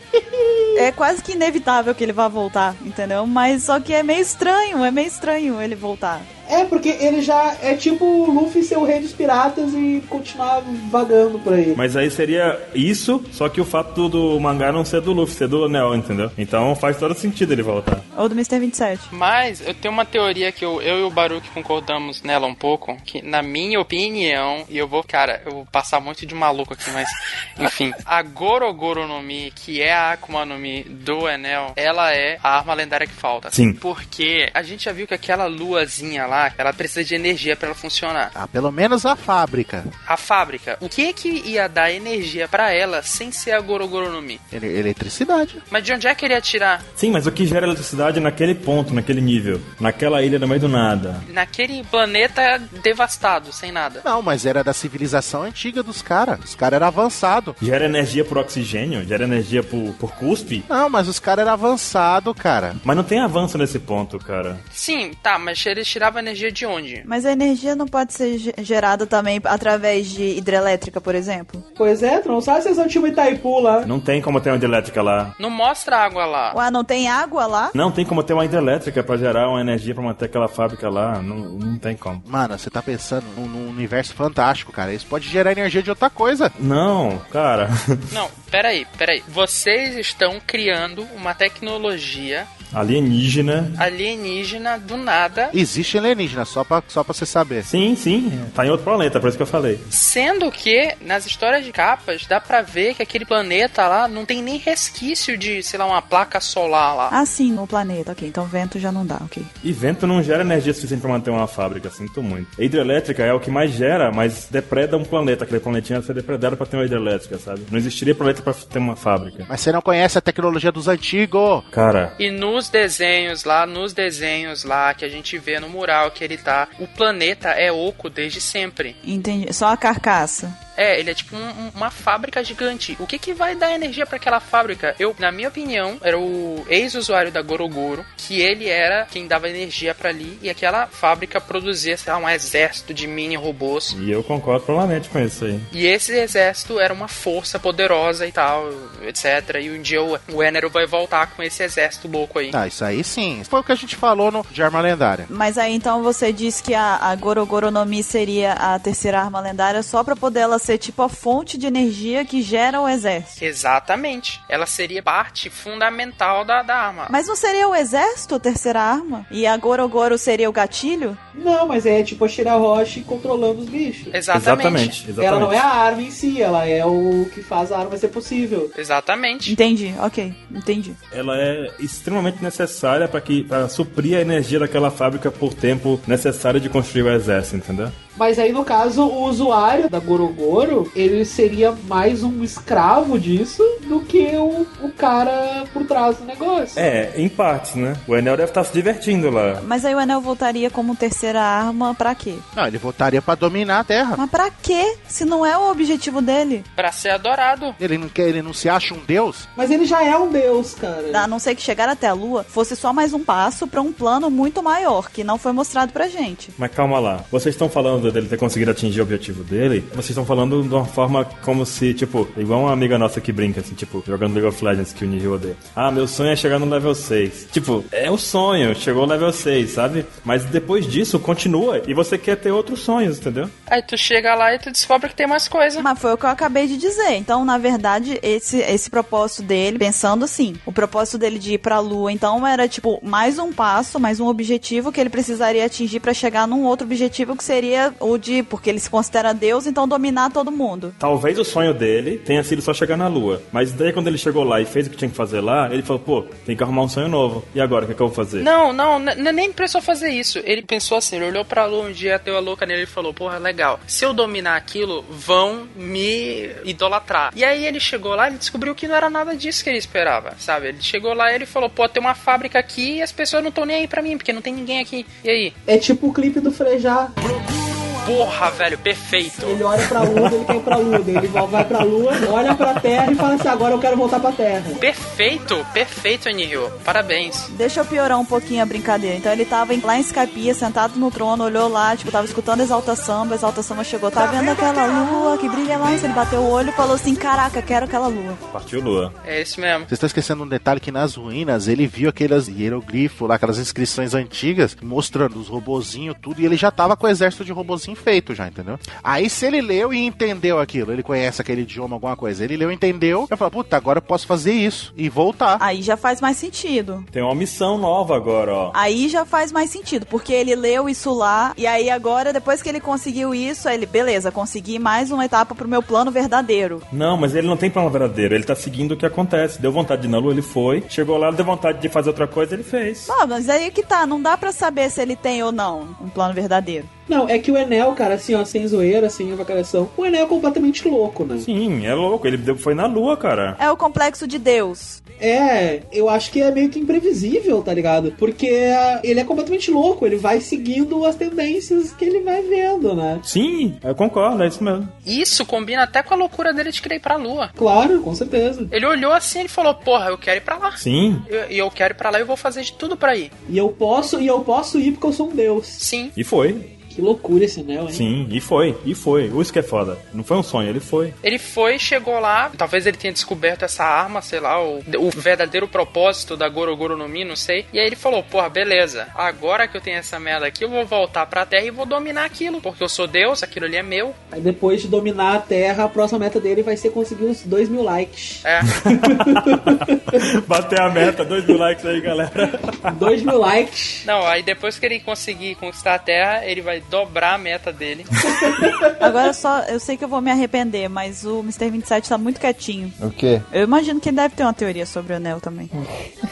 A: É quase que inevitável que ele vá voltar, entendeu? Mas só que é meio estranho, é meio estranho ele voltar.
B: É, porque ele já é tipo o Luffy ser o rei dos piratas e continuar vagando por aí.
D: Mas aí seria isso, só que o fato do mangá não ser do Luffy, ser do Neo, entendeu? Então faz todo sentido ele voltar.
A: Ou do Mr. 27.
C: Mas eu tenho uma teoria que eu, eu e o Baruch concordamos nela um pouco, que na minha opinião, e eu vou, cara, eu vou passar um monte de maluco aqui, mas enfim, a Gorogoro no Mi, que é a Akuma no Mi do Enel, ela é a arma lendária que falta.
D: Sim.
C: Porque a gente já viu que aquela luazinha lá, ela precisa de energia pra ela funcionar.
F: Ah, pelo menos a fábrica.
C: A fábrica, o que que ia dar energia pra ela sem ser a Gorogoro no Mi?
F: Ele- eletricidade.
C: Mas de onde é que ele ia tirar?
D: Sim, mas o que gera eletricidade naquele ponto, naquele nível, naquela ilha no meio do nada.
C: Naquele planeta devastado, sem nada.
F: Não, mas era da civilização antiga dos caras. Os caras eram avançados.
D: Gera energia por oxigênio, gera energia por, por cuspe,
F: Não, mas os caras eram avançados, cara.
D: mas não tem avanço nesse ponto, cara.
C: Sim, tá, mas ele tirava energia de onde?
A: Mas a energia não pode ser ge- gerada também através de hidrelétrica, por exemplo?
B: Pois é, não sabe se eles são tipo Itaipu lá.
D: Não tem como ter uma hidrelétrica lá.
C: Não mostra água lá.
A: Ué, Ah, não tem água lá?
D: Não tem como ter uma hidrelétrica pra gerar uma energia pra manter aquela fábrica lá. Não, não tem como.
F: Mano, você tá pensando num, num universo fantástico, cara. Isso pode gerar energia de outra coisa.
D: Não, cara.
C: Não, peraí, peraí. Vocês estão criando uma tecnologia
D: Alienígena.
C: alienígena do nada,
F: Existe alienígena, só pra, só pra você saber.
D: Sim, sim. Tá em outro planeta, por isso que eu falei.
C: sendo que nas histórias de capas dá pra ver que aquele planeta lá não tem nem resquício de, sei lá, uma placa solar lá.
A: Ah, sim, no planeta, ok. Então vento já não dá, ok.
D: E vento não gera energia suficiente pra manter uma fábrica, sinto muito. A hidrelétrica é o que mais gera, mas depreda um planeta. Aquele planetinha vai ser depredado pra ter uma hidrelétrica, sabe? Não existiria planeta pra ter uma fábrica.
F: Mas você não conhece a tecnologia dos antigos.
D: Cara,
C: E nos desenhos lá, nos desenhos lá que a gente vê no mural que ele tá, o planeta é oco desde sempre.
A: Entendi. Só a carcaça.
C: É, ele é tipo um- um- uma fábrica gigante. O que que vai dar energia pra aquela fábrica? Eu, na minha opinião, era o ex-usuário da Gorogoro, que ele era quem dava energia pra ali e aquela fábrica produzia, sei lá, um exército de mini robôs.
D: e eu concordo plenamente com isso aí.
C: E esse exército era uma força poderosa e tal, etc. E um dia o, o Enero vai voltar com esse exército louco aí.
F: Ah, isso aí sim. Foi o que a gente falou no de arma lendária.
A: Mas aí então você diz que a, a Gorogoro no Mi seria a terceira arma lendária só pra poder ela ser tipo a fonte de energia que gera o exército.
C: Exatamente. Ela seria parte fundamental da, da arma.
A: Mas não seria o exército a terceira arma? E a Gorogoro seria o gatilho?
B: Não, mas é tipo a Shirahoshi controlando os bichos.
C: Exatamente.
D: exatamente.
B: Ela não é a arma em si, ela é o que faz a arma ser possível.
C: Exatamente.
A: Entendi, ok, entendi.
D: ela é extremamente necessária para que pra suprir a energia daquela fábrica por tempo necessário de construir o exército, entendeu?
B: Mas aí, no caso, o usuário da Gorogoro Moro, ele seria mais um escravo disso do que o, o cara por trás do negócio.
D: É, em partes, né? O Enel deve estar se divertindo lá.
A: Mas aí o Enel voltaria como terceira arma pra quê?
F: Não, ele voltaria pra dominar a Terra.
A: Mas pra quê? Se não é o objetivo dele.
C: Pra ser adorado.
F: Ele não quer, ele não se acha um deus?
B: Mas ele já é um deus, cara.
A: A não ser que chegar até a Lua fosse só mais um passo pra um plano muito maior, que não foi mostrado pra gente.
D: Mas calma lá. Vocês estão falando dele ter conseguido atingir o objetivo dele? Vocês estão falando de uma forma como se, tipo, igual uma amiga nossa que brinca, assim, tipo, jogando League of Legends que o Nihil odeia. Ah, meu sonho é chegar no level 6. Tipo, é o sonho, chegou no level 6, sabe? Mas depois disso, continua e você quer ter outros sonhos, entendeu?
C: Aí tu chega lá e tu descobre que tem mais coisa.
A: Mas foi o que eu acabei de dizer. Então, na verdade, esse, esse propósito dele, pensando assim, o propósito dele de ir pra Lua, então era tipo mais um passo, mais um objetivo que ele precisaria atingir pra chegar num outro objetivo que seria o de, porque ele se considera Deus, então dominar todo mundo.
D: Talvez o sonho dele tenha sido só chegar na Lua. Mas daí quando ele chegou lá e fez o que tinha que fazer lá, ele falou, pô, tem que arrumar um sonho novo. E agora, o que, é que eu vou fazer?
C: Não, não, n- n- nem precisou fazer isso. Ele pensou assim, ele olhou pra lua um dia, deu a louca nele e falou, porra, legal. Se eu dominar aquilo, vão me idolatrar. E aí ele chegou lá e descobriu que não era nada disso que ele esperava, sabe? Ele chegou lá e ele falou, pô, tem uma fábrica aqui e as pessoas não estão nem aí pra mim, porque não tem ninguém aqui. E aí?
B: É tipo o clipe do Frejá.
C: Porra, velho, perfeito.
B: Ele olha pra lua, ele quer ir pra lua. Ele vai pra lua, olha pra terra e fala assim: agora eu quero voltar pra terra.
C: Perfeito, perfeito, Nihil. Parabéns.
A: Deixa eu piorar um pouquinho a brincadeira. Então ele tava em- lá em Skypia, sentado no trono, olhou lá, tipo, tava escutando Exalta Samba, Exalta Samba chegou, tá vendo aquela lua que brilha mais? Ele bateu o olho e falou assim, caraca, quero aquela lua.
D: Partiu Lua.
C: É isso mesmo.
F: Vocês estão esquecendo um detalhe que nas ruínas ele viu aqueles hieroglifos lá, aquelas inscrições antigas, mostrando os robozinhos, tudo, e ele já tava com o exército de robozinho feito já, entendeu? Aí se ele leu e entendeu aquilo, ele conhece aquele idioma, alguma coisa, ele leu e entendeu, eu falo, puta, agora eu posso fazer isso e voltar.
A: Aí já faz mais sentido.
D: Tem uma missão nova agora, ó.
A: Aí já faz mais sentido, porque ele leu isso lá, e aí agora, depois que ele conseguiu isso, aí ele, beleza, consegui mais uma etapa pro meu plano verdadeiro.
D: Não, mas ele não tem plano verdadeiro, ele tá seguindo o que acontece. Deu vontade de ir na lua, ele foi. Chegou lá, deu vontade de fazer outra coisa, ele fez.
A: Não, mas aí que tá, não dá pra saber se ele tem ou não um plano verdadeiro.
B: Não, é que o Enel, cara, assim, ó, sem zoeira, sem avacalhação, o Enel é completamente louco, né?
D: Sim, é louco, ele deu- foi na lua, cara.
A: É o complexo de Deus.
B: É, eu acho que é meio que imprevisível, tá ligado? Porque ah, ele é completamente louco, ele vai seguindo as tendências que ele vai vendo, né?
D: Sim, eu concordo, é isso mesmo.
C: Isso combina até com a loucura dele de querer ir pra lua.
B: Claro, com certeza.
C: Ele olhou assim e falou, porra, eu quero ir pra lá.
D: Sim.
C: E eu, eu quero ir pra lá e eu vou fazer de tudo pra ir.
B: E eu posso, e eu posso ir porque eu sou um deus.
C: Sim.
D: E foi.
B: Que loucura esse anel, hein?
D: Sim, e foi, e foi. Isso que é foda. Não foi um sonho, ele foi.
C: Ele foi, chegou lá, talvez ele tenha descoberto essa arma, sei lá, o, o verdadeiro propósito da Gorogoro no Mi, não sei. E aí ele falou, porra, beleza, agora que eu tenho essa merda aqui, eu vou voltar pra Terra e vou dominar aquilo, porque eu sou Deus, aquilo ali é meu.
B: Aí depois de dominar a Terra, a próxima meta dele vai ser conseguir uns 2 mil likes.
C: É.
D: Bater a meta, dois mil likes aí, galera.
B: 2 mil likes.
C: Não, aí depois que ele conseguir conquistar a Terra, ele vai dobrar a meta dele.
A: Agora só, eu sei que eu vou me arrepender, mas o Mr. 27 tá muito quietinho.
E: O quê?
A: Eu imagino que ele deve ter uma teoria sobre o anel também.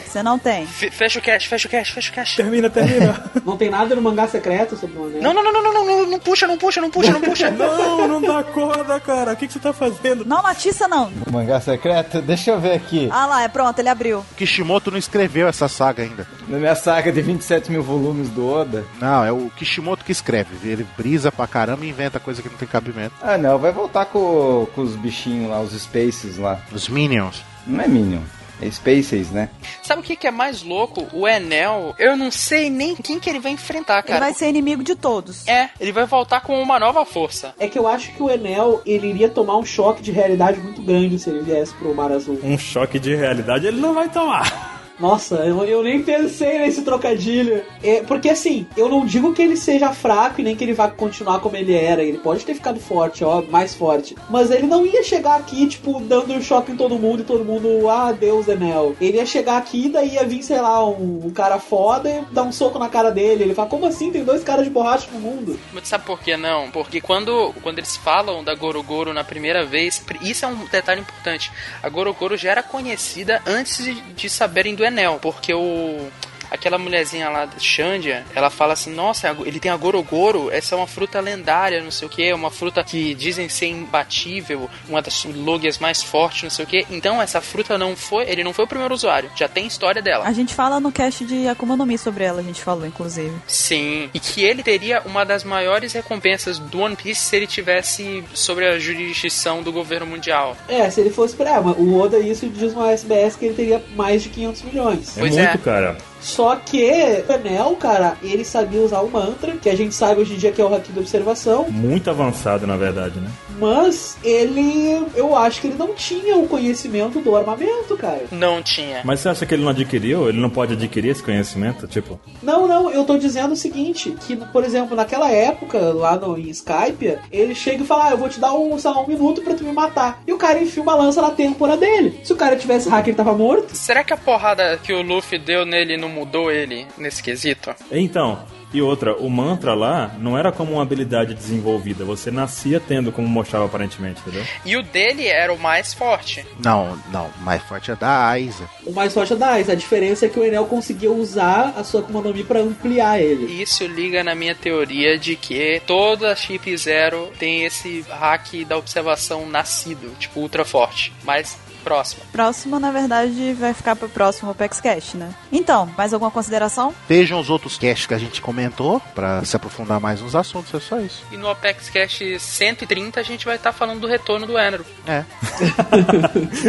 A: Você não tem?
C: Fe- fecha o cash, fecha o cash, fecha o cash.
D: Termina, termina.
B: Não tem nada no mangá secreto sobre o anel.
C: Não, não, não, não, não, não, não, não puxa, não puxa, não puxa, não puxa.
D: Não, não dá corda, cara. O que, que você tá fazendo?
A: Não, Matissa não.
E: O mangá secreto? Deixa eu ver aqui.
A: Ah lá, é pronto, ele abriu.
F: O Kishimoto não escreveu essa saga ainda.
E: Na minha saga de 27 mil volumes do Oda.
F: Não, é o Kishimoto que escreve. Ele brisa pra caramba e inventa coisa que não tem cabimento.
E: Ah, não, vai voltar com, com os bichinhos lá, os Spaces lá.
F: Os Minions.
E: Não é Minion, é Spaces, né?
C: Sabe o que, que é mais louco? O Enel, eu não sei nem quem que ele vai enfrentar,
A: Ele
C: cara.
A: vai ser inimigo de todos.
C: É, ele vai voltar com uma nova força.
B: É que eu acho que o Enel, ele iria tomar um choque de realidade muito grande se ele viesse pro Mar Azul.
D: Um choque de realidade ele não vai tomar.
B: Nossa, eu, eu nem pensei nesse trocadilho. É, porque assim, eu não digo que ele seja fraco e nem que ele vá continuar como ele era. Ele pode ter ficado forte, ó, mais forte. Mas ele não ia chegar aqui, tipo, dando um choque em todo mundo e todo mundo, ah, Deus, Enel. Ele ia chegar aqui e daí ia vir, sei lá, um, um cara foda e dar um soco na cara dele. Ele fala, como assim? Tem dois caras de borracha no mundo.
C: Mas sabe por que não? Porque quando, quando eles falam da Gorogoro na primeira vez, pri- isso é um detalhe importante. A Gorogoro já era conhecida antes de, de saberem do Enel, porque o. Aquela mulherzinha lá, Xandia, ela fala assim: Nossa, ele tem a Gorogoro, essa é uma fruta lendária, não sei o que, é uma fruta que dizem ser imbatível, uma das logias mais fortes, não sei o que. Então, essa fruta não foi, ele não foi o primeiro usuário, já tem história dela.
A: A gente fala no cast de Akuma no Mi sobre ela, a gente falou, inclusive.
C: Sim, e que ele teria uma das maiores recompensas do One Piece se ele tivesse sobre a jurisdição do governo mundial.
B: É, se ele fosse pra. Ah, mas o Oda isso diz no SBS que ele teria mais de 500 milhões.
D: É muito, cara.
B: Só que o Enel, cara, ele sabia usar o mantra, que a gente sabe hoje em dia que é o haki da observação.
D: Muito avançado, na verdade, né?
B: Mas ele. Eu acho que ele não tinha o conhecimento do armamento, cara.
C: Não tinha.
D: Mas você acha que ele não adquiriu? Ele não pode adquirir esse conhecimento? Tipo,
B: Não, não, eu tô dizendo o seguinte: que, por exemplo, naquela época, lá no em Skype, ele chega e fala, ah, eu vou te dar um, sei lá, um minuto pra tu me matar. E o cara enfia uma lança na têmpora dele. Se o cara tivesse hack, ele tava morto.
C: Será que a porrada que o Luffy deu nele não mudou ele nesse quesito?
D: Então, e outra, o mantra lá não era como uma habilidade desenvolvida, você nascia tendo como mostrava aparentemente, entendeu?
C: E o dele era o mais forte.
F: Não, não. Mais forte é da Aiza.
B: O mais forte é da Aiz. A diferença é que o Enel conseguiu usar a sua Akuma no Mi pra ampliar ele.
C: Isso liga na minha teoria de que toda Chip Zero tem esse hack da observação nascido, tipo ultra forte. Mas próxima.
A: Próximo, na verdade, vai ficar pro próximo Apex Cash, né? Então, mais alguma consideração?
F: Vejam os outros casts que a gente comentou pra se aprofundar mais nos assuntos, é só isso.
C: E no Apex Cash 130 a gente vai estar falando do retorno do Enero.
F: É.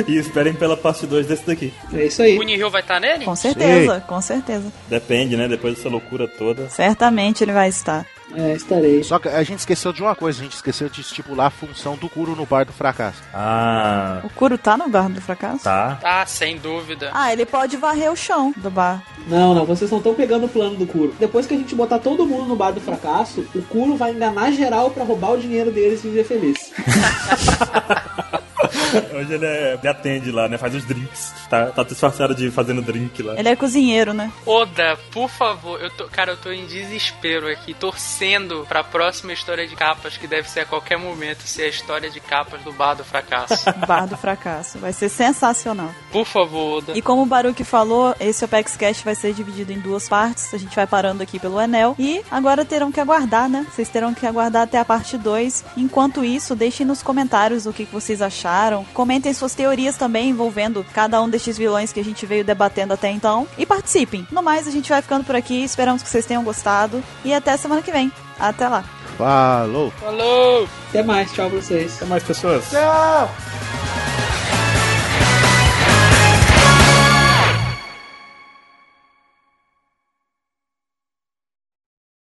D: e esperem pela parte 2 desse daqui.
B: É isso aí.
C: O Nihil vai estar nele?
A: Com certeza, com certeza.
D: Depende, né? Depois dessa loucura toda.
A: Certamente ele vai estar.
B: É, estarei.
F: Só que a gente esqueceu de uma coisa, a gente esqueceu de estipular a função do Kuro no bar do fracasso.
D: Ah,
A: O Kuro tá no bar do fracasso?
D: tá.
C: Ah, sem dúvida.
A: Ah, ele pode varrer o chão do bar.
B: Não, não, vocês não estão pegando o plano do Kuro. Depois que a gente botar todo mundo no bar do fracasso, o Kuro vai enganar geral pra roubar o dinheiro deles e viver feliz.
D: Hoje ele, é- ele atende lá, né? Faz os drinks. Tá, tá disfarçado de fazendo drink lá.
A: Ele é cozinheiro, né?
C: Oda, por favor, eu tô, cara, eu tô em desespero aqui, torcendo pra próxima história de capas, que deve ser a qualquer momento, ser a história de capas do Bar do Fracasso.
A: Bar do fracasso. Vai ser sensacional.
C: Por favor, Oda.
A: E como o Baruque falou, esse Opex Cash vai ser dividido em duas partes. A gente vai parando aqui pelo Enel. E agora terão que aguardar, né? Vocês terão que aguardar até a parte 2. Enquanto isso, deixem nos comentários o que que vocês acharam. Comentem suas teorias também envolvendo cada um destes vilões que a gente veio debatendo até então. E participem. No mais, a gente vai ficando por aqui. Esperamos que vocês tenham gostado. E até semana que vem. Até lá.
F: Falou!
C: Falou!
B: Até mais, tchau pra vocês.
D: Até mais, pessoas.
F: Tchau!